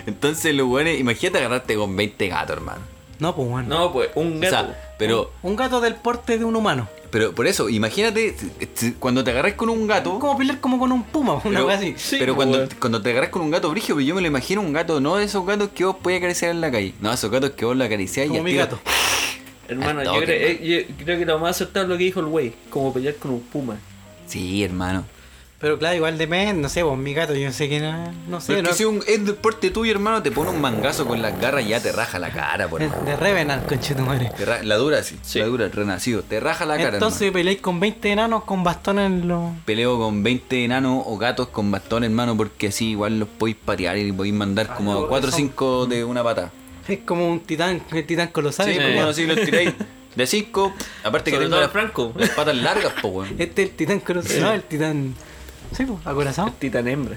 C: Entonces, los buenos, imagínate agarrarte con 20 gatos, hermano.
B: No, pues bueno.
D: No, pues, un
C: O
D: gato.
C: sea, pero,
B: Un gato del porte de un humano.
C: pero por eso, imagínate t- t- cuando te agarras con un gato.
B: Como pelear como con un puma, una
C: Pero,
B: cosa así.
D: Sí,
C: pero cuando,
D: weón.
C: cuando te agarras con un gato brígido, pero yo me lo imagino un gato, no de esos gatos que vos podés acariciar en la calle. No, esos gatos que vos lo acariciás y
B: Como mi
C: activa-
B: gato.
D: hermano,
C: al
D: yo,
C: toque,
D: creo, eh, yo creo que lo más aceptable es lo que dijo el güey, como pelear con un puma.
C: Sí, hermano.
B: Pero claro, igual depende, no sé, vos, mi gato, yo sé que no, no sé,
C: Pero es
B: no.
C: que si un, es deporte tuyo, hermano, te pone un mangazo con las garras y ya te raja la cara, por
B: De, de Revenant, conchetumare.
C: Te ra- La dura, sí,
D: Sí.
C: La dura, renacido. Te raja la cara,
B: Entonces peleáis con 20 enanos con bastones en los.
C: hermano. Peleo con 20 enanos o gatos con bastón, hermano, porque así igual los podéis patear y podéis mandar como
B: Ah, no,
C: 4 o
B: son-
C: 5 de una pata.
B: Es como un titán, el titán colosal.
C: Sí,
B: el
C: pues,
B: culiao.
C: bueno, sí, los tiráis de 5. Aparte que
D: Sobre
C: tengo
D: todo
C: las,
D: el Franco.
C: las patas largas, po, weón.
B: Este es el titán colosal, no, el titán. Sí, pues, acorazado.
D: Titan hembra.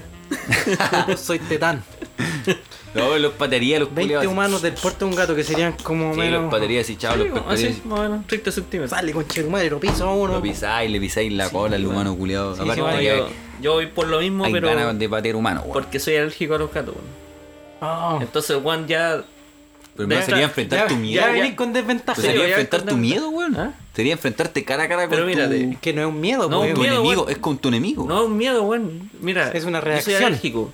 B: Yo soy titán.
C: No, los patearía, los
B: 20
C: culiados.
B: humanos del porte de un gato que serían como
C: Sí,
B: menos.
C: los patearías y chao,
D: Sí,
C: los
D: bueno,
C: patearías.
D: así, más o menos, 30 centímetros.
B: Sale, conchetumare, lo piso a uno.
C: Lo pisáis, le pisáis la cola al humano culiado.
B: Sí,
C: Aparte
B: sí,
D: No,
B: bueno,
C: que
D: yo, yo voy por lo mismo,
C: hay
D: pero
C: ganas de patear humano, weón.
D: porque soy alérgico a los gatos, weón.
C: Oh.
B: Ah.
D: Entonces, Juan ya.
C: Pero hermano,
D: Ya,
C: sería
D: ya,
C: enfrentar
B: Ya,
C: tu miedo.
B: ya
C: weón.
B: venís con desventaja.
C: Pues
D: Sí,
C: sería
D: voy a
C: enfrentar tu
D: contar-
C: miedo, weón.
D: ¿Ah?
C: Sería enfrentarte cara a cara con
D: Pero
C: tu,
D: mírate.
B: Que no es un miedo,
D: No,
B: pues,
D: un
C: tu
B: weón.
D: miedo,
C: enemigo.
D: weón.
C: Es con tu enemigo.
D: No, un miedo, weón. Mira.
B: Es una
D: Yo soy
B: reacción.
D: alérgico.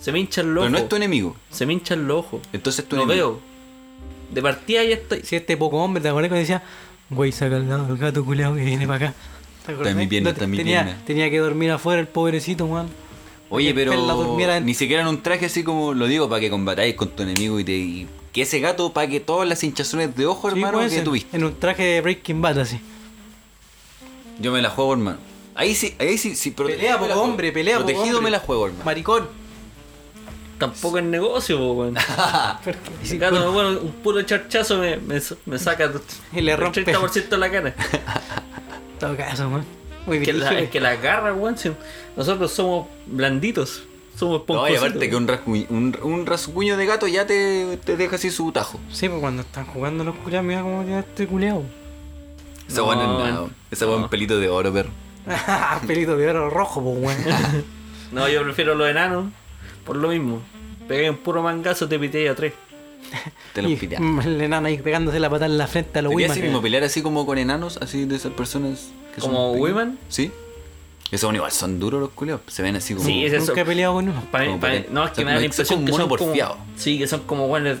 D: Se me hinchan los
C: pero
D: ojos.
C: no es tu enemigo.
D: Se me hinchan los ojos.
C: Entonces tu
D: Lo
C: enemigo.
D: veo. De partida ya estoy.
B: Si este poco hombre, ¿te acordás cuando decía, güey, saca al lado el gato culeado que viene para acá? ¿Te acordás?
C: en mi pierna, está en mi
B: tenía,
C: pierna.
B: Tenía que dormir afuera el pobrecito, weón.
C: Oye,
B: Que la durmiera
C: pero
B: en-
C: ni siquiera en un traje así como lo digo para que combatáis con tu enemigo y, te, y que ese gato pague todas las hinchazones de ojo,
B: Sí,
C: hermano,
B: puede
C: que
B: ser,
C: tuviste.
B: En un traje de Breaking Bad, así.
C: Yo me la juego, hermano. Ahí sí, ahí sí, sí protegido
B: Pelea,
C: me
B: poco
C: la juego.
B: hombre, pelea, poco
C: Protegido
B: hombre.
C: me la juego, hermano.
B: Maricón.
D: Tampoco es negocio, po, weón. Ese gato, weón, un puro charchazo me, me, me saca
B: Y le
D: el
B: rompe.
D: 30% de la cara.
B: En todo caso, weón. Muy
D: Es que
B: bien.
D: la, es que la garra, weón. si- Nosotros somos blanditos.
C: No,
D: Somos
C: y
D: pompositos.
C: aparte que un, rasguño, un, un rasguño de gato ya te, te deja así su tajo.
B: Sí, pues cuando están jugando los culeados, mira cómo queda este culeado.
C: Esa weón
D: No.
C: es nada. weón. Esa weón es un pelito de oro, perro.
B: Pelito de oro rojo, pues, weón.
D: No, yo prefiero los enanos. Por lo mismo. Pegué un puro mangazo, te pité a tres.
C: Te lo
B: Y,
C: piteas.
B: mm, El enano ahí pegándose la patada en la frente a los
C: Sería
B: Wiman.
C: así como pelear así como con enanos, así de esas personas que son
D: ¿Como
C: pequeñas.
D: Wiman?
C: Sí. Esos son igual, son duros los culeos. Se ven así como.
D: Sí, es eso.
B: Nunca he peleado con uno.
D: Pa' mí-
C: Como
D: pa' mí-
C: para-
D: no, es que
C: son
D: me da la
C: como- son
D: impresión
C: como
D: que son
C: mono porfiado.
D: como, Sí, que son como buenos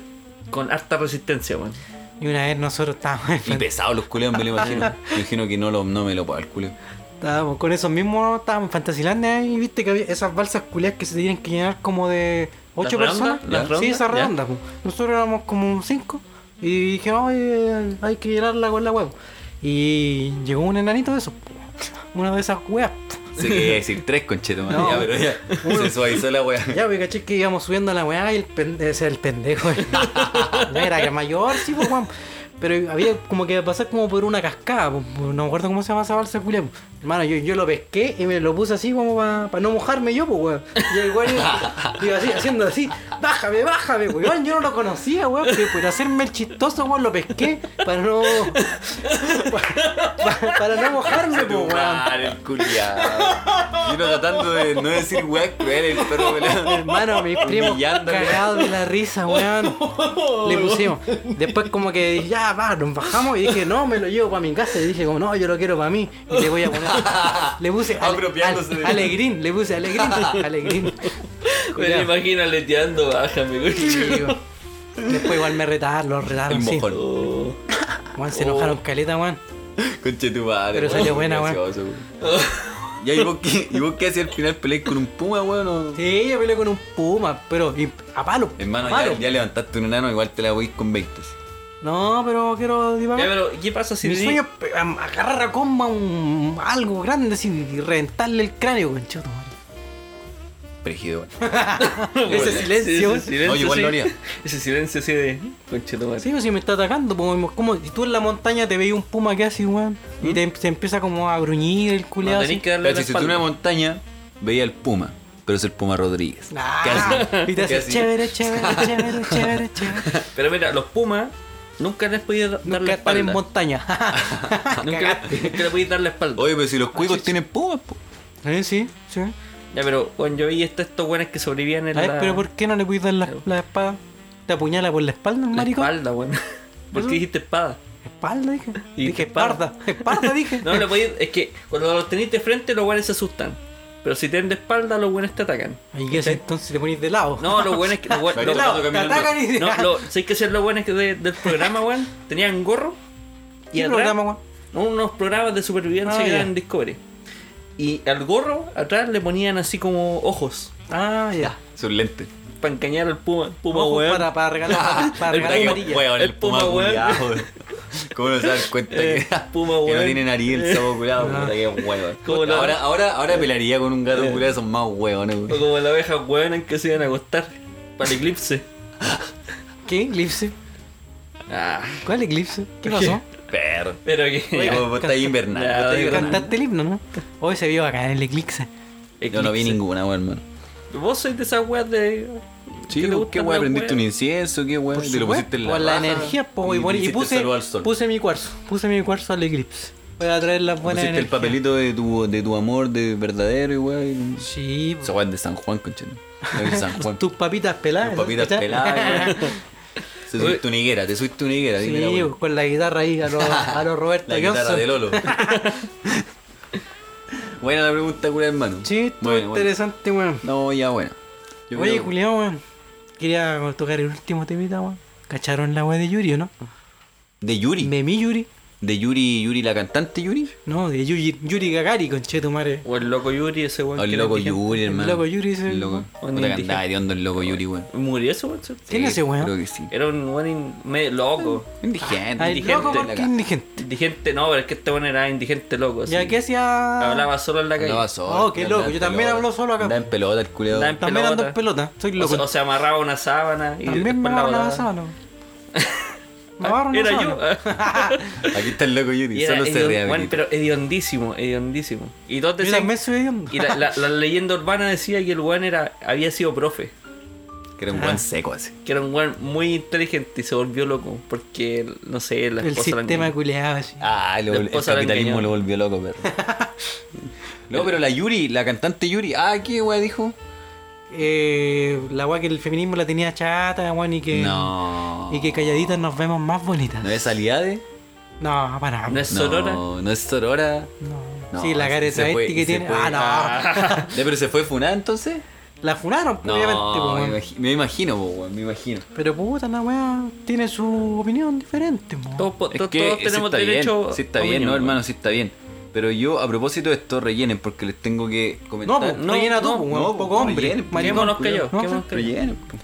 D: con harta resistencia, weón.
B: Y una vez nosotros estábamos
C: Y pesados los culeos, me lo imagino. me imagino que no, lo, no me lo paga el culeo.
B: Estábamos con esos mismos, estábamos en Fantasilandia y viste que había esas balsas culiadas que se tienen que llenar como de ocho
D: ¿Las redondas?
B: personas.
D: ¿Las
B: sí,
D: redondas?
B: esas
D: Ya.
B: redondas. po. Nosotros éramos como cinco y dije, oye, hay que llenarla con la huevo. Y llegó un enanito de esos, po. una de esas weas. po.
C: Se quería decir tres conchetos,
B: No.
C: ya, pero ya. Se suavizó la weá.
B: Ya, porque caché que íbamos subiendo la weá y el pendejo, el pendejo, no era que mayor, sí, po, weón. Pero había como que pasar como por una cascada, po. no me acuerdo cómo se llama esa balsa culia. po. Hermano, yo, yo lo pesqué y me lo puse así como para no mojarme yo, pues weón. Y el weón iba, iba así, haciendo así, bájame, bájame, weón. Yo no lo conocía, weón, pero por hacerme el chistoso, weón, lo pesqué para no. pa- pa- para, no mojarme, pues weón.
C: Madre, el culiao. Yo no tratando de no decir weá cruel, el perro pelado.
B: Hermano, mis primos
C: Humillándome.
B: cagados de la risa, weón. Le pusimos. Después como que dije, ya, va, nos bajamos y dije, no, me lo llevo para mi casa. Y dije, como, no, yo lo quiero para mí. Y le voy a poner. Le puse ale-
C: Apropiándose de-
B: ale- alegrín, le puse alegrín, alegrín.
D: Me lo imagino aleteando, bájame,
B: Sí,
D: güey.
B: weón. Después igual me retaron, los retaron,
C: El
B: Ah, sí.
C: mojón. Oh.
D: Oh.
B: Weón, se enojaron caleta, weón.
C: Conche tu madre.
B: Pero
C: weón,
B: salió buena,
C: gracioso, weón. Ya, ¿y vos qué, y vos qué hacías al final? ¿Peleáis con un puma, weón? o-
B: Sí, yo peleé con un puma, pero y- a palo.
C: Hermano,
B: a
C: ya,
B: palo.
C: ya levantaste un enano, igual te la voy con 20.
B: No, pero quiero
D: Ya,
B: divagar.
D: pero ¿qué pasa si
B: Mi
D: tenés-
B: sueño es pe- am- agarrar a comba un, algo grande así y reventarle el cráneo, conchato, madre.
C: Pregido, weón.
B: Ese silencio.
D: Ese silencio,
C: Oye, igual
D: sí.
C: lo haría.
D: Ese silencio así de. Conchetumare.
B: Sí, o si me está atacando, como, como si tú en la montaña te veis un puma que hace, weón, y te, em, se empieza como a gruñir el
D: ¿Mm? No
B: culeado.
D: tenéis que darle
C: Pero
D: la
C: si estuviera en
D: espalda.
C: una montaña, veía el Puma, pero es el Puma Rodríguez.
B: Ah, y te
C: ¿Qué
B: hace
C: hace?
B: chévere, chévere, chévere, chévere, chévere.
D: Pero mira, los Pumas nunca les podía dar la
B: Nunca estar en
D: espalda.
B: montaña.
D: Nunca, nunca le podía dar la espalda.
C: Oye, pero si los cuicos tienen pumas, po.
B: Eh, sí, sí.
D: Ya, pero cuando yo vi esto- estos buenos que sobrevivían en
B: A ver,
D: la,
B: pero ¿por qué no le puedes dar la, la espada? ¿Te apuñala por la espalda, el
D: la
B: maricón?
D: espalda, weón. ¿Por qué dijiste espada?
B: Espalda, dije.
D: Y
B: dije
D: espada.
B: espalda. Espalda, dije.
D: No, le podía, es que cuando los tenéis de frente, los buenos se asustan. Pero si tienen de espalda, los buenos te atacan.
B: ¿Y qué haces? entonces? ¿Te ponís de lado?
D: No, los buenos que. Los, buen-
C: Vaya
D: los-
C: lado,
B: te
C: caminando.
B: atacan y...
D: no, lo, ¿sabéis qué hacían los buenos que de- del programa, weón? Tenían gorro. Y
B: ¿Qué
D: atrás-
B: programa, weón?
D: unos programas de supervivencia
B: Ah,
D: que
B: ya.
D: eran en Discovery. Y al gorro atrás le ponían así como ojos
B: Ah, ya.
C: Son lentes.
D: para engañar al puma, puma
B: Ojo,
D: weón.
B: para, para regalar, para
D: El
B: regalar
D: Puma,
B: amarilla.
C: Weón, el
D: El Puma,
C: Puma
D: weón.
C: culiao, weón. ¿Cómo no se dan cuenta
D: Eh,
C: que,
D: Puma,
C: que no
D: weón.
C: tiene nariz el sapo culiao? Puta, qué weón.
D: Como la-
C: Ahora, ahora, ahora pelaría con un gato culiao, son más hueones,
D: O
C: weón.
D: como la abeja weón en que se iban a acostar para el eclipse.
B: ¿Qué eclipse?
D: Ah,
B: ¿Cuál eclipse? ¿Qué pasó?
C: Perro.
D: pero que.
C: Oye, vos- vos estás invernal.
D: Ya,
C: vos estás
D: oye,
C: invernal.
B: Cantaste el himno, ¿no? Hoy se vio acá en el eclipse.
C: Yo no vi
D: eclipse.
C: ninguna, weón, hermano.
D: Vos sois de esas weas de.
C: Sí,
D: que te
C: ¿qué
D: gustan
C: weón?
D: las
C: ¿Prendiste un
D: weas.
C: incienso? ¿Qué weón? Te lo
B: supuesto,
C: pusiste en la
B: por la
C: raja,
B: energía, po, y,
C: le
B: por- y
C: hiciste
B: puse,
C: saludo al sol.
B: puse mi cuarzo. Puse mi cuarzo al eclipse. Voy a traer las buenas
C: Pusiste el
B: energías.
C: papelito de tu, de tu amor de verdadero, y weón.
B: Sí, po.
C: Esa weón es de San Juan, conchete. Es de San Juan.
B: tus papitas peladas. ¿no?
C: papitas
B: ¿Cachai?
C: peladas, weón. Te
D: Oye.
C: subiste una higuera, te subiste una higuera. dime la
B: Sí,
C: weá.
B: po, con la guitarra ahí a los a lo Roberto
C: La guitarra
B: Johnson.
C: de Lolo. buena la pregunta, cura hermano.
B: Sí, estuvo
C: Bueno, bueno.
B: interesante, weón.
C: No, ya, bueno. Yo
B: Oye,
C: creo-
B: Julián, weón. Quería tocar el último temita, weón. ¿Cacharon la weá de Yuri o no?
C: De Yuri.
B: De mi Yuri.
C: De Yuri, Yuri, la cantante Yuri.
B: No, de Yuri, Yuri Gagari, conchetumare.
D: O el loco Yuri, ese weón.
C: O el
D: que
C: loco
D: era indígena.
C: Yuri,
B: El
C: hermano.
B: loco Yuri, ese-
C: El loco.
D: o
C: Puta
D: el
C: que
D: indígena.
C: andaba hediondo el loco Yuri, weón.
D: Murió ese weón, ¿cierto?
B: ¿Quién es ese weón?
C: Creo que sí.
D: Era un weón in- me- loco.
C: Indigente.
B: Ah, el
D: indigente,
B: loco
D: la
B: porque
C: cara.
B: indigente.
D: Indigente, no, pero es que este weón era indigente loco.
B: ¿Y
D: así.
B: a qué hacía?
D: Hablaba solo en la calle.
C: Andaba solo.
B: Oh, qué
C: andaba
B: loco,
C: en
B: yo también
C: pelota.
B: hablo solo acá.
C: Andaba en pelota el culiado.
D: Andaba en
B: También ando en
D: pelota.
B: pelota. Soy
D: O
B: loco.
D: se, o se amarraba una sábana y
B: También me
D: después la
B: agarraron la
D: botaba.
B: sábana. Me agarraron la
D: Era
B: sábana.
D: yo.
C: Aquí está el loco Yuri.
D: Y era
C: Solo se
D: hediondo-
C: ría.
D: bueno,
C: Benito.
D: pero hediondísimo, hediondísimo. Y todos
B: Yo
D: decían-
B: también soy
D: y la, la- la leyenda urbana decía que el weón era, había sido profe,
C: Que era un
B: Ah.
C: buen seco así.
D: que era un weón muy inteligente y se volvió loco porque, no sé, la
B: El
D: esposa la
B: sistema
D: engañó.
B: culeado así.
C: Ah, lo-
D: La
C: el
D: esposa la
C: capitalismo
D: engañó.
C: lo volvió loco, perro. no, pero la Yuri, la cantante Yuri. Ah, ¿qué weá dijo?
B: Eh, la weá que el feminismo la tenía chata, weón, y que.
C: No.
B: Y que calladitas nos vemos más bonitas.
C: ¿No es Aliade?
B: No, para
D: No
B: nada.
D: es Sorora.
C: No, no es Sorora.
B: No.
C: No,
B: sí, la
C: se-
B: cara
C: se
B: esa
C: fue-
B: bestia que
C: se
B: tiene.
C: fue.
B: Ah, no.
C: Ya, pero se fue Funá entonces.
B: La funaron, pues,
C: No,
B: obviamente, pues,
C: me,
B: weón.
C: imagi- me imagino, po, weón, me imagino.
B: Pero puta, la weá tiene su opinión diferente, po.
D: Todos, po-
C: Es
D: to-
C: que
D: todos
C: sí
D: tenemos
C: está
D: derecho
C: bien, sí está
D: a
C: bien,
D: opinión,
C: no,
D: weón.
C: hermano, sí está bien. Pero yo, a propósito de esto, rellenen porque les tengo que comentar.
B: No, pues,
D: no,
B: rellena tú,
D: no,
B: po,
C: no,
B: weón.
C: po,
B: Poco hombre,
C: rellenen,
B: maricón.
D: Quémonos callados,
B: No,
D: quémonos
B: sí.
D: callados.
C: Rellenen, po.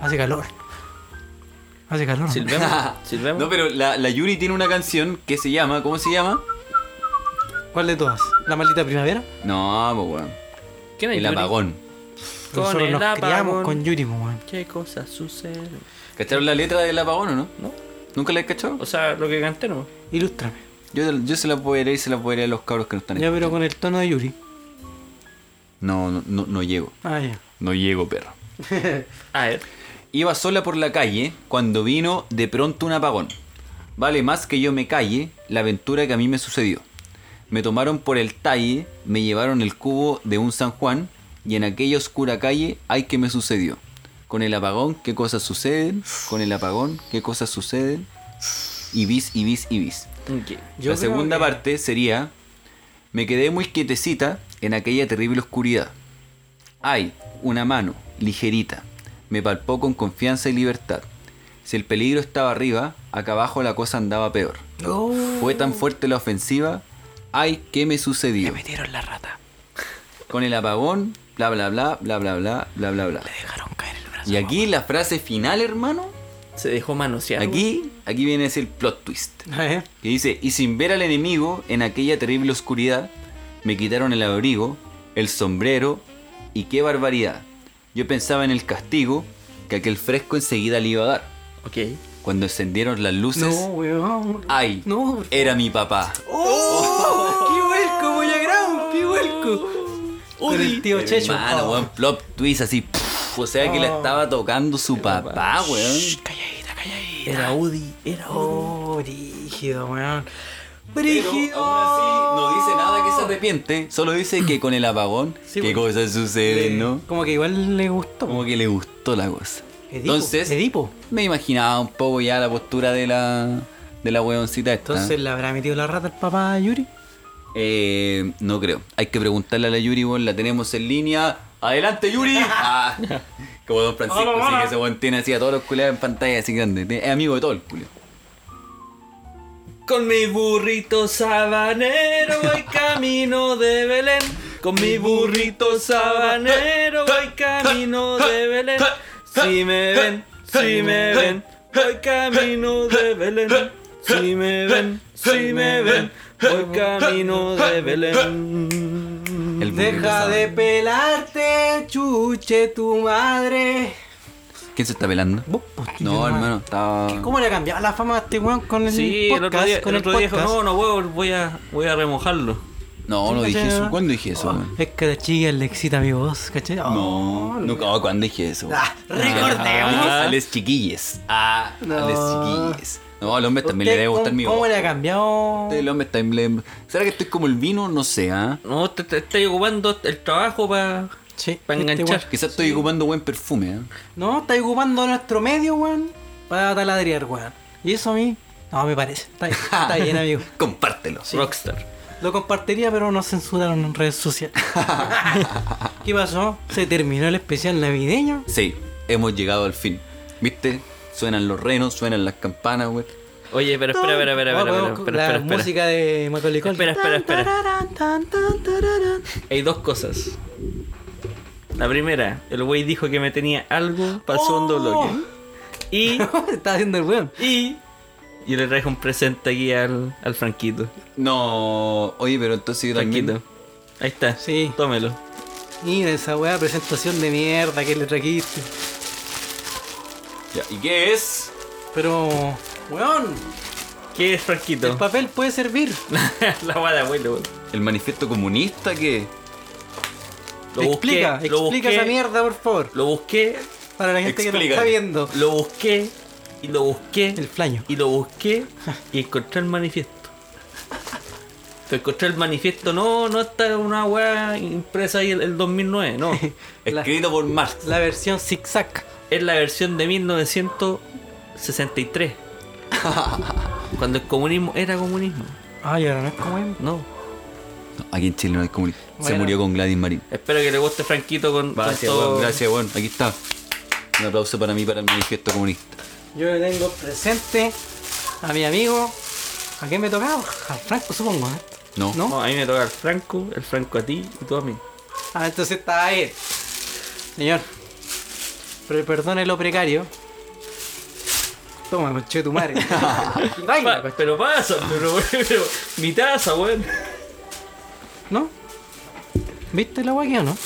B: Hace calor. Hace calor. ¿no?
D: Silbemos, silbemos.
C: No, pero la, la Yuri tiene una canción que se llama, ¿cómo se llama?
B: ¿Cuál de todas? ¿La maldita primavera?
C: No, pues weón.
D: ¿Quién es
C: El
D: Yuri?
C: apagón.
D: Con
B: Nosotros
D: el
B: nos criamos
D: apagón.
B: con Yuri, po, weón.
D: ¿Qué cosas suceden?
C: ¿Cacharon la letra del apagón o no?
D: ¿No?
C: ¿Nunca la he cachado?
D: O sea, lo que canté no.
B: Ilústrame.
C: Yo, yo se la puedo leer y se la puedo leer a los cabros que no están
B: Ya, pero con el tono de Yuri.
C: No, no, no, no llego.
B: Ah, ya.
C: No llego, perro.
D: A ver.
C: Iba sola por la calle cuando vino de pronto un apagón. Vale más que yo me calle la aventura que a mí me sucedió. Me tomaron por el talle, me llevaron el cubo de un San Juan y en aquella oscura calle hay que me sucedió. Con el apagón, qué cosas suceden, con el apagón, qué cosas suceden, y bis, y bis, y bis.
D: ¿qué?
B: Yo creo
C: la segunda
B: que-
C: parte sería, me quedé muy quietecita en aquella terrible oscuridad. Ay, una mano, ligerita, me palpó con confianza y libertad. Si el peligro estaba arriba, acá abajo la cosa andaba peor.
B: Oh.
C: Fue tan fuerte la ofensiva, ay, ¿qué me sucedió?
B: Metieron la rata.
C: Con el apagón, bla, bla, bla, bla, bla, bla, bla, bla, bla.
B: Dejaron caer el brazo.
C: Y aquí la frase final, hermano,
D: Se dejó manosear.
C: aquí, aquí viene a ser el plot twist.
B: A ver.
C: que dice, y sin ver al enemigo en aquella terrible oscuridad, Me quitaron el abrigo, el sombrero y qué barbaridad. Yo pensaba en el castigo que aquel fresco enseguida le iba a dar.
D: Ok.
C: Cuando encendieron las
B: No,
C: luces,
B: weón.
C: ¡ay!
B: No.
C: Era mi papá.
B: ¡Oh! ¡Qué vuelco, Boyagrán! ¡Qué vuelco! Con el tío Checho.
C: Hermano,
B: Oh.
C: weón, plop twist así. pff, o sea que
B: Ah.
C: le estaba tocando su papá, weón.
B: Calladita, calladita.
D: Era Udi, era Udi.
B: Oh, rígido, weón.
C: Pero aún así
B: ¡Brígido!
C: no dice nada que se arrepiente, solo dice que con el apagón,
B: Sí,
C: qué
B: pues.
C: cosas suceden, Eh, ¿no?
B: Como que igual le gustó.
C: Como que le gustó la cosa.
B: Edipo,
C: Entonces,
B: Edipo.
C: me imaginaba un poco ya la postura de la de la weoncita esta.
B: Entonces, ¿le habrá metido la rata al papá a Yuri?
C: Eh, no creo. Hay que preguntarle a la Yuri, weón, la tenemos en línea. ¡Adelante, Yuri! Ah, como Don Francisco, así que ese weón tiene así a todos los culiados en pantalla así grande. Es amigo de todo el culio.
D: Con mi burrito sabanero voy camino de Belén. Con mi burrito sabanero voy camino de Belén. Si me ven, si me ven, voy camino de Belén. Si me ven, si me ven, voy camino de Belén.
C: El burrito
B: Mm, Deja
C: sabe.
B: de pelarte, chuche tu madre.
C: ¿Quién se está pelando?
B: Vos, pues, chuche tu
C: No,
B: madre.
C: hermano, estaba.
B: ¿Cómo le ha cambiado la fama a este weón con el
D: Sí,
B: podcast?
D: el otro día,
B: con
D: el otro día dijo,
B: podcast?
D: no, no huevo, voy a, voy a remojarlo.
C: No, no
B: ¿Sí,
C: dije
B: cachai,
C: eso.
B: no?
C: ¿Cuándo dije eso, weón?
B: Es que a la chica le excita mi voz, ¿cachai? Oh.
C: No, nunca, oh, cuando dije eso.
B: Ah, recordemos.
C: Ah, a les chiquilles. Ah,
B: No.
C: a les chiquilles. No, al hombre también le
B: Oh, ¿Usted
C: debe gustar
B: cómo-
C: mi
B: ¿Cómo
C: voz.
B: le ha cambiado?
C: Este El hombre también le... ¿Será que estoy como el vino? No sé, ¿ah?
D: No, te, te estoy ocupando el trabajo para
B: Sí,
D: Para
B: este
D: enganchar.
B: weón.
C: Quizás estoy ocupando buen perfume, ¿ah?
B: No, está ocupando nuestro medio, weón, para taladrear, weón. Y eso a mí, no me parece. Está, bien, está bien, amigo.
C: Compártelo.
D: Rockstar.
B: Lo compartiría, pero nos censuraron en redes sociales. ¿Qué pasó? Se terminó el especial navideño.
C: Sí, hemos llegado al fin. ¿Viste? Suenan los renos, suenan las campanas, güey.
D: Oye, pero espera, espera, espera,
B: Ah,
D: espera,
B: weón,
D: espera, espera,
B: la
D: espera, espera.
B: música de Macaulay Culkin.
D: Espera, espera, espera.
B: Tan, tararán, tan, tararán.
D: Hay dos cosas. La primera, el güey dijo que me tenía algo para el segundo
B: Oh.
D: bloque. Y,
B: Está haciendo el weón.
D: y, yo le traje un presente aquí al, al Franquito.
C: No, oye, pero entonces yo también...
D: Franquito. Ahí está.
B: Sí.
D: Tómelo.
B: Mira esa weá presentación de mierda que le trajiste.
C: Ya, ¿Y qué es?
B: Pero, weón,
D: ¿Qué es
B: el
D: Franquito?
B: papel puede servir.
D: La guada de abuelo. güey.
C: ¿El manifiesto comunista que
D: Lo busqué,
B: explica,
D: lo
B: explica
D: busqué,
B: esa mierda, por favor.
D: Lo busqué,
B: Para la gente que
C: Explícale.
B: lo está viendo.
D: lo busqué, y lo busqué.
B: El flaño.
D: Y lo busqué y encontré el manifiesto. Pero encontré el manifiesto, no, no está una weá impresa ahí el, el 2009, no.
B: La-
C: escrito por Marx?
B: La versión zigzag.
D: Es la versión de 1963. Cuando el comunismo era comunismo.
B: Ay, ahora no es como él.
D: No.
C: No, aquí en Chile no hay comunismo. Se
B: Bueno.
C: murió con Gladys Marín.
D: Espero que le guste Franquito con, con
C: Gracias,
D: todo-
C: weón, gracias, weón. Aquí está. Un aplauso para mí, para el manifiesto comunista.
B: Yo le tengo presente a mi amigo. ¿A quién me tocaba? Al Franco, supongo, ¿eh?
C: No.
B: ¿No?
D: No, a mí me toca el Franco, el Franco a ti y tú a mí.
B: Ah, entonces está ahí. Señor. Pero perdone lo precario. Toma, conche tu madre. Y
D: Pa-
B: Baila, pues,
D: pero pasa, pero, pero mi taza, weón.
B: ¿no? ¿Viste la guaquia o no?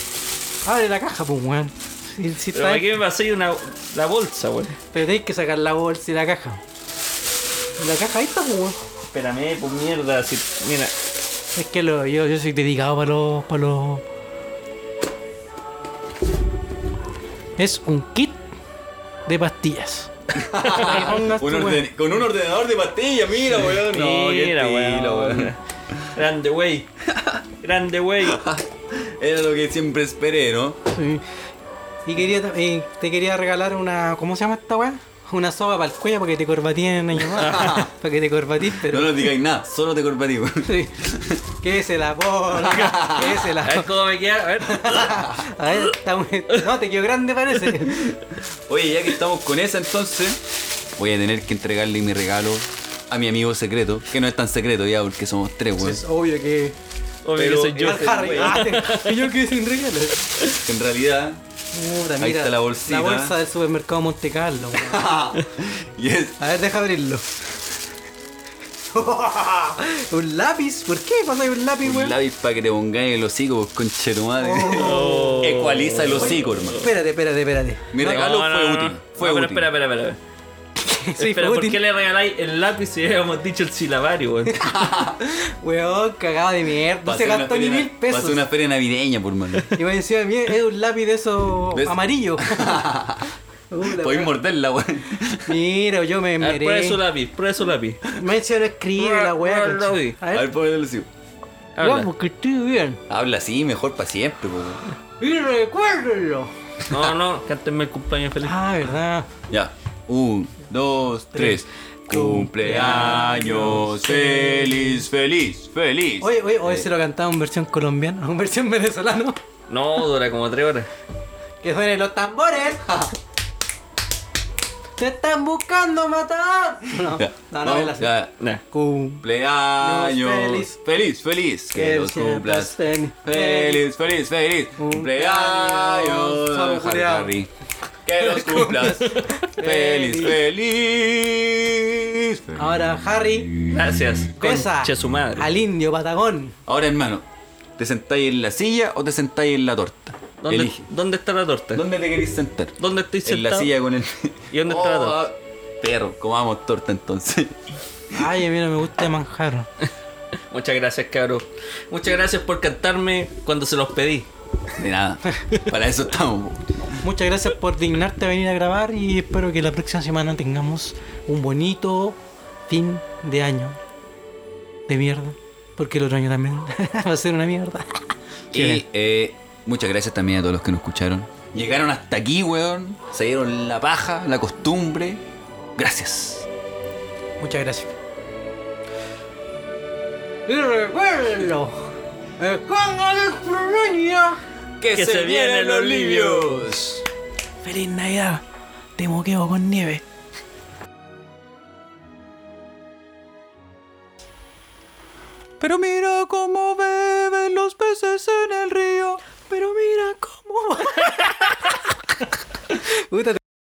B: Abre la caja, pues, weón. Si, si
D: Pero
B: está-
D: ¿para qué me pasé una la bolsa, weón?
B: Pero tenéis que sacar la bolsa y la caja. La caja ahí está, pues, weón.
D: Espérame, pues mierda, si, mira,
B: Es que lo- yo, yo soy dedicado para los, para los. Es un kit de pastillas. Pongas
C: Un
B: tu
C: orden-
B: weón.
C: con un ordenador de pastillas, mira, weón. No, qué
D: Mira,
C: estilo,
D: weón.
C: weón.
D: Grande, wey. Grande, wey.
C: Era lo que siempre esperé, ¿no?
B: Sí. Y quería, ta- y te quería regalar una. ¿Cómo se llama esta weá? Una soga para el cuello para que te corbatíen en año más. para que te corbatís, pero.
C: No nos digáis nada, solo te corbatí, weón.
B: Sí. Que se la ponga, que se la
D: A
C: ¿Eh?
D: ver
B: ponga.
D: cómo me queda, a ver.
B: A ver, está muy... No, te quedó grande parece.
C: Oye, ya que estamos con esa, entonces voy a tener que entregarle mi regalo a mi amigo secreto, que no es tan secreto ya, porque somos tres, weón.
B: Es obvio que.
D: Obvio
C: Pero-
D: que soy yo.
B: Al Harry.
D: wey.
B: Ah, te- yo quedé sin regalo.
C: En realidad,
B: Puta,
C: Ahí está la bolsita.
B: La bolsa del supermercado Monte Carlo. weón.
C: y es
B: A ver, deja abrirlo. un lápiz, ¿por qué pasáis un lápiz,
C: Un
B: weón?
C: lápiz para que te pongáis el hocico, pues, conche tu madre. Ecualiza el hocico, hermano.
B: Espérate, espérate, espérate.
C: Mi regalo fue útil. Fue
D: No, pero
C: útil.
D: espera, espera, espera.
B: Sí,
D: espera,
B: fue
D: ¿por
B: útil.
D: qué le regaláis el lápiz si habíamos dicho el silabario, weón?
B: Weón, cagado de mierda. No
C: Pasé
B: se
C: una
B: gastó ni
C: feria-
B: mil pesos.
C: Pasé una feria navideña, por mano.
B: Y me decía, mira, es un lápiz de esos
C: ¿Ves?
B: amarillo. Uh, la
C: Podéis
B: weá.
C: morderla, weón.
B: Mira, yo me
D: A ver, prueba su
B: merezco.
D: lápiz, prueba su lápiz. Ah,
B: Me decía, no escribe la weá.
D: Prueba el lápiz.
B: A
C: A
B: ver,
C: ver, ponle el hocico.
B: vamos,
D: Habla.
B: que estoy bien.
C: Habla así, mejor para siempre, po, weón.
B: Y recuérdenlo.
D: No, no, cántenme el cumpleaños feliz.
B: Ah, verdad.
C: Ya. Un, dos, tres. Cumpleaños feliz, feliz, feliz.
B: Oye, oye, hoy se lo cantaba en versión colombiana, en versión venezolana.
D: No, dura como tres horas.
B: Que suenen los tambores. Te están buscando matar. No,
C: Ya.
B: no, no,
C: Vamos,
B: me la sé.
C: ya.
D: Nah.
B: Cum-
C: Cumpleaños
B: Feliz.
C: feliz, feliz,
B: Que
C: que los
B: siempre
C: cumplas.
B: estén
C: Feliz, feliz, feliz.
B: Cumpleaños,
C: Cumpleaños, Harry,
B: Julián.
C: Harry. Que los cumplas. Feliz, feliz. feliz.
B: Ahora, Harry,
D: Gracias.
B: pesa
D: Concha su madre.
B: al indio patagón.
C: Ahora, hermano, ¿te sentáis en la silla o te sentáis en la torta?
D: ¿Dónde,
C: Elige.
D: ¿Dónde está la torta?
C: ¿Dónde te queréis sentar?
D: ¿Dónde estoy
C: En la
D: sentado?
C: silla con el.
D: ¿Y dónde está la torta?
C: ah, Perro, comamos torta entonces.
B: Ay, mira, me gusta manjar.
D: Muchas gracias, cabros. Muchas gracias por cantarme cuando se los pedí.
C: De nada. Para eso estamos. po.
B: Muchas gracias por dignarte a venir a grabar y espero que la próxima semana tengamos un bonito fin de año. De mierda. Porque el otro año también va a ser una mierda.
C: Y eh, muchas gracias también a todos los que nos escucharon. Llegaron hasta aquí, weón. Se dieron la paja, la costumbre. Gracias.
B: Muchas gracias. Y recuérdenlo. Esconga de Polonia.
C: Que,
D: se vienen los
C: libios.
B: Feliz Navidad. Te moqueo con nieve.
F: Pero mira cómo beben los peces en el río.
B: Pero mira cómo. Puta,